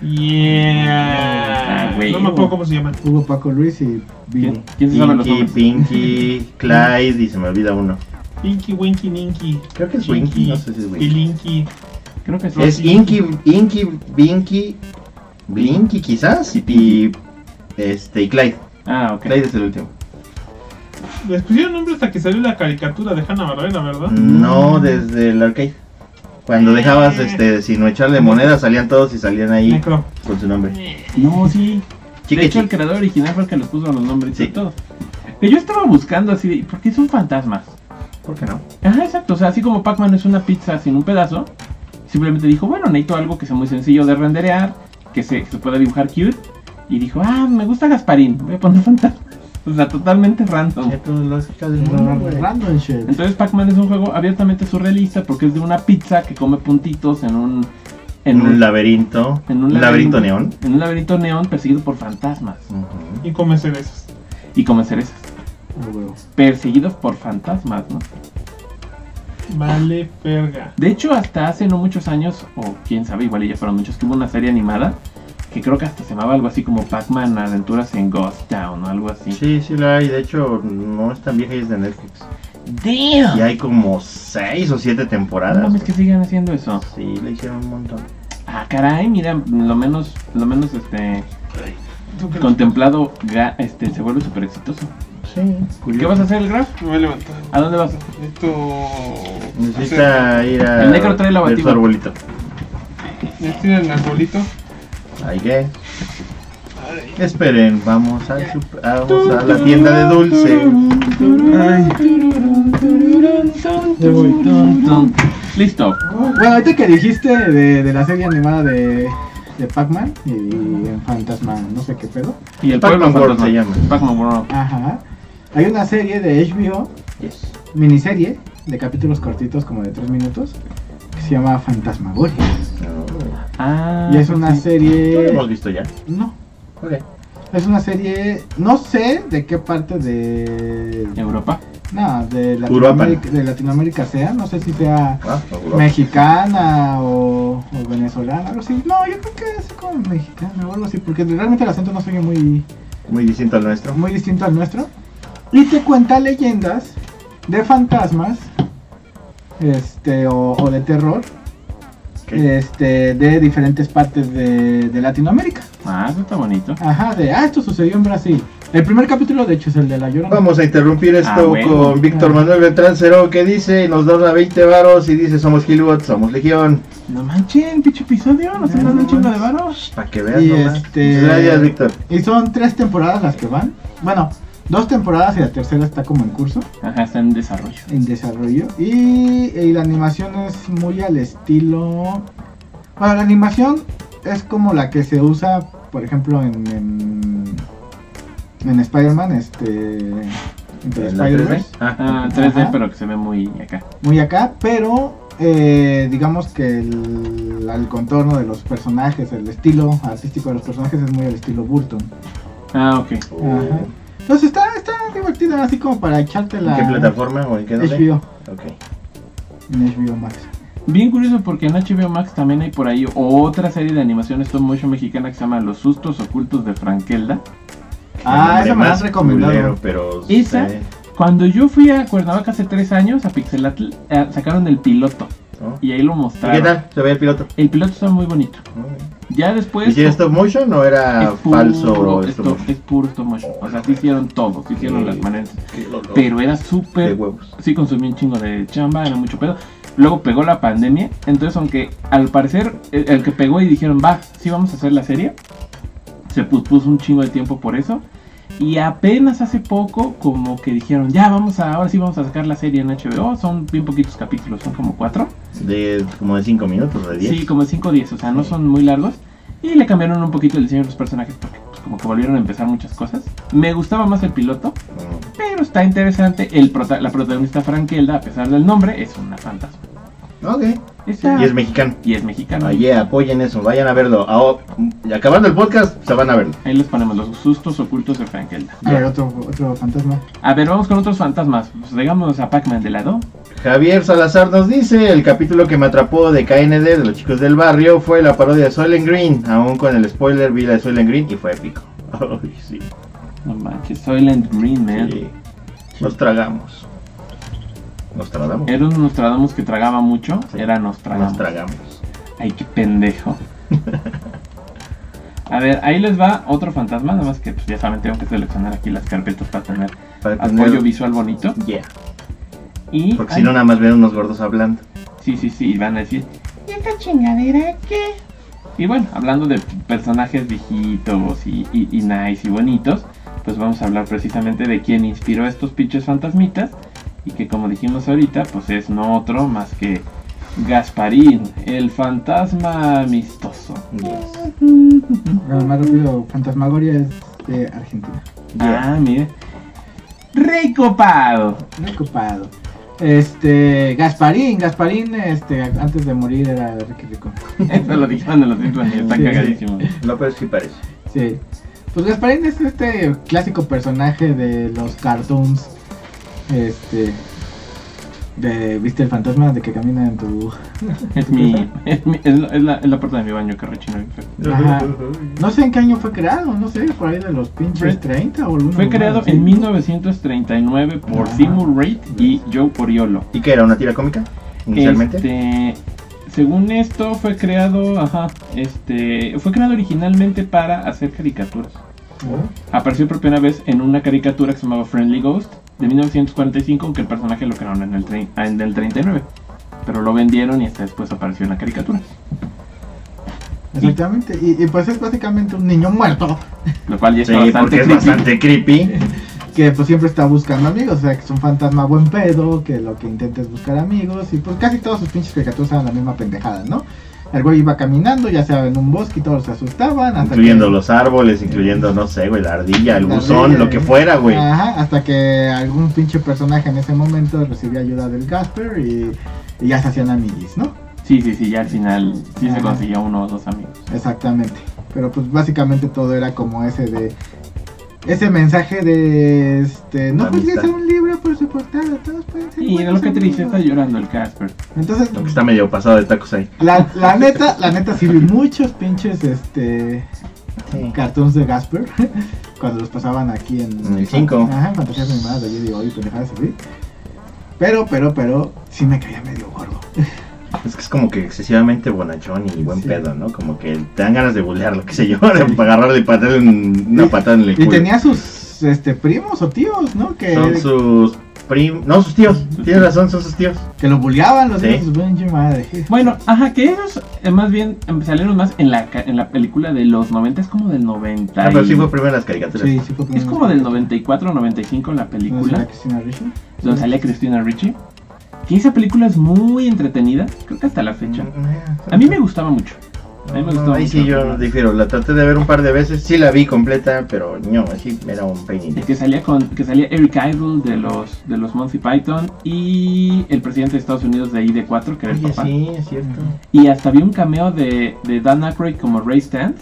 Yeah. Ah, güey. no me acuerdo cómo se llaman. Hugo Paco Luis y ¿Quién, Billy. quién se sabe los Pinky, nombres? Pinky, Clyde y se me olvida uno. Pinky, Winky, Ninky. Creo que es Winky, no sé si es Winky. Pilinky. Creo que sí. Es Inky, Inky, Binky, Blinky quizás y este y Clyde. Ah, ok. Clyde es el último. Les pusieron nombre hasta que salió la caricatura de Hanna Barbera, ¿verdad? Mm. No desde el arcade. Cuando dejabas este sin echarle moneda salían todos y salían ahí Necro. con su nombre. No, sí. Chiqui- de hecho, el creador original fue el que les puso los nombres Sí. y todo. Que yo estaba buscando así, de, ¿por qué son fantasmas? ¿Por qué no? Ajá, exacto. O sea, así como Pac-Man es una pizza sin un pedazo, simplemente dijo, bueno, necesito algo que sea muy sencillo de renderear, que se, que se pueda dibujar cute. Y dijo, ah, me gusta Gasparín, voy a poner fantasma. O sea, totalmente random. Random shit. Entonces Pac-Man es un juego abiertamente surrealista porque es de una pizza que come puntitos en un... En un laberinto, en un laberinto neón. En un laberinto neón perseguido por fantasmas Ujú. Y come cerezas. y come cerezas. Ah, huevo. Perseguidos por fantasmas, ¿no? Vale, perga. De hecho, hasta hace no muchos años, o quién sabe, igual y ya fueron muchos, que hubo una serie animada que creo que hasta se llamaba algo así como Pac-Man Aventuras en Ghost Town o algo así. Sí, sí la hay, de hecho no es tan vieja y es de Netflix. Y ¡Damn! hay como seis o siete No temporadas. mames que sigan haciendo eso. Sí, le hicieron un montón. Ah, caray, mira, lo menos, lo menos este ¿Tú qué? contemplado ga- este se vuelve súper exitoso. Sí, ¿Qué vas a hacer el graph? Me voy a levantar. ¿A dónde vas? Necesito. Necesita ir a El negro trae la ver su batida. arbolito. Ya tiene el arbolito. Ay, ¿qué? Esperen, vamos al sup- vamos a la tienda de dulce. Ay. Yo voy, tun, tun. Listo. Bueno, ahorita que dijiste de, de la serie animada de, de Pac-Man y en Fantasma, no sé qué pedo. Y el Pac-Man pueblo World fantasma. se llama. Pac-Man World. Ajá. Hay una serie de HBO, Yes. miniserie, de capítulos cortitos como de 3 minutos, que se llama Fantasmagoria. Oh. Ah, Y es una sí. ¿Lo serie... hemos visto ya? No, Ok. es una serie... No sé de qué parte de... Europa. No, de Europa. Latinoamérica, de Latinoamérica sea. No sé si sea Ah, seguro. mexicana o, o venezolana, algo así. No, yo creo que es como mexicana o algo así, porque realmente el acento no se oye muy, Muy distinto al nuestro. muy distinto al nuestro. Y te cuenta leyendas de fantasmas este o, o de terror Ok. este de diferentes partes de, de Latinoamérica. Ah, eso está bonito. Ajá, de, ah, esto sucedió en Brasil. El primer capítulo, de hecho, es el de La Llorona. Vamos a interrumpir esto Ah, bueno. con Víctor Ah. Manuel Beltrán Ceró que dice, nos dona 20 varos y dice, somos Gilwood, somos Legión. No manchen, pinche episodio. Nos están dando un chingo de varos. Para que veas, Y nomás. este- Muchas Gracias, Víctor. Y son tres temporadas las que van. Bueno, dos temporadas y la tercera está como en curso. Ajá, está en desarrollo. en desarrollo y, y la animación es muy al estilo bueno la animación es como la que se usa por ejemplo en en, en Spider-Man este entre ¿En la 3D? Spider-Verse Ah, Ah, 3D, Ajá. pero que se ve muy acá. muy acá pero eh, digamos que el, el contorno de los personajes el estilo artístico de los personajes es muy al estilo Burton Ah, ok. Oh. Ajá. entonces está está divertida así como para echarte ¿En la qué plataforma o en qué dónde? HBO Ok. en HBO Max Bien curioso porque en HBO Max también hay por ahí otra serie de animación stop motion mexicana que se llama Los Sustos Ocultos de Frankelda. ah El esa me nombre la más has recomendado culero, pero Esa. sí, Cuando yo fui a Cuernavaca hace tres años, a Pixelatl, eh, sacaron el piloto ¿no? y ahí lo ¿Y ¿Qué mostraron. tal? ¿Se ve el piloto? El piloto está muy bonito. Ya después... ¿Y si era stop motion o era puro falso stop- stop motion? es puro stop motion. O sea, sí hicieron todo, sí hicieron Ok. las maneras. Qué dolor Pero era de súper huevos. sí consumí un chingo de chamba, era mucho pedo. Luego pegó la pandemia, entonces aunque al parecer eh, el, el que pegó y dijeron, va, sí vamos a hacer la serie, se puso un chingo de tiempo por eso. Y apenas hace poco como que dijeron, ya vamos a, ahora sí vamos a sacar la serie en HBO, son bien poquitos capítulos, son como cuatro. De como de 5 minutos, de 10. Sí, como cinco o diez, o sea, no Sí. son muy largos. Y le cambiaron un poquito el diseño de los personajes porque pues, como que volvieron a empezar muchas cosas. Me gustaba más el piloto, pero está interesante. El prota- la protagonista Frankelda, a pesar del nombre, es una fantasma. Mm. Ok. Está- Y es mexicano. y es mexicano. Oye, apoyen eso, vayan a verlo. Ah, y acabando el podcast, se van a verlo. Ahí les ponemos los sustos ocultos de Frankelda. A ver, otro, otro fantasma. A ver, vamos con otros fantasmas. Pues, digamos a Pac-Man de lado. Javier Salazar nos dice, el capítulo que me atrapó de KND de los chicos del barrio fue la parodia de Soylent Green. Aún con el spoiler vi la de Soylent Green y fue épico. Ay, sí, No manches, Soylent Green, man. sí. Nos tragamos. Nos tragamos. Era un Nostradamus que tragaba mucho. Sí. Era Nostradamus. Nos tragamos. Ay, qué pendejo. A ver, ahí les va otro fantasma, nada más que pues, ya saben, tengo que seleccionar aquí las carpetas para tener Para apoyo visual bonito. Yeah. Y Porque ay, si no, nada más ven unos gordos hablando. Sí, sí, sí, y van a decir, ¿y esta chingadera qué? Y bueno, hablando de personajes viejitos y, y- y nice y bonitos, pues vamos a hablar precisamente de quién inspiró a estos pinches fantasmitas. Y que como dijimos ahorita, pues es no otro más que Gasparín, el fantasma amistoso. Yes. Lo más rápido, Fantasmagoria es de Argentina. Yeah. Ah, mire. Recopado. Recopado. Este, Gasparín, Gasparín, este, antes de morir era rico rico. Eso lo dijeron en los Simpsons y están Sí. cagadísimos. No, pero sí parece. Sí. Pues Gasparín es este clásico personaje de los cartoons. Este, de, ¿viste el fantasma de que camina en tu... Es mi. Es, mi- es la, es la- es la puerta de mi baño que rechina bien feo. Ajá. No sé en qué año fue creado, no sé, por ahí de los pinches 30 o alguna Fue mamada creado así. en 1939 por Ajá. Seymour Reid y Joe Oriolo. ¿Y qué era? ¿Una tira cómica? Inicialmente. Este, según esto fue creado, ajá, este, fue creado originalmente para hacer caricaturas. Apareció por primera vez en una caricatura que se llamaba Friendly Ghost de 1945, aunque el personaje lo crearon en el, trein- ah, en el 39. Pero lo vendieron y hasta después apareció en la caricatura. Exactamente, y, y pues es básicamente un niño muerto. Lo cual ya Sí, está bastante porque es creepy. bastante creepy. que pues siempre está buscando amigos, o sea, que es un fantasma buen pedo, que lo que intenta es buscar amigos, y pues casi todos sus pinches caricaturas eran la misma pendejada, ¿no? El güey iba caminando, ya sea en un bosque y todos se asustaban. Hasta Incluyendo que, los árboles, incluyendo, no sé, güey, la ardilla, el La buzón, ardilla, Ah. lo que güey. fuera, güey. Ajá, hasta que algún pinche personaje en ese momento recibió ayuda del Gasper y, y ya se hacían amiguis, ¿no? Sí, sí, sí, ya al final sí se Ajá. consiguió uno o dos amigos. Exactamente. Pero pues básicamente todo era como ese de. Ese mensaje de. Este, no La juzgues a amistad. un libro por su portada, todos pueden ser. Y de buenos lo que te dice, está amigos". llorando el Casper. Entonces, Lo que está medio pasado de tacos ahí. la, la neta, la neta, sí vi muchos pinches este, cartoons de Gasper cuando los pasaban aquí en. En el cinco. Ajá, en Fantasías Animadas de ayer y pues, de hoy, pendejadas así. Pero, pero, pero, sí me caía medio gordo. Es que es como que excesivamente bonachón y buen Sí. pedo, ¿no? Como que te dan ganas de bulear, lo que sé yo, de agarrarle y patarle un- una patada en el Y culo. tenía sus este, primos o tíos, ¿no? Que, Son Eh, sus primos. No, sus tíos. Tienes razón, son sus tíos. que lo bulleaban los Sí. niños, pinche madre. Bueno, ajá, que ellos eh, más bien eh, salieron más en la, ca- en la película de los 90, es como del 90. Ah, pero y- sí fue primero en las caricaturas. Sí, sí fue es como del 94, 95 la película, donde salía Cristina Ricci. Que esa película es muy entretenida, creo que hasta la fecha. Eh, A mí me gustaba mucho. A mí me gustaba Ahí mucho. sí yo difiero, la traté de ver un par de veces, sí la vi completa, pero no, así era un peinito. Eh, Que salía con que salía Eric Idle de los de los Monty Python y el presidente de Estados Unidos de ID4, que era el Oye, papá. sí, es cierto. Y hasta vi un cameo de, de Dan Aykroyd como Ray Stantz,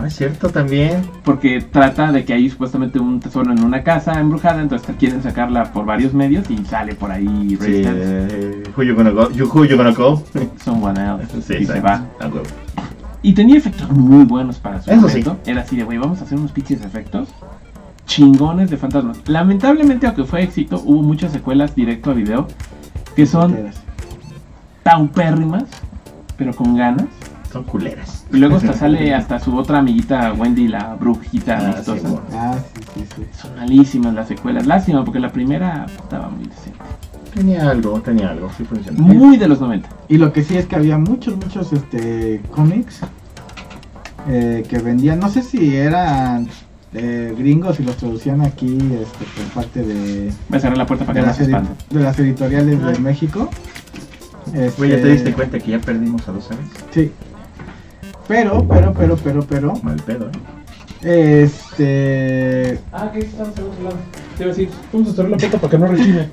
Ah, es cierto también. porque trata de que hay supuestamente un tesoro en una casa embrujada, entonces quieren sacarla por varios medios y sale por ahí Ray Sí, Stantz, eh, who you gonna go? You, who you gonna call? someone else, Sí, y se exacto. va. Ah, huevo. Y tenía efectos muy buenos para su Eso momento. Era así de, güey, vamos a hacer unos pinches efectos chingones de fantasmas. Lamentablemente, aunque fue éxito, hubo muchas secuelas directo a video que son taupérrimas, pero con ganas. Son culeras. Y luego hasta sale hasta su otra amiguita Wendy, la brujita Ah, sí, amistosa. bueno. Ah, sí, sí, sí. Son malísimas las secuelas. Lástima, porque la primera estaba muy decente. Tenía algo, tenía algo, sí funcionó. Muy de los 90. Y lo que sí es que había muchos, muchos este, cómics eh, que vendían, no sé si eran eh, gringos y los traducían aquí este, por parte de, Voy a cerrar la puerta para de que no las, se edi- espanten. de las editoriales de Ay. México. Este, Güey, ya te diste cuenta que ya perdimos a dos aves. Sí. Pero, pero, pero, pero, pero, Mal pedo, eh. este, Ah, que estamos en otro lado. Te iba a decir, vamos a cerrar la puerta para que no recibe.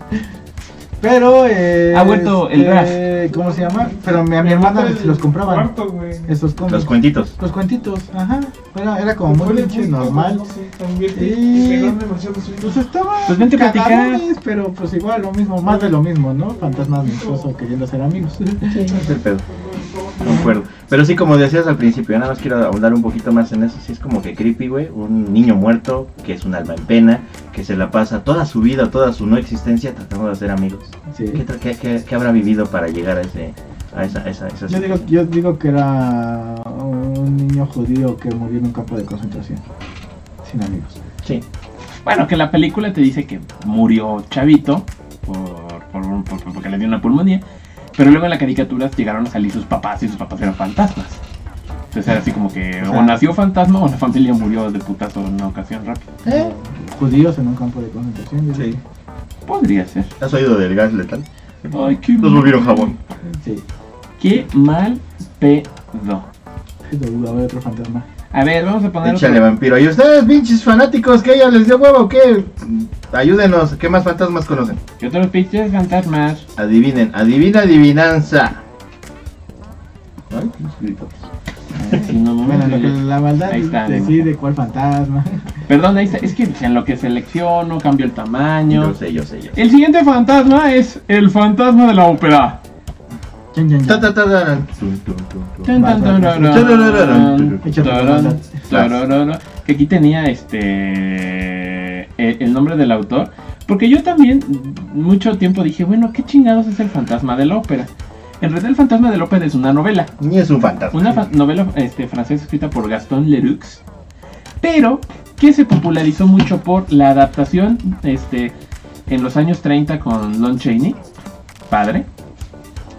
Pero eh, Ha vuelto el este, ¿Cómo se llama? Pero mi- a mi hermana se los compraban. Cuarto, güey. Esos cómics. Los cuentitos. Los cuentitos, ajá. Era, era como Pues muy pinche normal. No sé, también te- Y- te pegaron demasiado sueño. Pues estaba Pues vente a platicar. cagadones, pero pues igual lo mismo, más de lo mismo, ¿no? Fantasmas mentiroso queriendo ser amigos. Es el pedo. Concuerdo. Pero sí, como decías al principio, nada más quiero ahondar un poquito más en eso. Sí, es como que creepy, güey. Un niño muerto, que es un alma en pena, que se la pasa toda su vida, toda su no existencia tratando de hacer amigos. Sí. ¿Qué, tra- qué- qué- qué habrá vivido para llegar a, ese, a esa, a esa, a esa Yo digo, situación? yo digo que era un niño judío que murió en un campo de concentración. Sin amigos. Sí. Bueno, que la película te dice que murió Chavito por, por un- por- por- porque le dio una pulmonía, pero luego en la caricatura llegaron a salir sus papás y sus papás eran fantasmas. Entonces era así como que o Ajá. nació fantasma o la familia murió de putazo en una ocasión rápida. ¿Eh? Judíos en un campo de concentración. yo ¿Eh? Sí. digo. Podría ser. ¿Has oído del gas letal? Ay, qué Los mal- volvieron jabón. Sí. Qué mal pedo. Dudo, a ver, otro fantasma. A ver, vamos a poner Échale otro. vampiro. ¿Y ustedes, pinches fanáticos, que ella les dio huevo? ¿Qué? Ayúdenos. ¿Qué más fantasmas conocen? Y otros pinches fantasmas. Adivinen. Adivina adivinanza. Ay, pinches gritos. Ah, Sí, no, Bueno, lo que mames. la maldad Ahí está, decide cuál fantasma. Perdón, ahí está. es que pues, en lo que selecciono, cambio el tamaño. Yo sé, yo sé, yo sé. El siguiente fantasma es el fantasma de la ópera. Chan, chan, Ta, ta, chan. ta, Ah, taran. Tum, tum, tum, tum. Tan, tan, tan, tan, tan, tan, tan, tan. Que aquí tenía este eh, el nombre del autor. Porque yo también mucho tiempo dije, bueno, ¿qué chingados es el fantasma de la ópera? En realidad el fantasma de la ópera es una novela. Ni es un fantasma. Una fa- novela este, francesa escrita por Gaston Leroux, pero que se popularizó mucho por la adaptación este, en los años 30 con Lon Chaney, padre,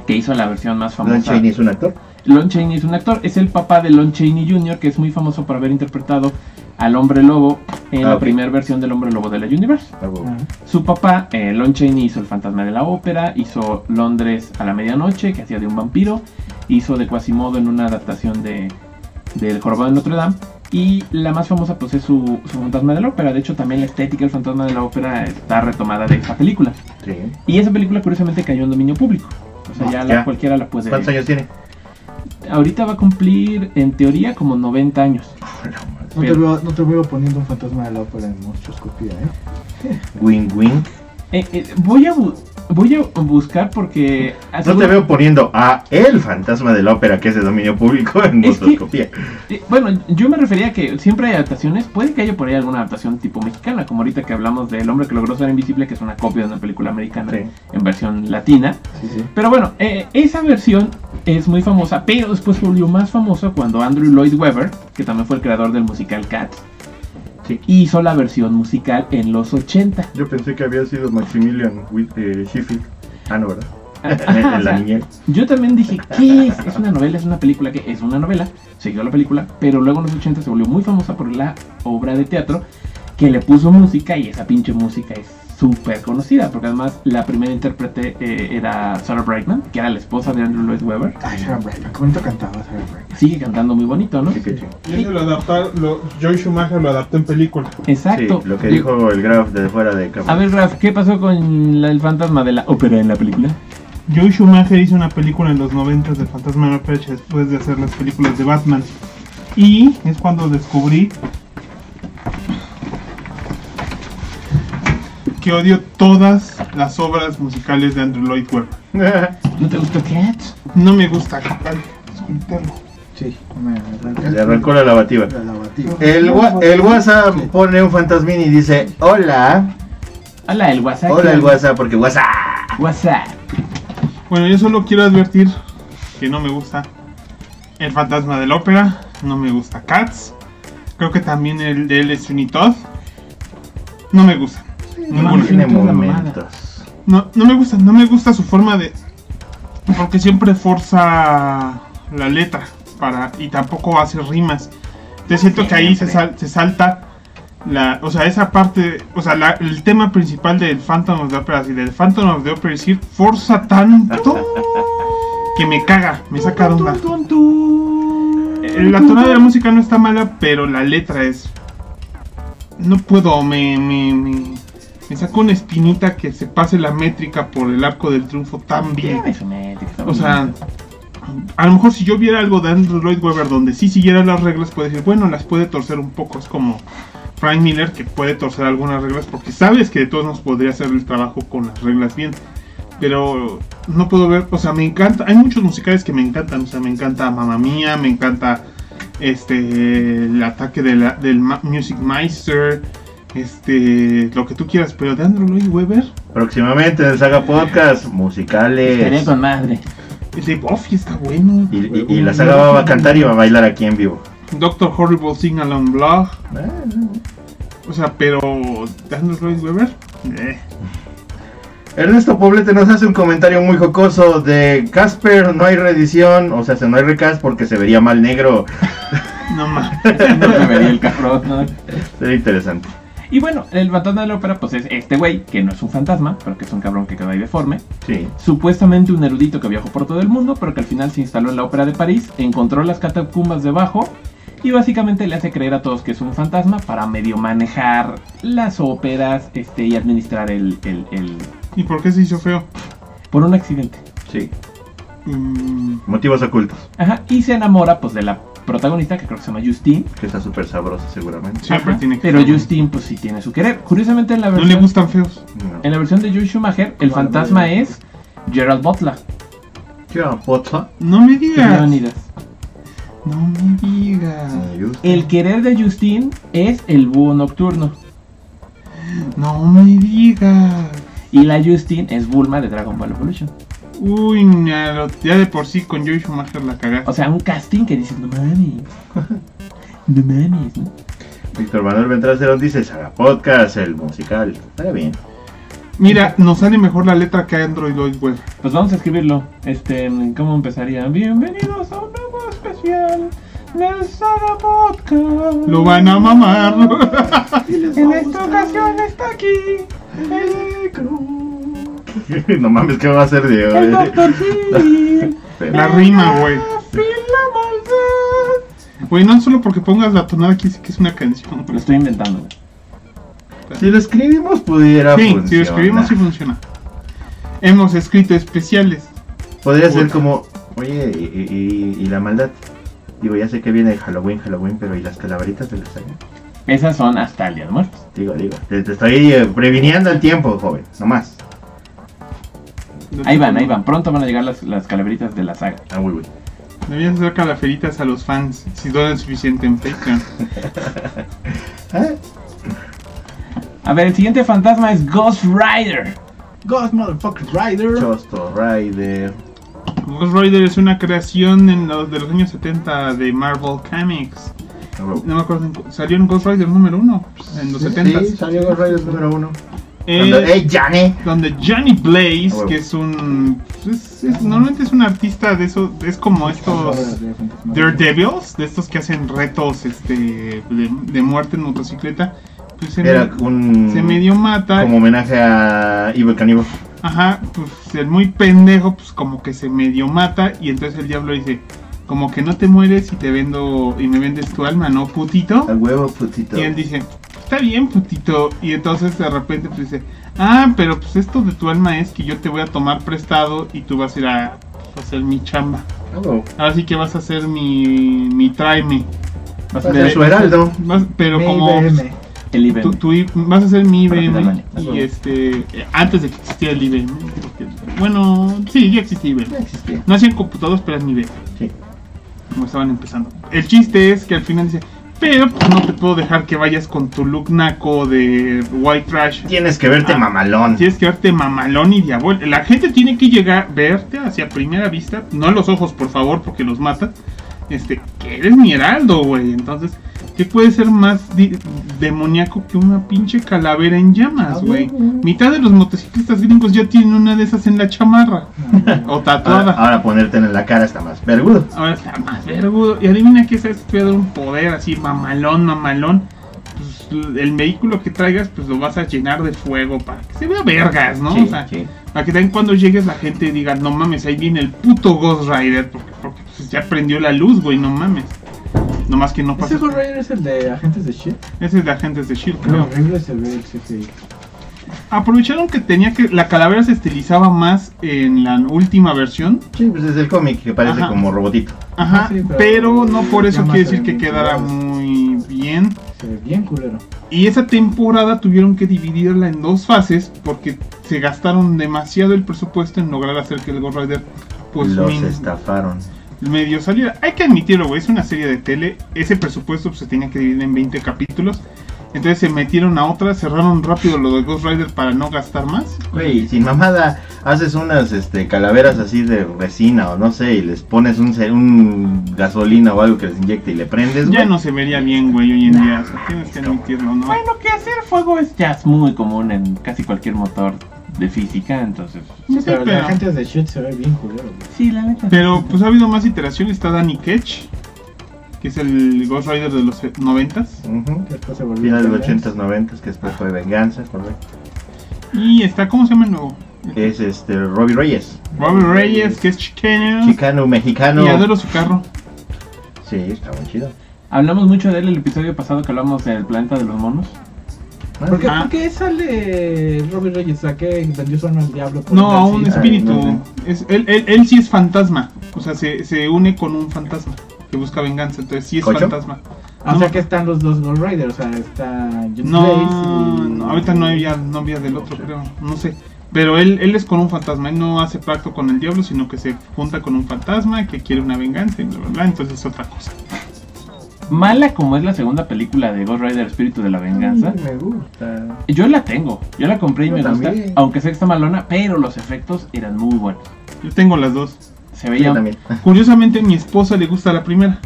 que hizo la versión más famosa. Lon Chaney es un actor. Lon Chaney es un actor, es el papá de Lon Chaney Jr., que es muy famoso por haber interpretado al hombre lobo en Ah, la ok. primera versión del hombre lobo de la Universe. Ah, huevo. Ah, Su papá, eh, Lon Chaney, hizo El fantasma de la ópera, hizo Londres a la medianoche, que hacía de un vampiro, hizo de Quasimodo en una adaptación de del Jorobado de Notre Dame. Y la más famosa pues es su, su fantasma de la ópera. De hecho, también la estética del fantasma de la ópera está retomada de esa película. Sí. Y esa película curiosamente cayó en dominio público. O sea, Ah, ya, la- ya. cualquiera la puede ¿Cuántos años tiene? Ahorita va a cumplir, en teoría, como 90 años. No te, Bien. veo, no te veo poniendo un fantasma de la ópera en monstruoscopía, ¿eh? Wing wing. Eh, eh, voy, a bu- voy a buscar porque... No te aseguro- veo poniendo a el fantasma de la ópera que es de dominio público en Es que- monstroscopía. Eh, Bueno, yo me refería a que siempre hay adaptaciones. Puede que haya por ahí alguna adaptación tipo mexicana, como ahorita que hablamos del hombre que logró ser invisible, que es una copia de una película americana Sí. en versión latina. Sí, sí. Pero bueno, eh, esa versión es muy famosa, pero después se volvió más famosa cuando Andrew Lloyd Webber, que también fue el creador del musical Cats, Sí. hizo la versión musical en los 80. Yo pensé que había sido Maximilian with, eh, Sheffield. Ah, no, ¿verdad? Ajá, o en la sea, niñez. Yo también dije, ¿qué es? Es una novela, es una película, que es una novela, siguió la película, pero luego en los 80 se volvió muy famosa por la obra de teatro que le puso música y esa pinche música es súper conocida, porque además la primera intérprete eh, era Sarah Brightman, que era la esposa de Andrew Lloyd Webber. Ay, Sarah Brightman, qué bonito cantaba Sarah Brightman. Sigue cantando muy bonito, ¿no? Sí, qué chido. Y ese lo adaptaron, lo, Joy Schumacher lo adaptó en película. Exacto. pues, Sí, lo que Digo, dijo el Graf de fuera de cámara. A ver, Raf, ¿qué pasó con la- el fantasma de la ópera en la película? Joe Schumacher hizo una película en los 90 de Fantasma de la Ópera después de hacer las películas de Batman. Y es cuando descubrí que odio todas las obras musicales de Andrew Lloyd Webber. ¿No te gustó Cats? No me gusta. ay, disculpenlo. Sí, me arranca. Le arrancó la lavativa. La lavativa. El, wa- el WhatsApp pone un fantasmín y dice, hola, Hola, el WhatsApp. hola el WhatsApp, porque WhatsApp. WhatsApp. Bueno, yo solo quiero advertir que no me gusta El Fantasma de la Ópera, no me gusta Cats, creo que también el de él es Unitod. No me gusta. Ninguno. Imagínate Tiene la mamada. momentos. No, no me gusta, no me gusta su forma de. Porque siempre forza la letra para y tampoco hace rimas. Entonces siento que ahí se, sal- se salta la, o sea, esa parte, o sea, la- el tema principal del Phantom of the Opera y del Phantom of the Opera es decir, forza tanto que me caga, me saca de onda. Eh, La tonada de la música no está mala, pero la letra es. No puedo, me, me, me, me saca una espinita que se pase la métrica por el arco del triunfo tan bien. Ay, su madre, que está O sea, bonito. a lo mejor si yo viera algo de Andrew Lloyd Webber donde sí siguiera las reglas, puede decir, bueno, las puede torcer un poco. Es como Frank Miller que puede torcer algunas reglas porque sabes que de todos nos podría hacer el trabajo con las reglas bien. Pero no puedo ver, o sea, me encanta. Hay muchos musicales que me encantan, o sea, me encanta Mamma Mía, me encanta este el ataque de la- del Ma- Music Meister, este lo que tú quieras, pero de Andrew Lloyd Webber, Próximamente en Saga Podcast, Estaré musicales. con madre. el de Buffy está bueno. Y, y- y la saga va a cantar y va a bailar aquí en vivo. Doctor Horrible Sing Along Blog. Ah, no. O sea, pero. ¿Daniel Lloyd Webber? Eh. Ernesto Poblete nos hace un comentario muy jocoso de Casper, no hay reedición, o sea, se no hay recast porque se vería mal negro. No más. No me vería el cabrón, ¿no? Sería interesante. Y bueno, el fantasma de la ópera, pues es este güey, que no es un fantasma, pero que es un cabrón que quedó ahí deforme. Sí. Supuestamente un erudito que viajó por todo el mundo, pero que al final se instaló en la ópera de París, encontró las catacumbas debajo y básicamente le hace creer a todos que es un fantasma para medio manejar las óperas este, y administrar el, el- el- ¿Y por qué se hizo feo? por un accidente. Sí. Mm, Motivos ocultos, Ajá, y se enamora pues de la protagonista, que creo que se llama Justine. que está súper sabroso seguramente. siempre Ajá, tiene que pero ser. Justine pues sí tiene su querer. Curiosamente en la No versión... le gustan feos. No. En la versión de Joe Schumacher, el fantasma es Gerald Butler, ¿Qué va, Potsa? No me digas. Leónidas. No me Ah. digas. Me gusta. El querer de Justin es el búho nocturno. No me digas. Y la Justin es Bulma de Dragon Ball Evolution. Uy, na- lo- ya de por sí con Joey Schumacher la cagaste. O sea, un casting que dices, no mames. No mames, ¿no? Víctor Manuel Ventral Cerón dice Saga Podcast, el musical. Está bien. Mira, nos sale mejor la letra que Android Lloyd Webber. Pues vamos a escribirlo. Este, ¿cómo empezaría? Bienvenidos a un nuevo especial Les haga podcast. Lo van a mamar. En esta ocasión está aquí el Cruz, no mames, ¿qué va a hacer Diego? el Doctor Phil, La rima, güey. Phil la maldad. Güey, no solo porque pongas la tonada aquí dice que es una canción. Lo güey. estoy inventando, güey. Si lo escribimos, Ah, pudiera Sí, funcionar. si lo escribimos sí funciona. Hemos escrito especiales. Podría ser como, oye, y, y- y- y la maldad. Digo, ya sé que viene Halloween, Halloween, pero ¿y las calaveritas de la saga? Esas son hasta el Día de Muertos. Digo, digo, te, te estoy eh, previniendo el tiempo, joven, nomás. Ahí van, ahí van. Pronto van a llegar las, las calaveritas de la saga. Ah, uy, uy. Debías hacer calaferitas a los fans si donan suficiente en Patreon. Ah, A ver, el siguiente fantasma es Ghost Rider. Ghost Motherfuckers Rider. Chosto Rider. Ghost Rider es una creación en los, de los años 70 de Marvel Comics. No me acuerdo, en cu- salió en Ghost Rider número 1 en los 70 Sí, salió Ghost Rider número uno. Eh, Cuando- ¡Ey, Jane! donde Johnny Blaze, Ah, bueno. que es un. es- es- normalmente es un artista de eso. Es como estos Daredevils, de estos que hacen retos este, de, de muerte en motocicleta. Pues se, Era me- un... se medio mata. Como homenaje a Evil Cannibal. Ajá, pues el muy pendejo, pues como que se medio mata. Y entonces el diablo dice: Como que no te mueres y te vendo. Y me vendes tu alma, ¿no, putito? A huevo, putito. Y él dice, está bien, putito. Y entonces de repente pues, dice, ah, pero pues esto de tu alma es que yo te voy a tomar prestado y tú vas a ir a pues, hacer mi chamba. Ah, huevo. Ahora sí que vas a hacer mi, mi tráeme. Vas Va a a ser ver su heraldo. Vas- pero como IBM. el IBM. tú, tú i- vas a ser mi Para cuidar IBM baño. y este, eh, antes de que existiera el IBM. porque- bueno, sí, ya existía Ya IBM. existía. No hacían computadoras, pero eran IBM. Sí. como estaban empezando. El chiste es que al final dice, pero pues, no te puedo dejar que vayas con tu look naco de white trash. Tienes que verte Ah. mamalón. Tienes que verte mamalón y diabólico. La gente tiene que llegar, verte hacia primera vista, no los ojos por favor porque los matan. Este, que eres mi heraldo, güey. Entonces, ¿qué puede ser más di- demoníaco que una pinche calavera en llamas, güey? Mitad de los motociclistas gringos ya tienen una de esas en la chamarra. o tatuada. Ahora, Ah, ahora ponértela en la cara está más vergudo. Ahora está más vergudo. Y adivina qué sabes que te voy a dar un poder así, mamalón, mamalón. Pues, el vehículo que traigas, pues lo vas a llenar de fuego para que se vea vergas, ¿no? Sí, o sea, sí. para que también cuando llegues la gente diga, no mames, ahí viene el puto Ghost Rider, porque, porque, pues, ya prendió la luz, güey, no mames. Nomás que no pasa. ¿Ese Ghost Rider es el de Agentes de Shit? Ese es de agentes de Shield, Qué E creo. horrible se ve el CGI. Aprovecharon que tenía que. La calavera se estilizaba más en la última versión. Sí, pues es el cómic que parece Ajá. como robotito. Ajá. Ah, Sí, pero, pero- no por eso Llamas quiere decir en que quedara colores. muy bien. Se ve bien culero. Y esa temporada tuvieron que dividirla en dos fases porque se gastaron demasiado el presupuesto en lograr hacer que el Ghost Rider pues Los min- estafaron. medio saliera. Hay que admitirlo, güey, es una serie de tele, ese presupuesto pues, se tenía que dividir en 20 capítulos. Entonces se metieron a otra, cerraron rápido lo de Ghost Rider para no gastar más. Güey, sin mamada, haces unas este, calaveras así de resina o no sé, y les pones un, ce- un gasolina o algo que les inyecte y le prendes. Ya Pues, güey. no se vería bien, güey, hoy en día. o sea, tienes que admitirlo, ¿no? Bueno, que hacer fuego es ya es muy común en casi cualquier motor de física, entonces. Sí, pero el de pero- Agentes de Shit se ve bien culero. güey. Sí, la neta. Pero pues ha habido más iteraciones. Está Danny Ketch, que es el Ghost Rider de los 90s. Ujú. Que después se volvió Final de los Venganza. 80s, 90s, que después fue Venganza, correcto. Y está, ¿cómo se llama el nuevo? Que es este, Robbie Reyes, Robbie Reyes, que es chicano. chicano, mexicano. Y adoro su carro. Sí, está muy chido. Hablamos mucho de él el episodio pasado que hablamos del planeta de los monos. ¿Por qué, Ah. por qué sale Robbie Reyes? ¿A qué vendió su alma al diablo? por No, una a un cita? espíritu. Ah, no Es- él, él- él sí es fantasma. O sea, se, se une con un fantasma que busca venganza. Entonces sí es ¿Cocho? fantasma. Ah, No. O sea que están los dos Ghost Riders. O sea, está John No, Blaze y- no, ahorita no había, no había del otro, creo. No sé. Pero él, él es con un fantasma. Él no hace pacto con el diablo, sino que se junta con un fantasma que quiere una venganza y bla, bla, bla. Entonces es otra cosa. Mala como es la segunda película de Ghost Rider Espíritu de la Venganza. Sí, Me gusta. Yo la tengo, yo la compré y Yo me también. gusta, aunque sé que está malona, pero los efectos eran muy buenos. Yo tengo las dos. Se Yo veía también. Curiosamente, a mi esposa le gusta la primera.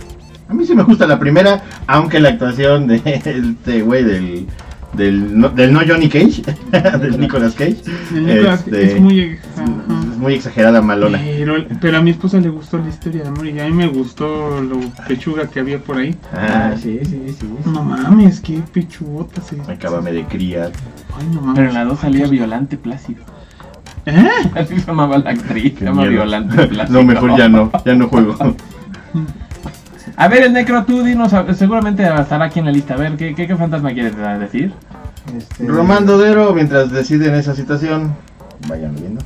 A mí sí me gusta la primera, aunque la actuación de este güey del, del no, del no Johnny Cage, del Nicolas Cage. El Nicolas Este, es muy. Es muy exagerada, malona. Pero, pero a mi esposa le gustó la historia de amor y a mí me gustó lo pechuga que había por ahí. Ah, sí, sí, sí, sí. No mames, qué pechugota se. acábame de criar. Ay, no mames. Pero en la 2 salía Violante Plácido. ¿Eh? Así se llamaba la actriz, se Qué llama miedo. Violante Plácido. No, mejor ya no, ya no juego. A ver, el Necro, tú dinos, a- seguramente estará aquí en la lista. A ver, ¿qué, qué, qué fantasma quieres decir? Este, Román Dodero, mientras deciden esa situación, vayan viendo.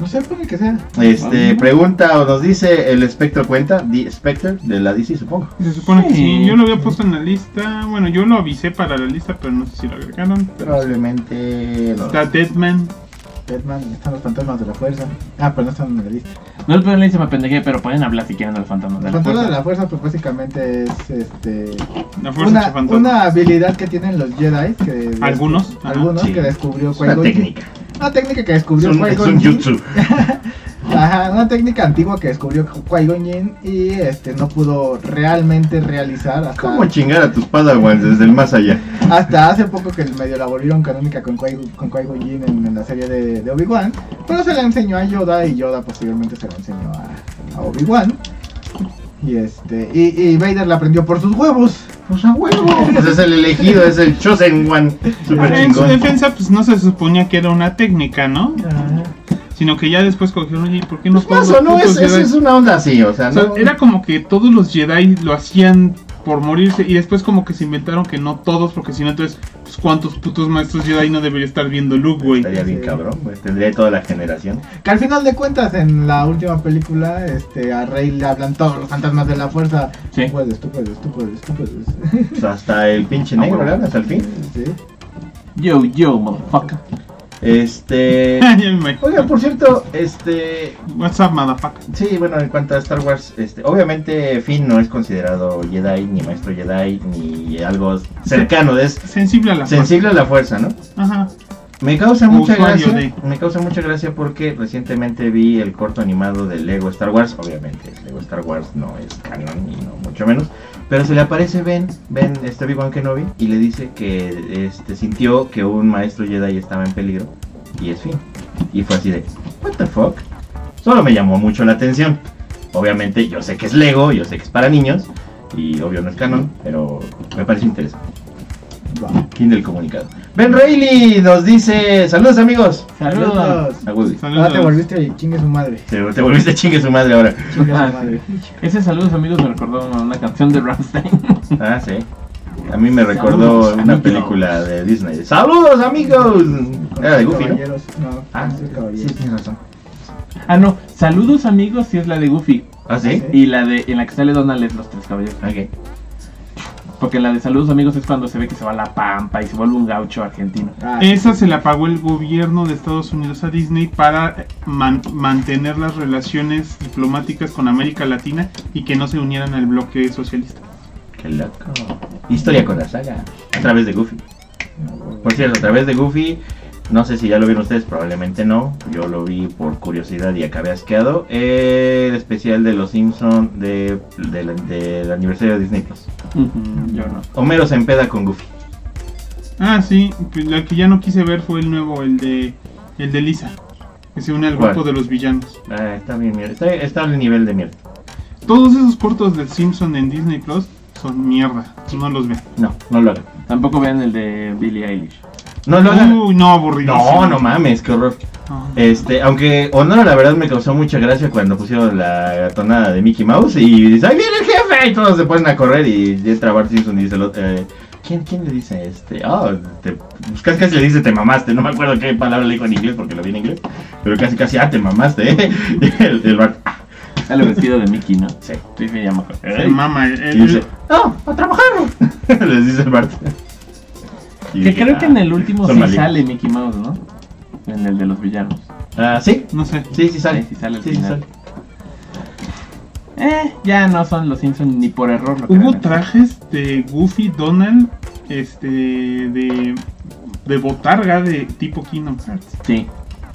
No sé por el que sea. Este, pregunta o nos dice el espectro cuenta, The Spectre de la DC, supongo. Se supone que Sí. sí. Yo lo había puesto en la lista. Bueno, yo lo avisé para la lista, pero no sé si lo agregaron. Probablemente no. Está Deadman. Batman, están los fantasmas de la fuerza. Ah, pero no están en la lista. No es problema, se me pendeje, pero pueden hablar si quieren de los fantasmas. de Los la fantasmas de fuerza. la fuerza, pues básicamente es este. La fuerza Una, chafantón. una habilidad que tienen los Jedi. Que este, Algunos, ajá, algunos sí. que descubrió Es una Qui-Gon Jinn. técnica. Una técnica que Es descubrió un, es Qui-Gon un Jinn. jutsu. Ajá, una técnica antigua que descubrió Qui-Gon Jinn y este no pudo realmente realizar hasta, ¿Cómo chingar a tus padawans desde el más allá? hasta hace poco que medio la volvieron canónica con Qui- con Qui-Gon Jinn en, en la serie de, de Obi-Wan, pero se la enseñó a Yoda y Yoda posteriormente se la enseñó a, a Obi-Wan. Y este y, y Vader la aprendió por sus huevos. Pues a huevo. Pues es el elegido, es el chosen one. Super En su chingón. defensa, pues no se suponía que era una técnica, ¿no? Ajá. Sino que ya después cogieron, oye, ¿y ¿por qué no Pues todos más o los no, es, putos es, Jedi? es una onda así, o sea, O sea, no. era como que todos los Jedi lo hacían por morirse y después como que se inventaron que no todos, porque si no entonces, pues cuántos putos maestros Jedi no debería estar viendo Luke, güey. Estaría bien cabrón, pues tendría toda la generación. Que al final de cuentas, en la última película, este, a Rey le hablan todos los fantasmas de la fuerza. Sí. Tú puedes, tú puedes, tú puedes, tú puedes. Pues hasta el pinche Ah, negro, bueno. ¿verdad? Hasta el fin. Sí. Yo, yo, motherfucker. Este. Ya me imagino. Oiga, por cierto, este. What's up, motherfucker? Sí, bueno, en cuanto a Star Wars, este, obviamente Finn no es considerado Jedi, ni maestro Jedi, ni algo cercano, es Sensible a la sensible a la fuerza, ¿no? fuerza. Ajá. Me causa mucha Usuario gracia, de- me causa mucha gracia porque recientemente vi el corto animado de Lego Star Wars, obviamente Lego Star Wars no es canon y no mucho menos, pero se le aparece Ben, Ben este Obi-Wan Kenobi y le dice que este sintió que un maestro Jedi estaba en peligro y es fin. Y fue así de, what the fuck? Solo me llamó mucho la atención. Obviamente yo sé que es Lego, yo sé que es para niños y obvio no es canon, pero me parece interesante. Va. Fin del comunicado. Ben Reilly nos dice, saludos amigos. Saludos. A Woody. Ahora Ah, te Saludos. volviste y chingue su madre. Te, te volviste chingue su madre ahora. Chingue su Ah, madre. Ese saludos, amigos, me recordó una, una canción de Rammstein. Ah, sí. A mí me recordó Saludos, una amigos. película de Disney. ¡Saludos, amigos! Era de Goofy, ¿no? Caballeros, no, Ah, ah, sí, caballeros. tienes razón. Ah, no, saludos, amigos, si es la de Goofy. ¿Ah, sí? Y la de en la que sale Donald es los tres caballeros. Ok. Porque la de saludos, amigos, es cuando se ve que se va a la pampa y se vuelve un gaucho argentino. Ah, Esa se la pagó el gobierno de Estados Unidos a Disney para eh, man- mantener las relaciones diplomáticas con América Latina y que no se unieran al bloque socialista. Qué loco. Historia con la saga. A través de Goofy. Por cierto, a través de Goofy. No sé si ya lo vieron ustedes, probablemente no. Yo lo vi por curiosidad y acabé asqueado. El especial de los Simpsons de, del- del aniversario de Disney Plus. Ujú, Yo no. Homero se empeda con Goofy. Ah, sí, pues la que ya no quise ver fue el nuevo, el de el de Lisa, que se une al ¿Cuál? grupo de los villanos. Ah, está bien, mierda. Está, está al nivel de mierda. Todos esos cortos del Simpson en Disney Plus son mierda, no los vean. No, no lo hagan. Tampoco vean el de Billie Eilish. No lo hagan. Uy, no, aburrido. No, no mames, qué horror. No. Este, aunque Honor la verdad me causó mucha gracia cuando pusieron la gatonada de Mickey Mouse y dice, ¡ahí viene el jefe! Y todos se ponen a correr y Jethra Bart Simpson dice, el otro, eh, ¿quién, ¿quién le dice este? Ah, te- pues casi casi le dice, te mamaste, no me acuerdo qué palabra le dijo en inglés porque lo vi en inglés, pero casi casi, ah, te mamaste, ¿eh? Y el, el Bart, ah, Sale vestido de Mickey, ¿no? sí. Sí, sí, ya me acuerdo. Se mama. eh, el- eh, Y dice, ¡no, a trabajar! Les dice el Bart. Y Que dije, creo que "Ah, en el último son sí malignos". sale Mickey Mouse, ¿no? En el de los villanos. Ah, sí, no sé. sí, sí sale. Sí, sí sale al sí, sí final. sale. Eh, ya no son los Simpsons ni por error. lo Hubo crean. trajes de Goofy, Donald, este, de, de botarga de tipo Kingdom Hearts. Sí,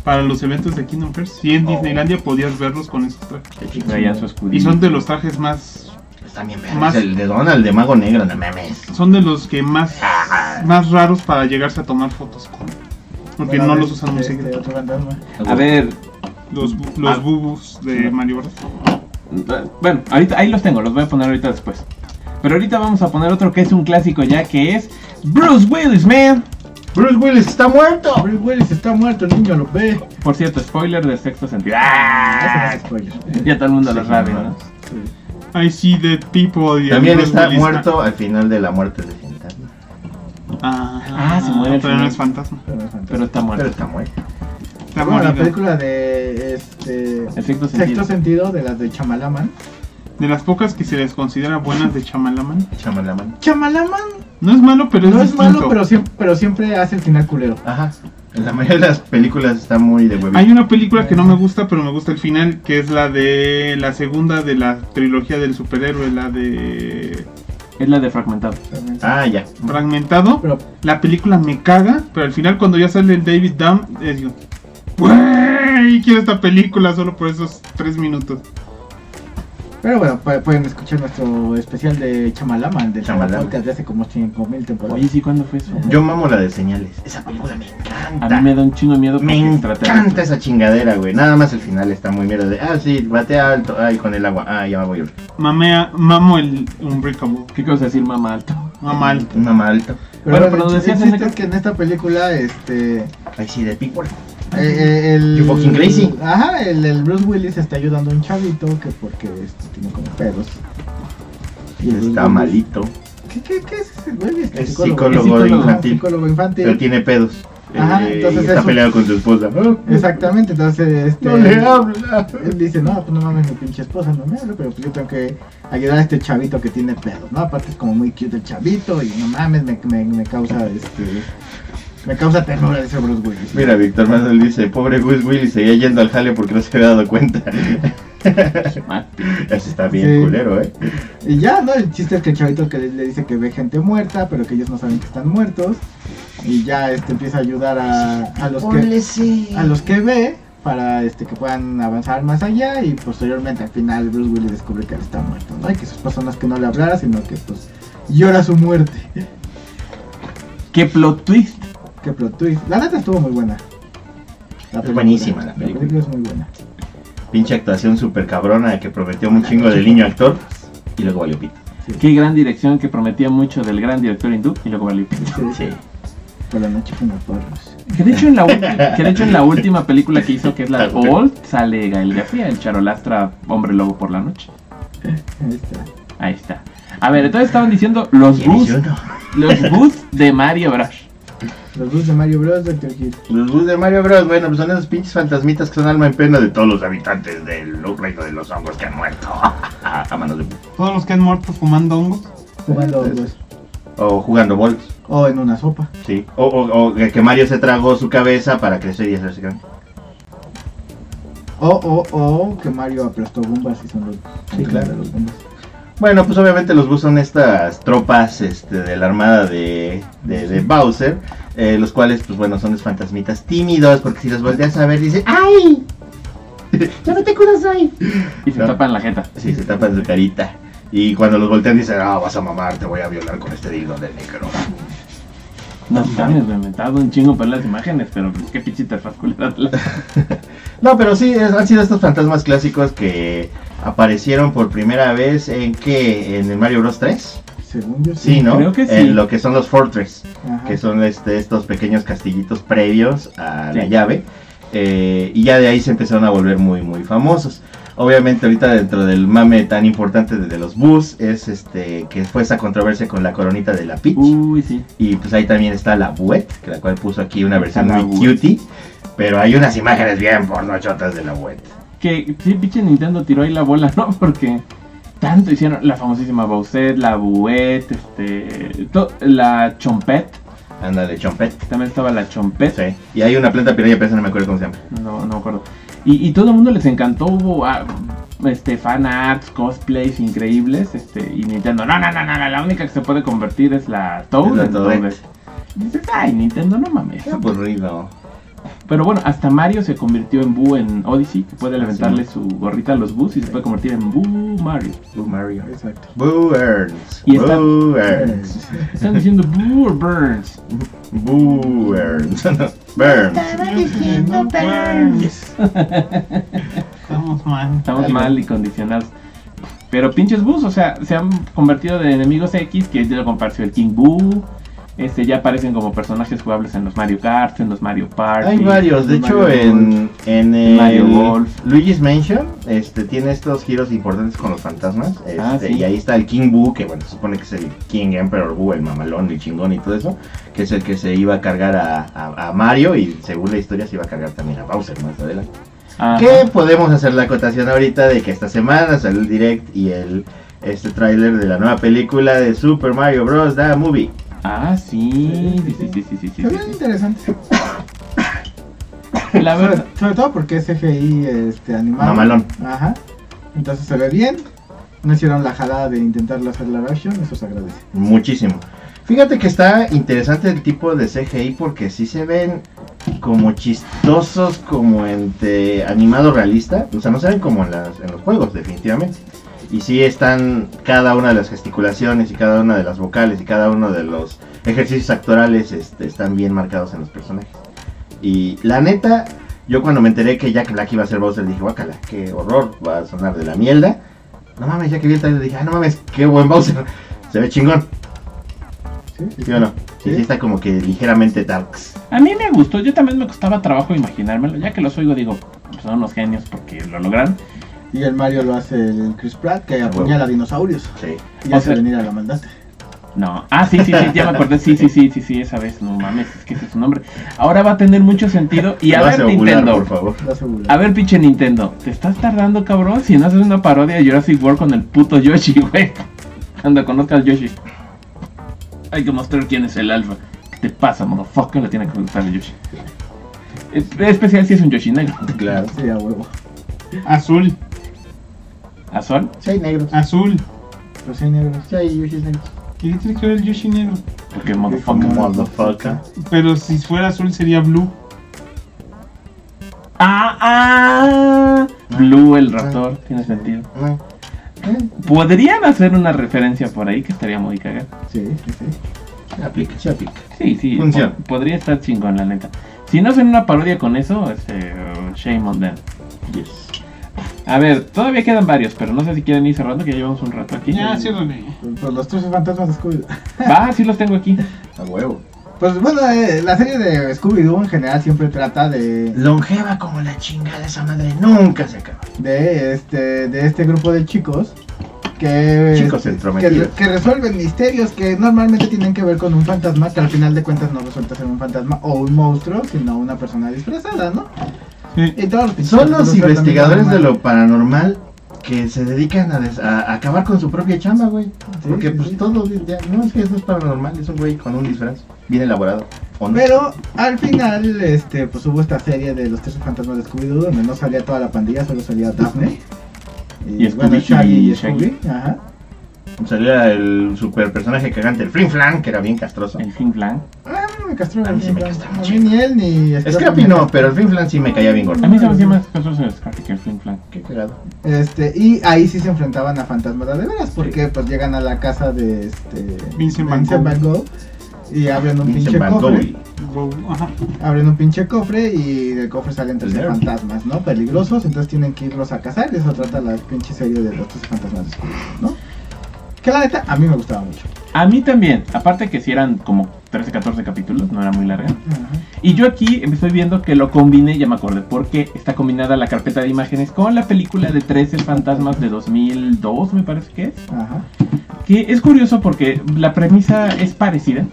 Para los eventos de Kingdom Hearts, si en Oh. Disneylandia podías verlos con esos trajes. Qué chingón. traían su escudillo. Y son de los trajes más... Está bien, verga, Más- es el de Donald, de Mago Negro, no mames. Son de los que más más raros para llegarse a tomar fotos con. Porque Bueno, este, no de- los usan muy de- de seguido. otro fantasma. A ver, Los, bu- los Ah. bubus de Mario Bros. bueno, ahorita ahí los tengo, los voy a poner ahorita después. Pero ahorita vamos a poner otro que es un clásico ya, que es Bruce Willis, man. Bruce Willis está muerto. Bruce Willis está muerto, el niño lo ve. Por cierto, spoiler de sexto sentido. ¡Ah! Ese no es spoiler. Ya todo el mundo lo sabe, ¿no? Sí. I see the people. y También Bruce está Willis muerto al final de la muerte de Fantasma. Ah, Ah, se muere al Pero no final. es fantasma. Pero no es fantasma. Pero está Pero muerto. está muerto. Está Bueno, la morido. película de este El sexto sentido. sexto sentido de las de Chamalaman. De las pocas que se les considera buenas de Chamalaman. Échame la mano. Chamalaman No es malo, pero es no es malo, distinto. pero siempre, pero siempre hace el final culero. Ajá. En la mayoría de las películas está muy de huevito. Hay una película que no me gusta, pero me gusta el final, que es la de la segunda de la trilogía del superhéroe, la de Es la de fragmentado. Ah, ya. Fragmentado. Pero La película me caga, pero al final cuando ya sale el David Dunn, eh, digo, "Güey, quiero esta película solo por esos tres minutos. Pero bueno, pu- pueden escuchar nuestro especial de Chamalaman, del Shyamalan. podcast de hace como 5.000 Oye, temporadas. sí, ¿cuándo fue eso? Yo mamo la de señales. Esa película me encanta. A mí me da un chingo de miedo. Me porque es extraterrestre. encanta esa chingadera, güey. Nada más el final está muy mierda de, ah, sí, batea alto, ay, con el agua, ah, ya me voy a ir. Mamea, mamo el Unbreakable. ¿Qué cosa decir mamá alto? Mamá alto. Una más alto. Bueno, Pero pero bueno, el, decías chiste ese- es que en esta película, este. eh, Ay, sí, de people. eh, el, You fucking crazy. Ajá, el, el Bruce Willis está ayudando a un chavito que porque este, tiene como pedos. Y el Bruce Está Willis- malito, ¿Qué, qué, qué es ese güey? Este Es psicólogo es infantil. psicólogo infantil. pero tiene pedos. Ajá, Eh, entonces y está eso- peleado con su esposa. Exactamente, entonces. Este, No le habla. Él dice, no, pues no mames, mi pinche esposa no me habla, pero pues yo tengo que ayudar a este chavito que tiene pedos, ¿no? Aparte es como muy cute el chavito y no mames, me, me, me causa, este, me causa ternura ese Bruce Willis. Mira, Víctor Manuel dice, pobre Gus Willis seguía yendo al jale porque no se había dado cuenta. Ah, Eso está bien Sí. culero, eh. Y ya, ¿no? El chiste es que el chavito que le, le dice que ve gente muerta, pero que ellos no saben que están muertos. Y ya, este, empieza a ayudar a, a los que, a los que ve para, este, que puedan avanzar más allá y posteriormente al final Bruce Willis descubre que él está muerto, ¿no? Y que sus personas que no le hablara, sino que, pues, llora su muerte. ¿Qué plot twist? Qué plot twist. La neta estuvo muy buena. La Es buenísima la película. es muy buena. Pinche actuación super cabrona que prometió un chingo del niño actor y luego valió pito. Qué gran dirección que prometía mucho del gran director hindú y luego valió. Sí. Este, Por la noche fuimos porros. Que de hecho en la, ulti- que de hecho en la última película que hizo, que es la de Old, sale Gael García, el charolastra hombre lobo por la noche. Ahí está. Ahí está. A ver, entonces estaban diciendo los ¿Quién bus, hizo uno? los bus de Mario Bros. Los blues de Mario Bros. Doctor Kid. Los bus de Mario Bros, bueno, pues son esos pinches fantasmitas que son alma en pena de todos los habitantes del reino de los hongos que han muerto. A manos de Todos los que han muerto fumando hongos. Jugando Entonces- hongos. O jugando bolos, Este, O en una sopa. sí. O, o- o que Mario se tragó su cabeza para crecer y hacerse grande. O, o, o Oh, que Mario aplastó bombas y son los. Sí, claro. los bombas. Bueno, pues obviamente los bus son estas tropas este, de la armada de, de, de Bowser, eh, los cuales, pues bueno, son los fantasmitas tímidos, porque si los volteas a ver, dice "Ah", ¡Ay! ¡Ya no te curas ahí! Y se No. tapan la jeta. Sí, se tapan su carita. Y cuando los voltean dicen, ah, vas a mamar, te voy a violar con este dildo de negro. No mames, me he inventado un chingo para las imágenes, pero pues, qué pichitas fasculadas. No, pero sí, es- han sido estos fantasmas clásicos que aparecieron por primera vez en que en el Mario Bros 3. Según yo Sí, ¿no? Creo que sí. En lo que son los Fortress, Ajá. que son este, estos pequeños castillitos previos a la Sí. llave. eh, y ya de ahí se empezaron a volver muy, muy famosos. Obviamente ahorita dentro del mame tan importante de de los bus es este que fue esa controversia con la coronita de la Peach. Uy, sí. Y pues ahí también está la Buet, que la cual puso aquí una versión Está la muy Buet. cutie. Pero hay unas imágenes bien pornochotas de la Buet. Que sí, pinche Nintendo tiró ahí la bola, ¿no? Porque tanto hicieron la famosísima Bowser, la Buet, este, to- la Chompet. Ándale, chompet. También estaba la Chompet. Sí. Y hay una planta piraya, pero esa no me acuerdo cómo se llama. No, no me acuerdo. Y, y todo el mundo les encantó, hubo ah, este, fan arts, cosplays increíbles, este, y Nintendo, no, no, no, no, no, la única que se puede convertir es la Toad, Es la entonces. Toadette. Dices, ay, Nintendo, no mames. Qué aburrido. Pero bueno, hasta Mario se convirtió en Boo en Odyssey, que puede Ah, levantarle sí. su gorrita a los Boos y se puede convertir en Boo Mario. Boo Mario. Exacto. Boo Earns. Y está- Boo Earns. Están diciendo Boo or Burns. Boo Earns. Burns. diciendo Burns. Estamos mal. Estamos Algo. mal y condicionados. Pero pinches Boos, o sea, se han convertido de enemigos X, que ya lo compartió el King Boo. Este, ya aparecen como personajes jugables en los Mario Kart, en los Mario Party. Hay varios, de hecho Mario en, en el Mario Golf. Luigi's Mansion este, tiene estos giros importantes con los fantasmas este, Ah, sí. y ahí está el King Boo, que bueno, se supone que es el King Emperor Boo, el mamalón, el chingón y todo eso, que es el que se iba a cargar a, a- a Mario y según la historia se iba a cargar también a Bowser más adelante. Ajá. Que podemos hacer la acotación ahorita de que esta semana salió el direct y el este tráiler de la nueva película de Super Mario Bros. The Movie. Ah, sí. Sí, sí, sí, sí, sí, sí, Se ven sí, interesantes. sí. La verdad. Sobre, sobre todo porque es CGI este, animado. Mamalón. Ajá. Entonces se ve bien. No hicieron la jalada de intentar hacer la versión, eso se agradece. Muchísimo. Fíjate que está interesante el tipo de CGI porque sí se ven como chistosos, como entre animado realista. O sea, no se ven como en, las- en los juegos, definitivamente. Y sí están cada una de las gesticulaciones y cada una de las vocales y cada uno de los ejercicios actorales este, están bien marcados en los personajes. Y la neta, yo cuando me enteré que Jack Black iba a ser Bowser, dije, guácala, qué horror, va a sonar de la mierda. No mames, ya que vi el trailer dije, ah, no mames, qué buen Bowser. Se ve chingón, ¿Sí? ¿sí o no? Sí, Sí. sí está como que ligeramente darks. A mí me gustó, yo también me costaba trabajo imaginármelo, ya que los oigo digo, son unos genios porque lo lograron. Y el Mario lo hace el Chris Pratt, que Ah, bueno. apuñala dinosaurios. Sí. Y O hace sea- venir a la maldad. No, ah, sí, sí, sí, ya me acordé, sí, sí, sí, sí, sí, esa vez, no mames, es que ese es su nombre. Ahora va a tener mucho sentido y a Lo ver hace ovular, Nintendo, por favor. Lo hace burlar. a ver pinche Nintendo, te estás tardando cabrón si no haces una parodia de Jurassic World con el puto Yoshi, güey. Cuando conozcas Yoshi. Hay que mostrar quién es el alfa. ¿Qué te pasa, motherfucker? Le tiene que gustar el Yoshi. Es, es especial si es un Yoshi negro. Claro. Sí, a huevo. Azul, ¿Azul? Sí hay negros. azul. Pero sí hay negros. Sí hay Yoshis negros. ¿Qué tiene que ver el Yoshi negro? Porque motherfucker. Motherfucker. Pero si fuera azul sería blue. Ah, ah. Blue el raptor, tiene sentido. Ah, Podrían hacer una referencia por ahí que estaría muy cagada. Sí, sí, sí. se aplica, se aplica. Sí, sí. Funciona. po- podría estar chingón, la neta. Si no hacen una parodia con eso, este, uh, shame on them. Yes. A ver, todavía quedan varios, pero no sé si quieren ir cerrando, que ya llevamos un rato aquí. Ya, ciérrale. Pues los tres fantasmas de Scooby. Va, sí los tengo aquí. A huevo. Pues bueno, eh, la serie de Scooby-Doo en general siempre trata de, Longeva como la chingada esa madre. Nunca se acaba. de, este, de este grupo de chicos que, Chicos Eh, que, entrometidos. que resuelven misterios que normalmente tienen que ver con un fantasma que al final de cuentas no resulta ser un fantasma o un monstruo, sino una persona disfrazada, ¿no? Sí. Y todos pinches Son los capítulos tratan investigadores de mismo lo paranormal que se dedican a, des- a- a acabar con su propia chamba, güey. Sí, Porque sí, pues sí. todo, ya- no es que eso es paranormal, es un güey con un disfraz bien elaborado. ¿o no? Pero al final, este, pues hubo esta serie de los tres fantasmas de Scooby-Doo donde no salía toda la pandilla, solo salía Daphne. Y Scooby, Shaggy y Shaggy. Ajá. Salía el super personaje cagante, el Flim Flan, que era bien castroso. El Fing Flan. Ah, no me castró. A mí sí me no, castró no, mucho. Ni él ni. Scrappy no, pero el Flim Flan sí me caía bien gordo. A mí se me hacía más casos en Scrappy que el Fing Flan. Qué cagado. Este, y ahí sí se enfrentaban a fantasmas de veras, porque pues llegan a la casa de este. Vincent Van Gogh. Van Gogh, Y abren un Vincent pinche Van Gogh. cofre. Wow, ajá. Abren un pinche cofre y del cofre salen tres Claro. fantasmas, ¿no? Peligrosos, entonces tienen que irlos a cazar. De eso trata la pinche serie de los tres fantasmas oscuros, ¿no? Que la neta, a mí me gustaba mucho. A mí también. Aparte que si eran como 13, 14 capítulos, no era muy larga. Y yo aquí estoy viendo que lo combiné, ya me acordé, porque está combinada la carpeta de imágenes con la película de 13 fantasmas de 2002, me parece que es. Ajá. Que es curioso porque la premisa es parecida.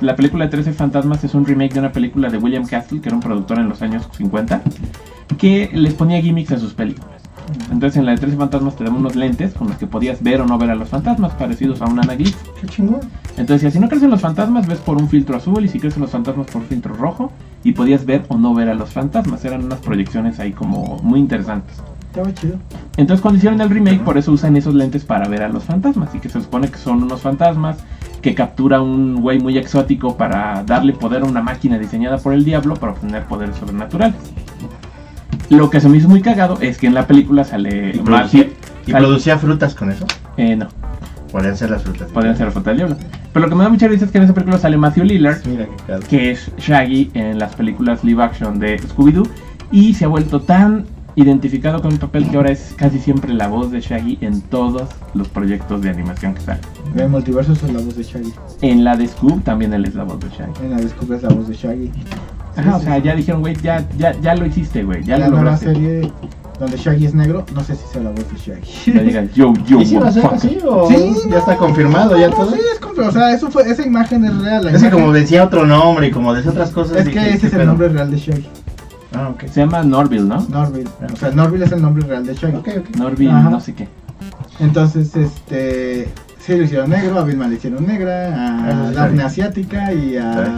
La película de 13 fantasmas es un remake de una película de William Castle, que era un productor en los años 50, que les ponía gimmicks a sus películas. Entonces en la de 13 fantasmas te daban unos lentes con los que podías ver o no ver a los fantasmas, parecidos a un anaglyph. Qué chingón. Entonces, si no crecen los fantasmas, ves por un filtro azul y si crecen los fantasmas por un filtro rojo y podías ver o no ver a los fantasmas. Eran unas proyecciones ahí como muy interesantes. Estaba chido. Entonces, cuando hicieron el remake, por eso usan esos lentes para ver a los fantasmas y que se supone que son unos fantasmas que captura a un güey muy exótico para darle poder a una máquina diseñada por el diablo para obtener poderes sobrenaturales. Lo que se me hizo muy cagado es que en la película sale Y producía, Matthew. y sale- producía frutas con eso. eh, no, Podrían ser las frutas. podrían ser la fruta del diablo. Pero lo que me da mucha risa es que en esa película sale Matthew Lillard, Pues Mira qué cagado. que es Shaggy en las películas live action de Scooby-Doo, y se ha vuelto tan identificado con el papel que ahora es casi siempre la voz de Shaggy en todos los proyectos de animación que salen. En el multiverso es la voz de Shaggy. En la de Scoob también él es la voz de Shaggy. En la descubres la voz de Shaggy. Ajá, o sí, sea, sí. ya dijeron, güey, ya, ya, ya lo hiciste, güey, ya la lo nueva lograste. serie donde Shaggy es negro, no sé si sea la voz de Shaggy. Ya digan, yo, yo, ¿Y si va a ser así motherfucker. o ya está confirmado ya no, todo? Sí, es confirmado. O sea, eso fue, esa imagen es real. la Es que imagen- como decía otro nombre y como decía otras cosas. es dije, que ¿qué ese es el pedo? nombre real de Shaggy. Ah, ok. Se llama Norville, ¿no? Norville. O sea, Norville es el nombre real de Shaggy. Ok, ok. Norville, Ajá. no sé qué. Entonces, este. Sí, lo hicieron negro, a Vilma le hicieron negra, Ah, a sí, Daphne Shaggy. asiática y a.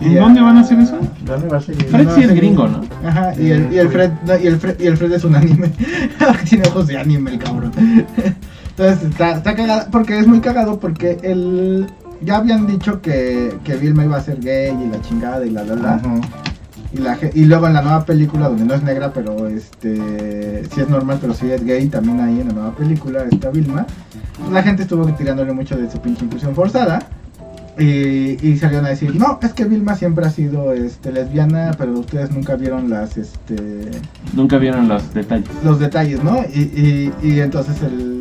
¿En y dónde van a hacer eso? ¿Dónde va a ser? Fred no, sí es sí. gringo, ¿no? Ajá, y el, y el Fred, no, y el Fred, y el Fred es un anime. Tiene ojos pues, de anime el cabrón. Entonces está, está cagado, porque es muy cagado porque el ya habían dicho que, que Vilma iba a ser gay y la chingada y la la la. Ajá. Y, la ge- y luego en la nueva película, donde no es negra, pero este sí es normal, pero sí es gay, también ahí en la nueva película está Vilma. La gente estuvo tirándole mucho de su pinche inclusión forzada. Y, y salieron a decir, no, es que Vilma siempre ha sido este, lesbiana, pero ustedes nunca vieron las este Nunca vieron los detalles. los detalles, ¿no? Y, y- y entonces el-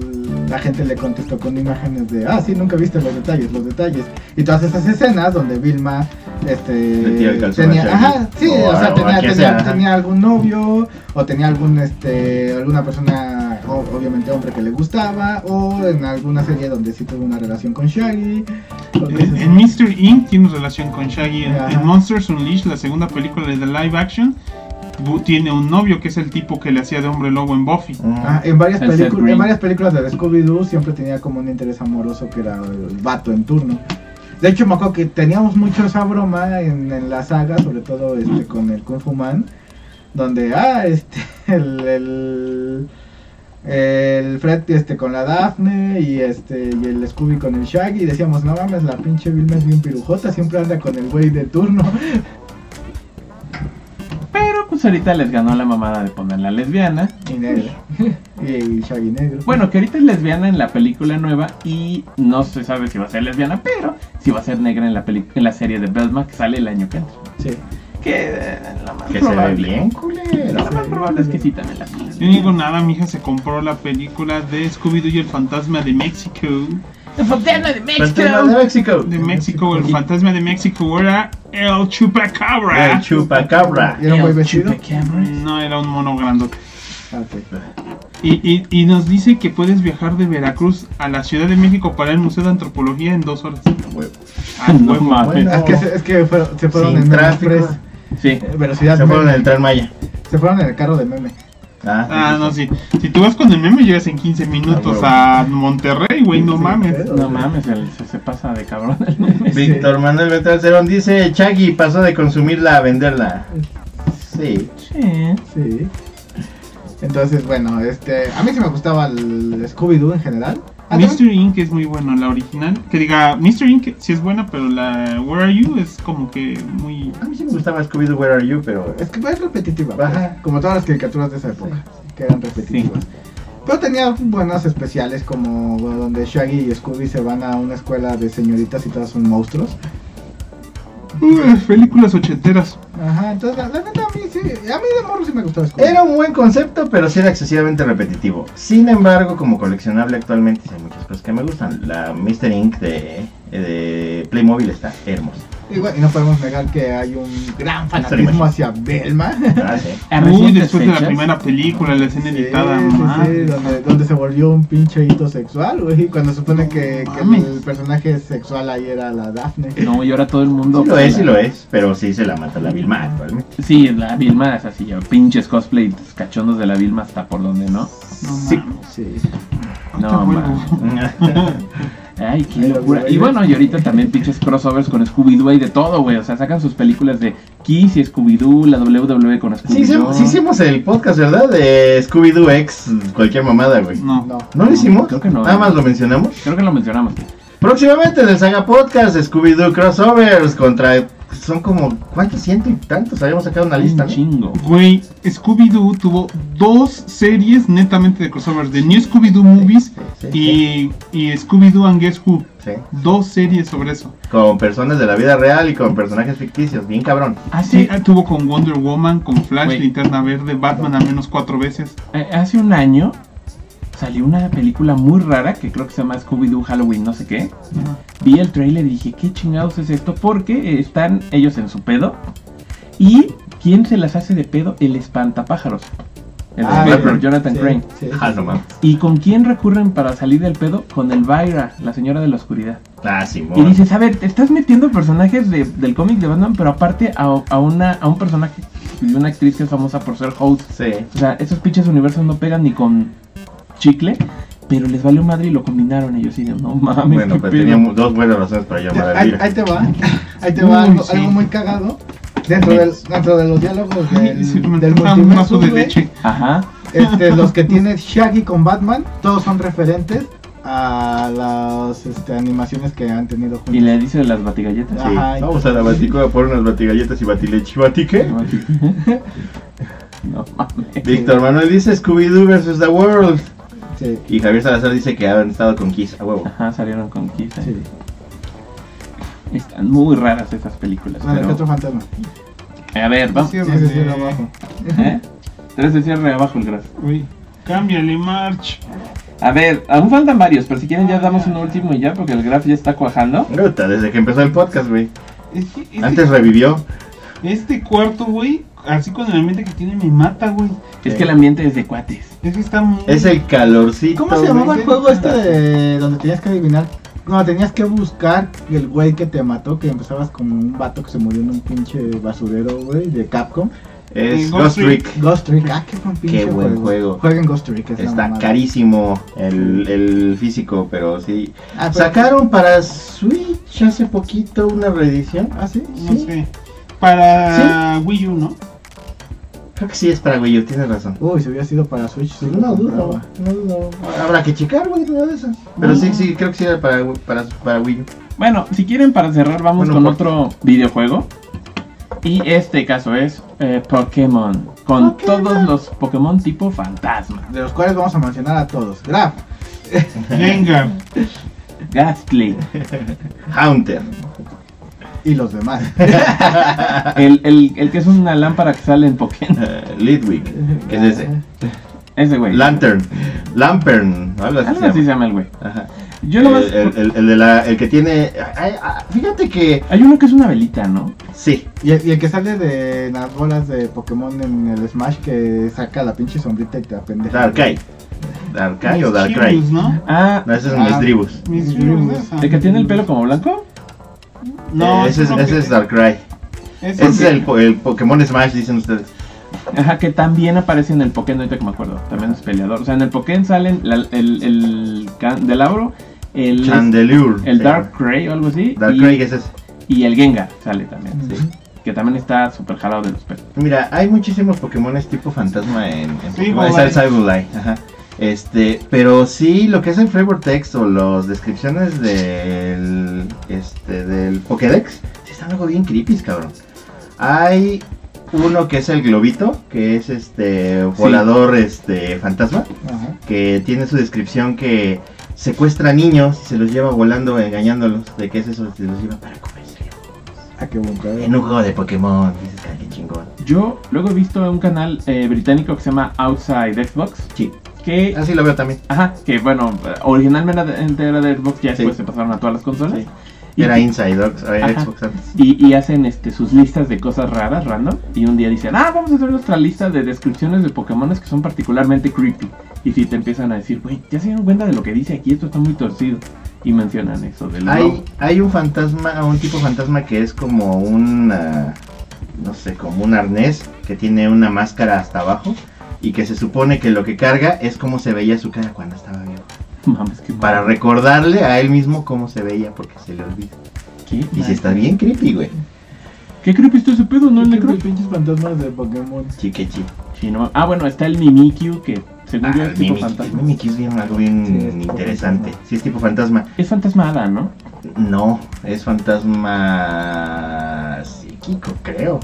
la gente le contestó con imágenes de, ah, sí, nunca viste los detalles, los detalles. Y todas esas escenas donde Vilma, este, Metía el calzón a tenía, Shaggy. ajá, sí, O o, a- sea, o a tenía, quien tenía- sea, ajá. tenía algún novio, o tenía algún, este, alguna persona, o- obviamente hombre que le gustaba, o en alguna serie donde sí tuvo una relación con Shaggy. Entonces, En en Mr. Inc. tiene relación con Shaggy. En, Ajá. en Monsters Unleashed, la segunda película de live action, bu- tiene un novio que es el tipo que le hacía de hombre lobo en Buffy. Mm. Ah, en, varias Sunset películas- Green. en varias películas de Scooby-Doo siempre tenía como un interés amoroso que era el vato en turno. De hecho, me acuerdo que teníamos mucho esa broma en, en la saga, sobre todo este con el Kung Fu Man, donde, ah, este, el, el, el Fred este, con la Daphne y este y el Scooby con el Shaggy. Y decíamos, no mames, la pinche Vilma es bien pirujota, siempre anda con el güey de turno. Pero pues ahorita les ganó la mamada de ponerla lesbiana. Y negro. y Shaggy negro. Bueno, que ahorita es lesbiana en la película nueva y no se sabe si va a ser lesbiana, pero si va a ser negra en la, peli- en la serie de Belma que sale el año que entra. sí. Que eh, lo más Que se ve probable. bien, culero. Lo más probable es que sí también la pongan. Yo no digo nada, mi hija se compró la película de Scooby-Doo y el fantasma de México. ¡La Pues Fontana de México! Fantasma de México. De México, el fantasma de México era el chupacabra. El chupacabra. ¿Y era un güey vestido? no era un mono grandote. Ah, ok. Y, y- y nos dice que puedes viajar de Veracruz a la Ciudad de México para el Museo de Antropología en dos horas. Huevo. Ah, No huevo. mames. Bueno, Es que, se, es que fueron- se fueron Sin en meme tráfico. express, Sí. eh, velocidad Se fueron en meme. el tren Maya. Ah, se fueron en el carro de meme. Ah, no, sí. Si tú vas con el meme, llegas en 15 minutos a Monterrey, güey, no Ah, Sí, mames. pero- No mames, el- se, se pasa de cabrón el meme. Víctor Manuel Beltrán Cerón dice, Chaggy pasó de consumirla a venderla. Sí. Sí. Sí. Entonces, bueno, este, a mí sí me gustaba el Scooby-Doo en general. Ah, también- Mystery Inc. es muy buena, la original. Que diga, Mystery Inc. sí es buena, pero la Where Are You es como que muy. A mí sí me gustaba Scooby-Doo, Where Are You, pero... Es que es repetitiva, Ajá. pues, como todas las caricaturas de esa época, que eran repetitivas. Pero tenía buenos especiales como donde Shaggy y Scooby se van a una escuela de señoritas y todas son monstruos. Uh, las películas ochenteras. Ajá, entonces la, la neta a mí sí, a mí de morro sí me gustaba Scooby. Era un buen concepto, pero sí era excesivamente repetitivo. Sin embargo, como coleccionable actualmente, sí hay muchas cosas que me gustan. La Mr. Inc. de, de Playmobil está hermosa. Y bueno, y no podemos negar que hay un gran fanatismo hacia Velma. Ah, sí. A Uy, recientes después de la fechas, primera película, la escena Sí, editada. sí, sí, madre. donde, donde se volvió un pinche hito sexual, güey. Cuando supone que, que Mames. el personaje sexual ahí era la Daphne. No, y ahora todo el mundo. Sí lo es, sí lo es, pero sí se la mata la Vilma actualmente. Sí, la Vilma es así, ya, pinches cosplay, cachondos de la Vilma hasta por donde no. No Sí. mames. Sí. Ahorita No, vuelvo. mames. Ay, qué Ahí lo locura. veo, ahí Y lo bueno, y ahorita también pinches crossovers con Scooby-Doo y de todo, güey. O sea, sacan sus películas de Kiss y Scooby-Doo, la WWE con Sí, Scooby-Doo. hice- sí hicimos el podcast, ¿verdad? De Scooby-Doo X, cualquier mamada, güey. No. No. ¿No lo hicimos? Creo que no. Nada más lo mencionamos. Creo que lo mencionamos. Próximamente en el Saga Podcast, Scooby-Doo Crossovers contra... Son como, ¿cuántos? Ciento y tantos. Habíamos sacado una lista, Un ¿no? chingo. Güey, Scooby-Doo tuvo dos series netamente de crossovers: The New Scooby-Doo Movies Sí, sí, y, y Scooby-Doo and Guess Who. Sí. Dos series sobre eso. Con personas de la vida real y con personajes ficticios. Bien cabrón. Sí, Hace, ah, tuvo con Wonder Woman, con Flash, Güey. Linterna Verde, Batman al menos cuatro veces. eh, hace un año salió una película muy rara que creo que se llama Scooby-Doo Halloween, no sé qué. Vi el trailer y dije, ¿qué chingados es esto? Porque están ellos en su pedo. ¿Y quién se las hace de pedo? El espantapájaros. El Ah, escritor sí, Jonathan sí, Crane. sí. Ah, no mames. ¿Y con quién recurren para salir del pedo? Con Elvira, la señora de la oscuridad. Ah, Y Simón. dices, a ver, te estás metiendo personajes de- del cómic de Batman, pero aparte a, a una, a un personaje y una actriz que es famosa por ser host. Sí. O sea, esos pinches universos no pegan ni con chicle, pero les valió madre y lo combinaron ellos. Y de, no mames, Bueno, qué pues pedo". teníamos dos buenas razones para llamar a Ahí, Elvira. ahí te va, ahí te va Uy, algo, sí. algo muy cagado. Dentro, del- dentro de los diálogos del, Ay, se me del antoja un multiverso, vaso de güey, leche. Ajá. este, los que tiene Shaggy con Batman, todos son referentes a las este, animaciones que han tenido juntos. Y le dice de las batigalletas. Sí. Ajá. Vamos a la baticueva por unas batigalletas y batileche. ¿Batiqué? No mames. Víctor Manuel dice Scooby-Doo vs. The World. Sí, Y Javier Salazar dice que han estado con Kiss. A huevo. Ajá, salieron con Kiss. ¿eh? sí. Están muy raras esas películas. Bueno, ¿qué pero- otro fantasma? A ver, vamos. Sí, Cierre sí, de- sí, abajo. ¿Eh? Tres de cierre abajo el gras. Güey, cámbiale, March. A ver, aún faltan varios, pero si quieren ya damos uno último y ya, porque el graph ya está cuajando. Puta, desde que empezó el podcast, güey. Es que este, Antes revivió. este cuarto, güey, así con el ambiente que tiene, me mata, güey. Es que el ambiente es de cuates. Es que está muy. Es el calorcito. ¿Cómo se llamaba güey. el juego este de donde tenías que adivinar? No, tenías que buscar el güey que te mató, que empezabas como un vato que se murió en un pinche basurero, güey, de Capcom. Es Eh, Ghost Ghost Trick. Ghost Trick, ah, qué buen pinche Qué buen juego. Jueguen Ghost Trick, es la Está mamada. carísimo el, el físico, pero Pues sí. Ah, pero- Sacaron para Switch hace poquito una reedición. Ah, sí. No sé. Para Wii U, ¿no? Creo que sí es para Wii U, tienes razón. Uy, si hubiera sido para Switch, sí lo No dudo, compraba. no dudo. Habrá que checar, güey, una de esas. Pero sí, sí, creo que sí era para, para, para Wii U. Bueno, si quieren para cerrar vamos Bueno, con por- otro videojuego. Y este caso es eh, Pokémon. Con Pokémon. todos los Pokémon tipo fantasma. De los cuales vamos a mencionar a todos. Graf, Venga. Gastly. Haunter. y los demás. El, el- el que es una lámpara que sale en Pokémon. eh, Ludwig. ¿Qué es ese? Ese güey. Lantern. Lampern. ¿no? Algo así Algo se así se llama llama. el güey. Ajá. Yo nomás... El, el- el- el de la- el que tiene. ay, ah, fíjate que. Hay uno que es una velita, ¿no? Sí. Y el, y el que sale de las bolas de Pokémon en el Smash que saca la pinche sombrita y te apendeja. Darkai. Darkai o Darkrai. Mysterious, ¿no? Ah, No, ese es Ah. Misdribus. Mysterious, esa. el que tiene el pelo como blanco. No, Eh, ese es, no, ese que- es Darkrai. ese Ese es el, po- el Pokémon Smash, dicen ustedes. Ajá, que también aparece en el Pokémon, ahorita que me acuerdo. También es peleador. O sea, en el Pokémon salen la- el, el candelabro, el, Chandelure. el se Dark llama. Cray o algo así. y, Darkrai, ese es. y el Gengar sale también. Ujú. sí. Que también está súper jalado de los pelos. Mira, hay muchísimos Pokémones tipo fantasma en, en Sí, Pokémon. Golai. Es el Sableye, ajá. Este, pero sí, lo que es el flavor text o las descripciones del, este, del Pokédex, sí están algo bien creepy, cabrón. Hay uno que es el globito, que es este volador este fantasma, Ajá. que tiene su descripción que secuestra niños y se los lleva volando engañándolos, de que es eso, se los lleva para comerse. Ah, qué buen pedo. En un juego de Pokémon, dices, "Ah, qué chingón. Yo luego he visto un canal eh, británico que se llama Outside Xbox. Sí, Que, así lo veo también. ajá, que bueno, originalmente era de Xbox, ya Sí. después se pasaron a todas las consolas. Sí. Era Y- Inside Dogs, era Ajá. Xbox antes. Y, y hacen este, sus listas de cosas raras, random. Y un día dicen, ah, vamos a hacer nuestra lista de descripciones de Pokémones que son particularmente creepy. Y si te empiezan a decir, güey, ya se dieron cuenta de lo que dice aquí, esto está muy torcido. Y mencionan eso del Hay, globo. hay un fantasma, un tipo fantasma que es como un, ah, no sé, como un arnés que tiene una máscara hasta abajo y que se supone que lo que carga es como se veía su cara cuando estaba vivo. Mames, qué Para mal. recordarle a él mismo cómo se veía porque se le olvida. ¿Qué, Y si mal. está bien creepy, güey. ¿Qué creepy está ese pedo, no, Los el necro? pinches fantasmas de Pokémon. Chiquechi. Sí, no- Ah, bueno, está el Mimikyu que Según Ah, yo es tipo Mimic. fantasma. Mimic es bien algo bien Sí, es tipo interesante. fantasma. Sí, es tipo fantasma. Es fantasma hada, ¿no? No, es fantasma psíquico, creo.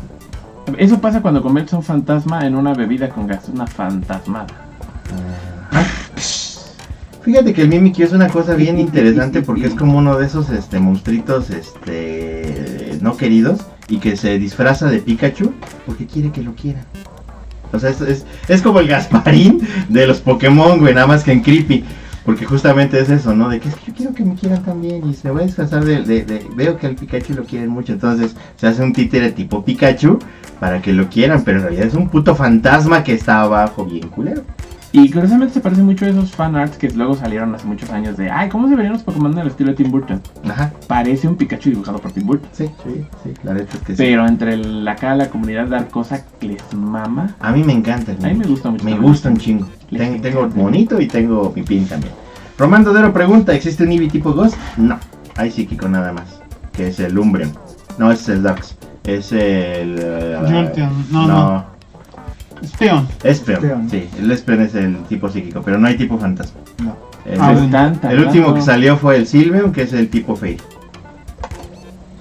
Eso pasa cuando conviertes a un fantasma en una bebida con gas, una fantasmada. Fíjate que el Mimikyu es una cosa bien interesante porque es como uno de esos este monstruitos este no queridos y que se disfraza de Pikachu porque quiere que lo quieran. O sea, es, es- es como el Gasparín de los Pokémon, güey, nada más que en creepy. Porque justamente es eso, ¿no? De que es que yo quiero que me quieran también y se va a disfrazar de, de- de- Veo que al Pikachu lo quieren mucho, entonces se hace un títere tipo Pikachu para que lo quieran, pero en realidad es un puto fantasma que está abajo bien culero. Y curiosamente se parece mucho a esos fanarts que luego salieron hace muchos años de, ay, ¿cómo se verían los Pokémon en el estilo de Tim Burton? Ajá, Parece un Pikachu dibujado por Tim Burton. sí, sí, sí, la neta es que sí. Pero entre la acá la comunidad dar cosa que les mama. A mí me encanta el A mí me Mimikyu. gusta mucho. Me también. gusta un chingo. Les Ten- encanta. tengo monito y tengo pipín también. Román Dodero pregunta, ¿existe un Eevee tipo Ghost? No, hay psíquico nada más. Que es el Umbreon. No, es el Dax. Es el... eh, Jolteon. No, no. Es peón. Es Peon. Espeon. Sí, el Espeon es el tipo psíquico, pero no hay tipo fantasma. No. El, Me Ah, el están tardando. último que salió fue el Silveon, que es el tipo Fey.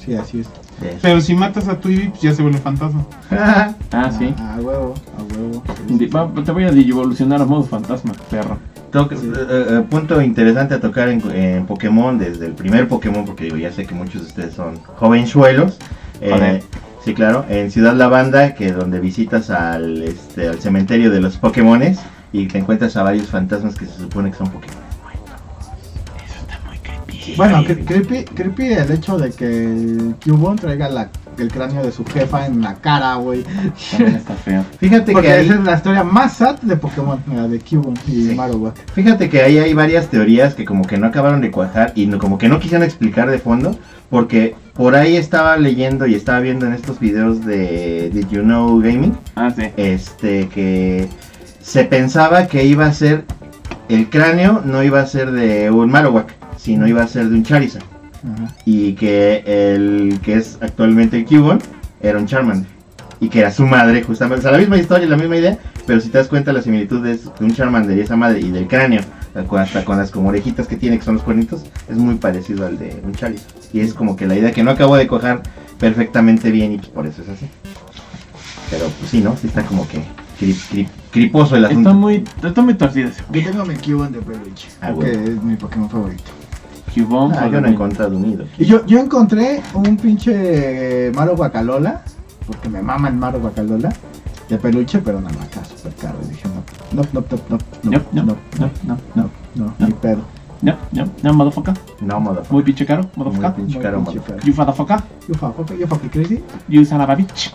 Sí, así es. Pero si matas a tu Eevee, pues ya se vuelve fantasma. Ah, sí. A huevo, a huevo. Di- va- Te voy a digivolucionar a modo fantasma, perro. Toc- Sí. eh, eh, punto interesante a tocar en, en Pokémon, desde el primer Pokémon, porque digo, ya sé que muchos de ustedes son jovenzuelos. Eh, Joder. sí, claro, en Ciudad Lavanda, que donde visitas al, este, al cementerio de los Pokémones y te encuentras a varios fantasmas que se supone que son Pokémon. pues, Bueno, cre- creepy, creepy el hecho de que el Cubone traiga la- el cráneo de su jefa en la cara, güey. También está feo. Fíjate que Porque ahí, esa es la historia más sad de Pokémon, la de Cubone y Sí. Marowak. fíjate que ahí hay varias teorías que como que no acabaron de cuajar y no- como que no quisieron explicar de fondo, porque por ahí estaba leyendo y estaba viendo en estos videos de Did You Know Gaming. Ah, sí. este que se pensaba que iba a ser el cráneo no iba a ser de un Marowak, sino iba a ser de un Charizard Ajá. y que el que es actualmente el Cubone era un Charmander y que era su madre justamente, o sea, la misma historia, la misma idea, pero si te das cuenta la similitud es de un Charmander y esa madre y del cráneo, con- hasta con las como orejitas que tiene que son los cuernitos, es muy parecido al de un Charizard y es como que la idea que no acabo de cojar perfectamente bien y pues por eso es así. Pero pues sí, ¿no? Sí está como que cri- cri- criposo el asunto. Está muy, está muy torcido ese. Yo tengo mi Cubone de peluche, Ah, que huevo. es mi Pokémon favorito. Cubone, Ah, yo no he encontrado unido. Y yo, yo encontré un pinche eh, Maro Guacalola, porque me mama el Maro Guacalola, de peluche, pero nada más está súper caro. Y dije, no, no, no, no, no, No, no, no, no, no, no, no, no. ni pedo. no, no, no, motherfucker. No, motherfucker. Muy pinche caro, Muy motherfucker. pinche Muy caro, pinche motherfucker. You motherfucker. Yo fuck, yo fuck, crazy. You son of a bitch.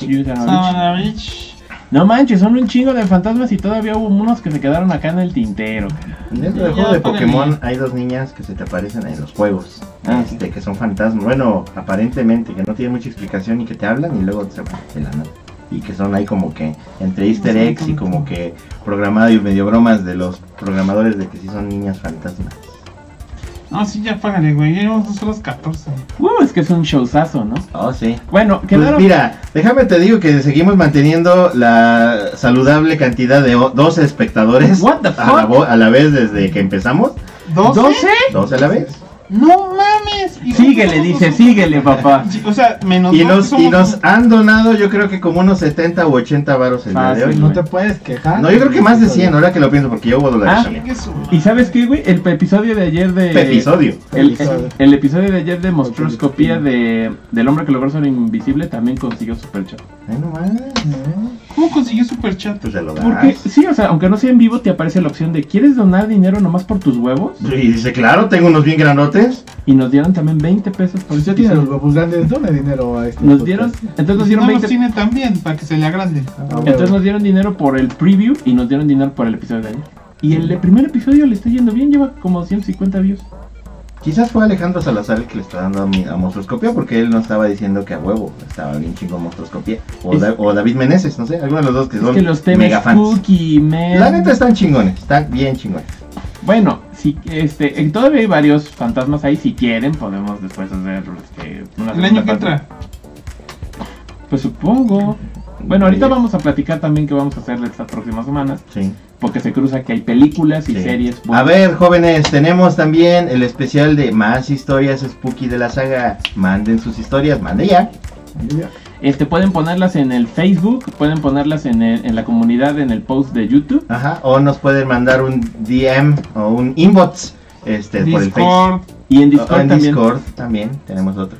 You son of a bitch. Sábana Beach. No manches, son un chingo de fantasmas y todavía hubo unos que se quedaron acá en el tintero. Dentro del Ya, este juego de apágale. Pokémon hay dos niñas que se te aparecen en los juegos. Ah, este, que son fantasmas. Bueno, aparentemente, que no tienen mucha explicación y que te hablan y luego se van de la nada. Y que son ahí como que entre easter eggs y como que programado y medio bromas de los programadores de que sí son niñas fantasmas. No, sí, ya págale, güey. Ya llevamos dos horas 14. Uh, es que es un showzazo, ¿no? Oh, sí. Bueno, Pues quedaron. mira, déjame te digo que seguimos manteniendo la saludable cantidad de o- 12 espectadores What the a la, fuck? vo- a la vez desde que empezamos. ¿Dos? ¿12? 12 a la vez. ¡No mames! Y Síguele, somos dice, dos- síguele, papá. O sea, menos Y dos, nos, somos y nos dos. han donado yo creo que como unos 70 u 80 varos el día de Fácil. hoy. No te puedes quejar. No, yo creo que más de 100, ahora que lo pienso, porque yo hubo dólares Ah. también. Chingue su madre. ¿Y sabes qué, güey? El episodio de ayer de. Episodio. El, Episodio. el episodio de ayer de Monstruoscopía de, del hombre que logró ser invisible también consiguió superchat. Ay, no mames, ¿Cómo consiguió Superchat? pues se lo das. Porque, sí, o sea, aunque no sea en vivo, te aparece la opción de ¿quieres donar dinero nomás por tus huevos? Y dice, claro, tengo unos bien grandotes. Y nos dieron también 20 pesos por Pues ese ya tiene los episodio. huevos grandes, dame dinero a este. Nos podcast. dieron, entonces nos Si dieron no los 20 tiene también, para que se le agrande. Ah, huevo. Entonces nos dieron dinero por el preview y nos dieron dinero por el episodio de ayer. Y el de primer episodio le está yendo bien, lleva como 150 views. Quizás fue Alejandro Salazar el que le está dando a, mi, a Monstroscopía, porque él no estaba diciendo que a huevo estaba bien chingo Monstroscopía. O, Es- Da- o David Meneses, no sé, alguno de los dos que Es son que los mega temas fans. Cookie, Man. La neta están chingones, están bien chingones. Bueno, si, este, eh, todavía hay varios fantasmas ahí. Si quieren, podemos después hacer este, una El año segunda que parte. entra. Pues supongo. Bueno, ahorita vamos a platicar también qué vamos a hacer estas próximas semanas, Sí. porque se cruza que hay películas y Sí. series. A buenas. ver, jóvenes, tenemos también el especial de más historias spooky de la saga. Manden sus historias, manden ya. Este, pueden ponerlas en el Facebook, pueden ponerlas en, el- en la comunidad, en el post de YouTube. Ajá. O nos pueden mandar un DM o un inbox este, por el Facebook. Discord. Y en O Discord Ah, en también. Discord también tenemos otro.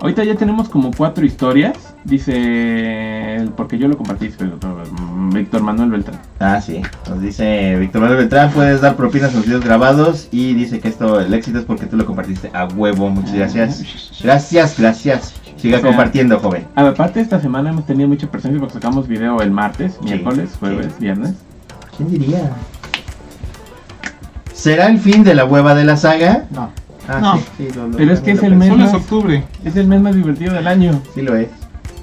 Ahorita ya tenemos como cuatro historias, dice, porque yo lo compartí, pero, mm, Víctor Manuel Beltrán. Ah, sí. Nos dice Víctor Manuel Beltrán, puedes dar propinas a los videos grabados y dice que esto, el éxito es porque tú lo compartiste a huevo. Muchas gracias. Gracias, gracias. Siga Ah, O sea, compartiendo, joven. A ver, Ah, aparte esta semana hemos tenido mucha presencia porque sacamos video el martes, miércoles, jueves, sí. viernes. ¿Quién diría? ¿Será el fin de la hueva de la saga? No. Ah, No. sí, sí, lo- lo- Pero es que lo es el pensé. Solo menos. es octubre. Es el mes más divertido del año. Sí lo es.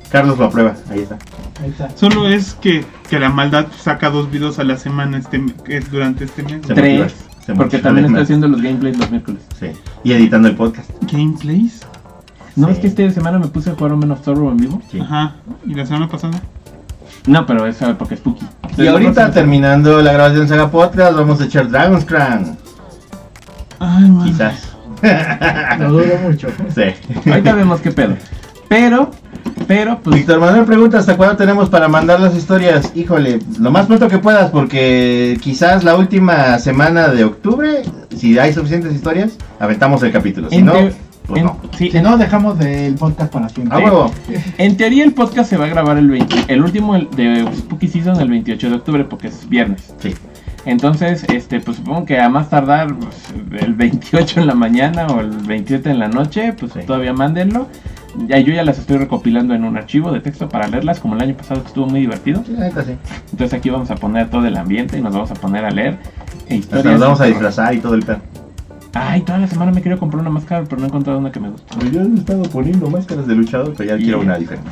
Carlos lo aprueba, ahí está. Ahí está. Solo es que, que la maldad saca dos videos a la semana este, me- que es durante este mes. Se Tres, motiva, se Porque motiva. también está haciendo los gameplays los miércoles. Sí. Y editando el podcast. ¿Gameplays? No, Sí. es que esta semana me puse a jugar Omen of Sorrow en vivo. Sí. Ajá. ¿Y la semana pasada? No, pero eso es porque es spooky. Y ahorita terminando la grabación de Saga Podcast, vamos a echar Dragon's Crown. Ay, man. Quizás. No dudo mucho. Sí. Ahorita vemos qué pedo. Pero, pero, pues. Víctor Manuel pregunta hasta cuándo tenemos para mandar las historias. Híjole, lo más pronto que puedas, porque quizás la última semana de octubre, si hay suficientes historias, aventamos el capítulo. Si en no, teo- pues en- no. sí, Si no, dejamos el podcast para siempre. A huevo. en teoría el podcast se va a grabar el 20, el último de Spooky Season el 28 de octubre porque es viernes. Sí. Entonces, este, pues supongo que a más tardar pues, el 28 en la mañana o el 27 en la noche, pues Sí. todavía mándenlo. Ya, yo ya las estoy recopilando en un archivo de texto para leerlas, como el año pasado que estuvo muy divertido. Sí, la neta, sí. Entonces aquí vamos a poner todo el ambiente y nos vamos a poner a leer e Hasta historias. nos vamos a disfrazar y todo el pedo. Ay, toda la semana me quiero comprar una máscara, pero no he encontrado una que me guste. Pues Yo he estado poniendo máscaras de luchador, pero ya Y- quiero una diferente.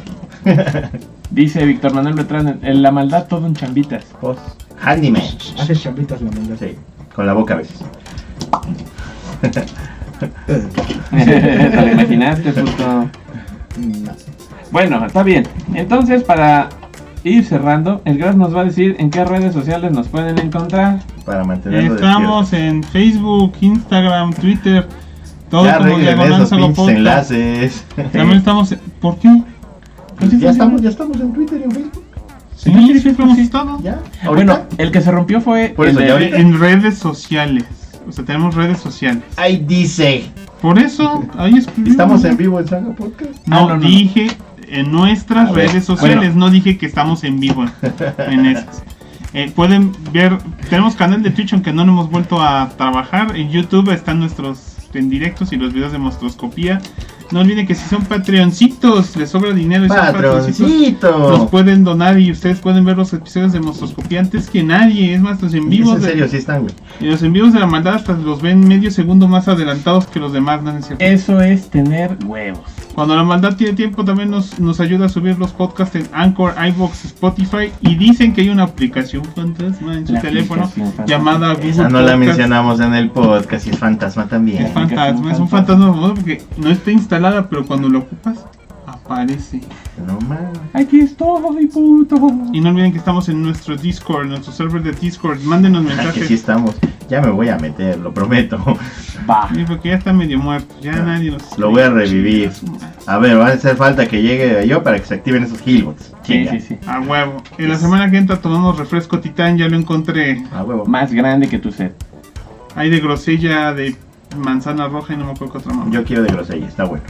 Dice Víctor Manuel Beltrán, en la maldad todo en chambitas. Pues, Handyman. Haces chambitas la manga. Sí, con la boca a veces. Te lo imaginaste, puto. Mm, No. Bueno, está bien. Entonces, para ir cerrando, el Graf nos va a decir en qué redes sociales nos pueden encontrar. Para Eh, mantenerlo Estamos en Facebook, Instagram, Twitter. despierto. Todo Ya como arreglen Diagonal esos Solo pinches Podcast. enlaces. También estamos. ¿Por qué? Pues ya estamos, ya estamos en Twitter y en Facebook. Sí, Entonces, siempre hemos estado. Ya. Bueno, el que se rompió fue Por el eso, ya de... ahorita. En redes sociales. O sea, tenemos redes sociales. Ahí dice. Por eso, ahí escribimos. Estamos en vivo en Saga Podcast. No, Ah, no, no. dije en nuestras A ver, redes sociales, no dije que estamos en vivo en esas. Eh, pueden ver, tenemos canal de Twitch aunque no lo hemos vuelto a trabajar. En YouTube están nuestros en directos y los videos de Mostroscopía. No olviden que si son patreoncitos, les sobra dinero y son patroncitos. Pues Los pues, Patroncito. pueden donar y ustedes pueden ver los episodios de Mostroscopía antes que nadie. Es más, los en Es vivos en de- serio, sí están, güey. y los en vivos de la maldad hasta los ven medio segundo más adelantados que los demás, ¿no es cierto? Eso es tener huevos. Cuando la maldad tiene tiempo también nos, nos ayuda a subir los podcasts en Anchor, iVoox, Spotify y dicen que hay una aplicación fantasma en su La teléfono aplicación fantasma. llamada Google Esa Ah, no la Podcast. mencionamos en el podcast y es fantasma Es también. fantasma, es un fantasma famoso porque no está instalada pero cuando lo ocupas aparece. No mames. Aquí estoy, puto. Y no olviden que estamos en nuestro Discord, nuestro server de Discord, mándenos Ah, que mensajes. sí estamos. Ya me voy a meter, lo prometo. Va. Sí, porque ya está medio muerto, ya nadie nos... Ah, Lo voy a revivir. A ver, va a hacer falta que llegue yo para que se activen esos Hillbots. Sí, sí, sí. A huevo. En la semana que entra tomamos refresco titán, ya lo encontré A huevo. Más grande que tu sed. Hay de grosella, de manzana roja y no me acuerdo qué otra mamá. Yo quiero de grosella, está bueno.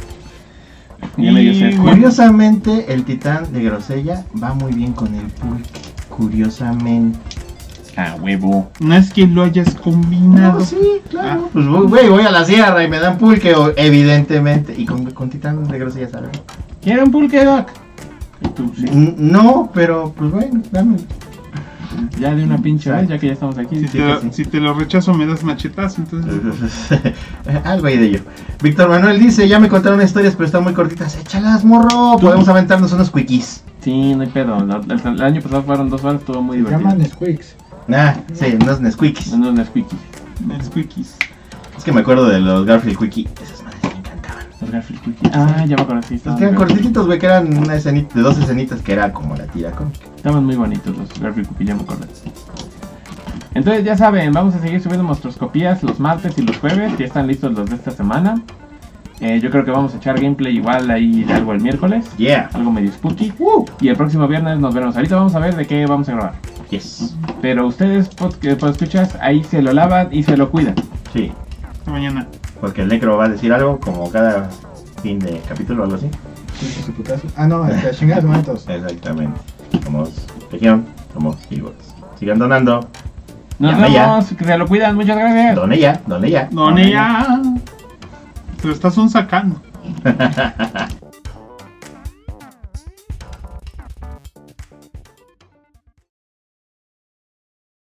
Ya le dio Y, sed. güey, Curiosamente, el titán de grosella va muy bien con el pulque. Curiosamente. Ah, huevo. No es que lo hayas combinado. No, sí, claro. Pues voy, güey, voy a la sierra y me dan pulque, o- evidentemente. Y con, con titán de grosella, ¿sabes? ¿Quieren pulque, Doc? Y tú, sí. N- Mm, No, pero pues bueno, dame. Ya de una pinche vez, ya que ya estamos aquí. Si, Sí, te lo, sí, sí. si te lo rechazo me das machetazo, entonces Algo ahí de ello. Víctor Manuel dice, ya me contaron historias, pero están muy cortitas. Échalas, morro. Podemos aventarnos unos quickies. Sí, no hay pedo. La- la- El, año pasado fueron dos horas, estuvo muy Se divertido. llaman Squeaks. Ah, sí, unos Nesquikis. No, no, no, es quickie. el squeakies. Es que me acuerdo de los Garfield Quickie. Esas madres me encantaban. Los Garfield Quickies. Ah, ya me acuerdo, sí. Los Estaban, que eran muy- cortititos, Pues güey, que eran una escenita, de dos escenitas que era como la tira cómica. estaban muy bonitos los Garfield Quickies, ya me acuerdo. Entonces, ya saben, vamos a seguir subiendo monstroscopías los martes y los jueves. Ya están listos los de esta semana. Eh, yo creo que vamos a echar gameplay igual ahí de algo el miércoles. Yeah. Algo medio spooky. Y el próximo viernes nos veremos. Ahorita vamos a ver de qué vamos a grabar. Yes. Pero ustedes, pod- que escuchas, ahí se lo lavan y se lo cuidan. Sí. Hasta mañana. Porque el necro va a decir algo como cada fin de capítulo o algo así. Su putazo. Ah, no, este, chingados momentos. Exactamente. Somos región, somos Eagles. Sigan donando. Nos Ya, vemos, que se lo cuidan, muchas gracias. Done ya, done ya. Donde ya. Te lo estás sacando.